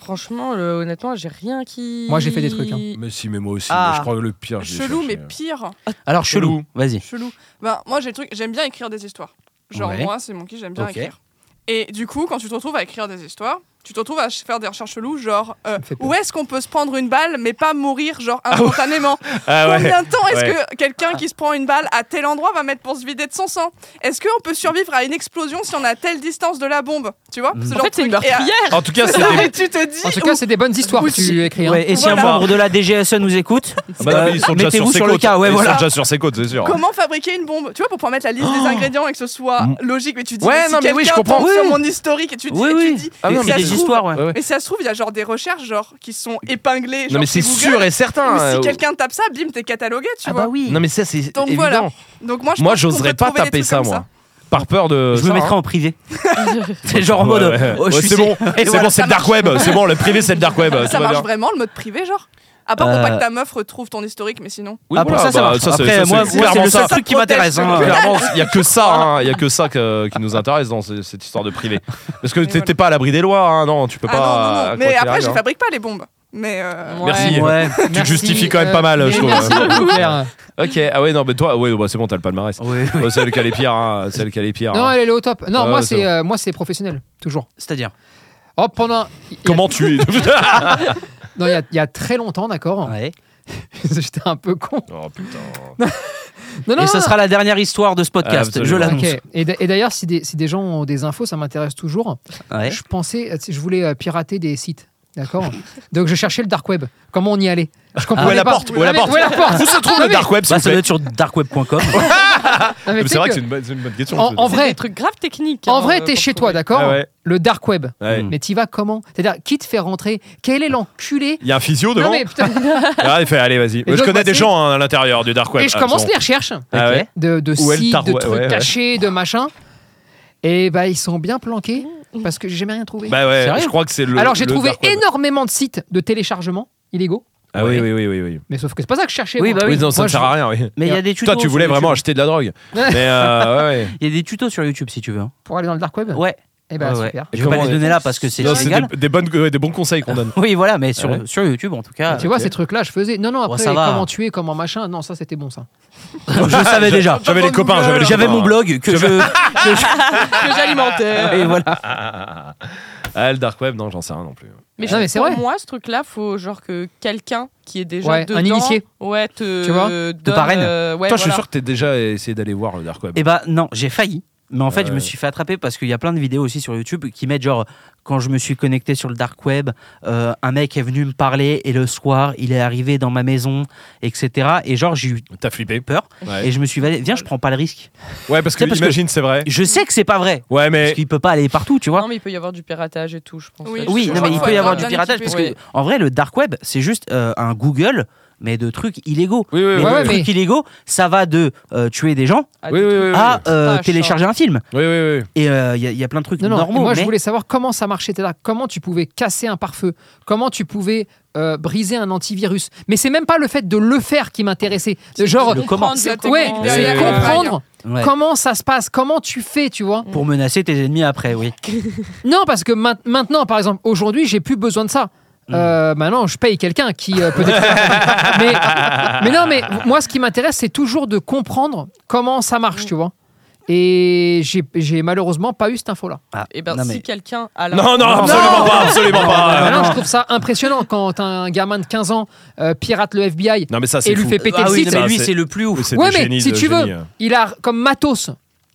Franchement, le- honnêtement, j'ai rien qui. Moi, j'ai fait des trucs, hein. Mais si, mais moi aussi. Ah. mais Je crois que le pire. je hein. l'ai Chelou, cherché. mais pire. Alors, chelou, vas-y. Chelou. Ben, moi, j'ai le truc, j'aime bien écrire des histoires. Genre, Ouais. moi, c'est mon qui, j'aime bien Ok. écrire. Et du coup, quand tu te retrouves à écrire des histoires, tu te retrouves à ch- faire des recherches cheloues, genre, euh, me fait peur. où est-ce qu'on peut se prendre une balle, mais pas mourir, genre, instantanément Ah ouais. Combien de temps est-ce Ouais. que quelqu'un qui se prend une balle à tel endroit va mettre pour se vider de son sang Est-ce qu'on peut survivre à une explosion si on est à telle distance de la bombe Tu vois Mm. Ce En genre fait, c'est une de truc. Et à- meurtrière. En tout cas, c'est Non, des- mais tu te dis. En tout cas, c'est des bonnes histoires que tu écris. hein. Ouais, et si Voilà. un membre de la DGSE E nous écoute, Ah bah non, mais ils sont euh, déjà sur mettez-vous ses sur le côtes. cas, ouais, ils voilà. sont déjà sur ses côtes, c'est sûr. Comment fabriquer une bombe Tu vois, pour pouvoir mettre la liste des ingrédients et que ce soit Mm. logique, mais tu dis, Ouais, mais si non, mais oui, je quelqu'un comprends. tombe Oui, sur oui. mon historique et tu dis, Oui, et tu oui. dis- Ah Et non, puis mais des ça se histoires, ouais. Ouais, ouais. mais ça se trouve, il y a genre des recherches genre qui sont épinglées. Non genre, mais sur c'est Google, sûr et certain. Ou euh, si quelqu'un tape ça, bim, t'es catalogué, tu ah vois. bah oui. Non mais ça c'est Donc évident. voilà. Donc moi, je Moi pense qu'on j'oserais peut pas trouver des taper trucs ça comme moi. Par peur de. je me ça, mettrai hein. en privé. hein c'est genre en Ouais, mode. ouais. oh, je euh, Ouais, suis c'est bon, Et c'est voilà. bon, c'est le dark web, c'est bon, le privé c'est le dark web. Ça va marche bien. vraiment le mode privé, genre À part pour Euh, pas que ta meuf retrouve ton historique, mais sinon. Oui, Ah, pour voilà, ça, ça bah, marche. c'est- Après, moi, ça, c'est moi, c'est clairement le ça. seul truc qui protège m'intéresse. le hein. Clairement, il y a que ça, hein, il y a que ça que- qui nous intéresse dans ce- cette histoire de privé. Parce que Mais t'es voilà. t'es pas à l'abri des lois, hein, non, tu peux ah non, non, non. pas. quoi Mais qu'il après, arrive, je hein. fabrique pas les bombes. Mais. euh, Ouais. Merci. Ouais. Tu te justifies quand même pas mal, euh, je trouve. merci beaucoup, Claire. Ok, ah ouais, non, mais toi, ouais, bah, c'est bon, t'as le palmarès. Ouais. Ouais, Celle qui est pire, hein, celle qui est pire. Non, hein. elle elle est au top. Non, Ouais, moi, c'est c'est bon. euh, moi, c'est professionnel, toujours. C'est-à-dire. Oh, pendant. il y a- Comment tu. Oh, Non, il y a- il y, a très longtemps, d'accord. Ouais. J'étais un peu con. Oh putain. Non, non, Et ça non, sera la dernière histoire de ce podcast, je Absolument. l'annonce. Ok. Et d- et d'ailleurs, si des, si des gens ont des infos, ça m'intéresse toujours. Ouais. Bah, Je pensais, euh, tu sais, je voulais euh, pirater des sites. D'accord Donc je cherchais le dark web. Comment on y allait Je comprenais Ah. Où est la pas. porte Où est la mais- porte Où est la porte Où se trouve Non, le mais- dark web, s'il Bah, vous ça plaît Ah doit être sur darkweb.com. Non, mais Mais tu sais C'est vrai que que c'est une bonne- c'est une bonne question. En, en C'est des vrai, trucs graves techniques. en hein, vrai, euh, t'es pour chez toi, trouver. d'accord Ah ouais. Le dark web. Ouais. Mais t'y vas comment C'est-à-dire, qui te fait rentrer Quel est l'enculé Il y a un physio Non devant. mais putain. Ah, il fait allez vas-y. Et je donc, connais moi, des c'est- gens hein, à l'intérieur du dark web. Et je Ah, commence bon. les recherches Ah ouais. de, de Où est le sites, dark de web trucs Ouais, ouais. cachés, de machin. Et bah ils sont bien planqués parce que j'ai jamais rien trouvé. Mmh. Bah ouais, Sérieux je crois que c'est le. Alors j'ai le trouvé dark web. énormément de sites de téléchargement illégaux. Ah oui oui oui oui oui. Mais sauf que c'est pas ça que je cherchais. Oui, moi. bah Oui, non, ça Moi, ne sert je- à rien. Oui. Mais il y a des tutos. Toi, tu sur voulais YouTube. vraiment acheter de la drogue. Mais euh, ouais, ouais. Il y a des tutos sur YouTube si tu veux. hein. Pour aller dans le dark web Ouais. Eh ben, ouais, ouais. super. Je vais comment pas on les est- donner là parce que c'est Non, c'est illégal. des, des bonnes, euh, des bons conseils qu'on donne. Oui, voilà, mais sur, Ouais. sur YouTube en tout cas. tu vois, ces trucs-là, je faisais. Non, non, Bon, après, Ah, ça va. hein. comment tuer, comment machin. Non, ça, c'était bon, ça. je le savais déjà. J'avais les copains, j'avais les J'avais copains. mon blog que je. que je- Ah, Que j'alimentais. et voilà. Ah, ah, ah, ah. Ah, le dark web, non, j'en sais rien non plus. Mais, Non, je- mais c'est pour vrai. moi, ce truc-là, faut genre que quelqu'un qui est déjà Ouais, un dedans, initié. ouais, te, Tu vois donne, parraine. euh, ouais, Toi, je suis voilà. sûr que t'es déjà essayé d'aller voir le dark web. Eh bah non, j'ai failli. Mais en fait, je Euh. me suis fait attraper parce qu'il y a plein de vidéos aussi sur YouTube qui mettent genre quand je me suis connecté sur le dark web, euh, un mec est venu me parler et le soir, il est arrivé dans ma maison, etc. Et genre j'ai eu T'as flippé. peur Ouais, et je me suis dit viens, je prends pas le risque. Ouais, parce Tu que sais, parce que- imagine, c'est vrai. Je sais que c'est pas vrai Ouais, parce mais qu'il peut pas aller partout, tu vois. Non, mais il peut y avoir du piratage et tout, je pense. Oui, Oui, Je non, crois mais il qu'il peut faut y être avoir bien du piratage parce équipé. que en vrai, le dark web, c'est juste euh, un Google mais de trucs illégaux. Oui, oui, Mais Ouais, les ouais, trucs illégaux, ça va de euh, tuer des gens Ah, Oui, du oui, tout. oui, à euh, Vache, télécharger un film. oui, oui, oui. Et il y, a- y a plein de trucs Non, non, normaux. et moi je mais- voulais savoir comment ça marchait, t'es là, comment tu pouvais casser un pare-feu, comment tu pouvais euh, briser un antivirus. Mais c'est même pas le fait de le faire qui m'intéressait. Genre, le comment. Prendre la c'est- ouais, technique Oui, c'est derrière, oui, oui. comprendre Ouais. comment ça se passe, comment tu fais, tu vois. Pour menacer tes ennemis après, oui. Non, parce que main- maintenant, par exemple, aujourd'hui, j'ai plus besoin de ça. Hmm. Euh, maintenant, je paye quelqu'un qui euh, peut-être. mais, mais non, mais moi, ce qui m'intéresse, c'est toujours de comprendre comment ça marche, tu vois. Et j'ai- j'ai malheureusement pas eu cette info-là. Ah, Et ben, non, mais- si quelqu'un a la. Non, Ah, non, absolument pas, absolument pas. Maintenant, je trouve ça impressionnant quand un gamin de 15 ans euh, pirate le FBI. Non, mais ça, Et c'est lui fou. fait péter Ah le oui, site. non, mais Ça, lui, c'est- c'est le plus ouf. C'est des Ouais, mais génies si de tu génie. hein. veux, il a comme matos.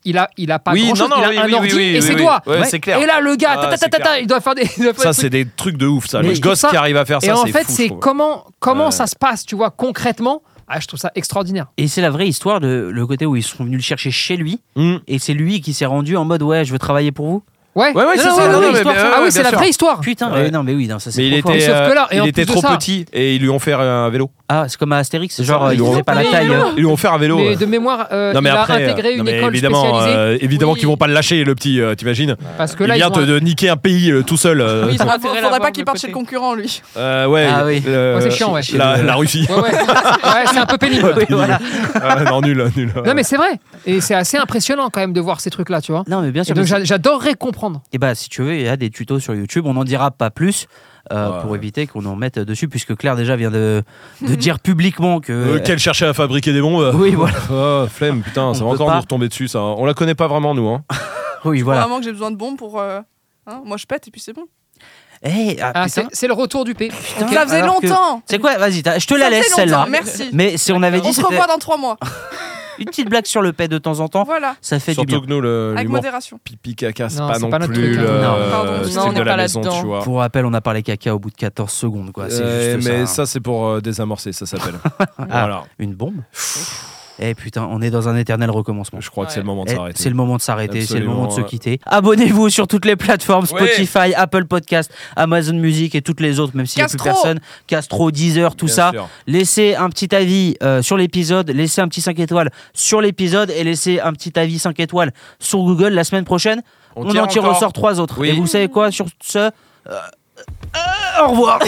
Il a, il a pas Oui, grand-chose, non, non, il a oui, un oui, ordi oui, et oui, ses oui. doigts. Ouais, Ouais. c'est clair. Et là, le gars, Ah, ta, ta, c'est ta, ta, clair. il doit faire des. il doit faire Ça, des trucs. c'est des trucs de ouf, ça. Mais Le je gosse trouve ça- qui arrive à faire Et Ah, ça, en c'est fait, fou, c'est je trouve. comment, comment Ouais. ça se passe, tu vois, concrètement. Ah, je trouve ça extraordinaire. Et c'est la vraie histoire de le côté où ils sont venus le chercher chez lui Hmm. et c'est lui qui s'est rendu en mode ouais, je veux travailler pour vous. Ouais, Ouais, ouais, Non, c'est non, ça, ouais, non, ouais, non, mais- l'histoire. mais, Ah ouais, oui, c'est bien la sûr. vraie histoire. Putain, Ouais. mais non, mais oui, non, ça c'est Mais il trop était, fort. sauf que là, et il en était plus de trop ça- petit et ils lui ont fait un vélo. Ah, c'est comme à Astérix, genre ça, euh, ils ils ont faisaient pas la taille. Ils lui ont fait un vélo. Oh. Mais ouais. de mémoire, euh, non mais il après, a intégré euh, une non, mais école évidemment, spécialisée. euh, évidemment Oui. qu'ils vont pas le lâcher le petit, euh, t'imagines parce que Il là, vient ils te ont un- de niquer un pays euh, tout seul. euh. Oui, ils ont intérêt Faudrait- à Faudrait l'avoir pas de qu'il parte côté. chez le concurrent, lui. Euh, ouais, Ah oui. euh, Ouais, Oh, c'est chiant, ouais. La, la Russie. Ouais, ouais. Ouais, c'est un peu pénible. Oui, voilà. Ah, non, nul, nul. Non, mais c'est vrai. Et c'est assez impressionnant quand même de voir ces trucs-là, tu vois. Non, mais bien Et sûr. donc, mais c'est- j'a- j'adorerais comprendre. Et bah, si tu veux, il y a des tutos sur YouTube. On n'en dira pas plus euh, Ouais. pour éviter qu'on en mette dessus, puisque Claire déjà vient de, de dire publiquement que. Euh, Qu'elle cherchait à fabriquer des bombes. Oui, voilà. Oh, flemme, putain, ça On va peut encore pas. nous retomber dessus, ça. On la connaît pas vraiment, nous. Hein. Oui, voilà. Vraiment que j'ai besoin de bombes pour. euh, hein, Moi, je pète et puis c'est bon. Eh, ah, Ah, putain, c'est c'est le retour du P. putain, Ça faisait alors que- longtemps. C'est quoi Vas-y, t'as- je te la Ça faisait laisse longtemps, celle-là. Merci. Mais si on avait On dit se c'était revoit dans trois mois. une petite blague sur le paix de temps en temps, Voilà, ça fait du Surtout bien. que nous, le avec l'humour modération. pipi caca, c'est Non, pas c'est non pas notre plus truc, hein. le Non. Pardon, euh, non, style on de est la pas maison, là-dedans. tu vois. Pour rappel, on a parlé caca au bout de 14 secondes, quoi. C'est Euh, juste mais ça, hein. ça, c'est pour euh, désamorcer, ça s'appelle. Voilà, Une bombe Eh putain, on est dans un éternel recommencement. je crois que c'est le moment de Eh, s'arrêter. C'est le moment de s'arrêter, c'est le Absolument, moment de se ouais. quitter. Abonnez-vous sur toutes les plateformes Ouais. Spotify, Apple Podcast, Amazon Music et toutes les autres, même s'il n'y a plus Castro. personne. Castro, Deezer, tout Bien ça. sûr. Laissez un petit avis euh, sur l'épisode, laissez un petit 5 étoiles sur l'épisode et laissez un petit avis 5 étoiles sur Google la semaine prochaine. On, en tire au encore. sort trois autres. Oui. Et vous savez quoi sur ce euh, euh, Au revoir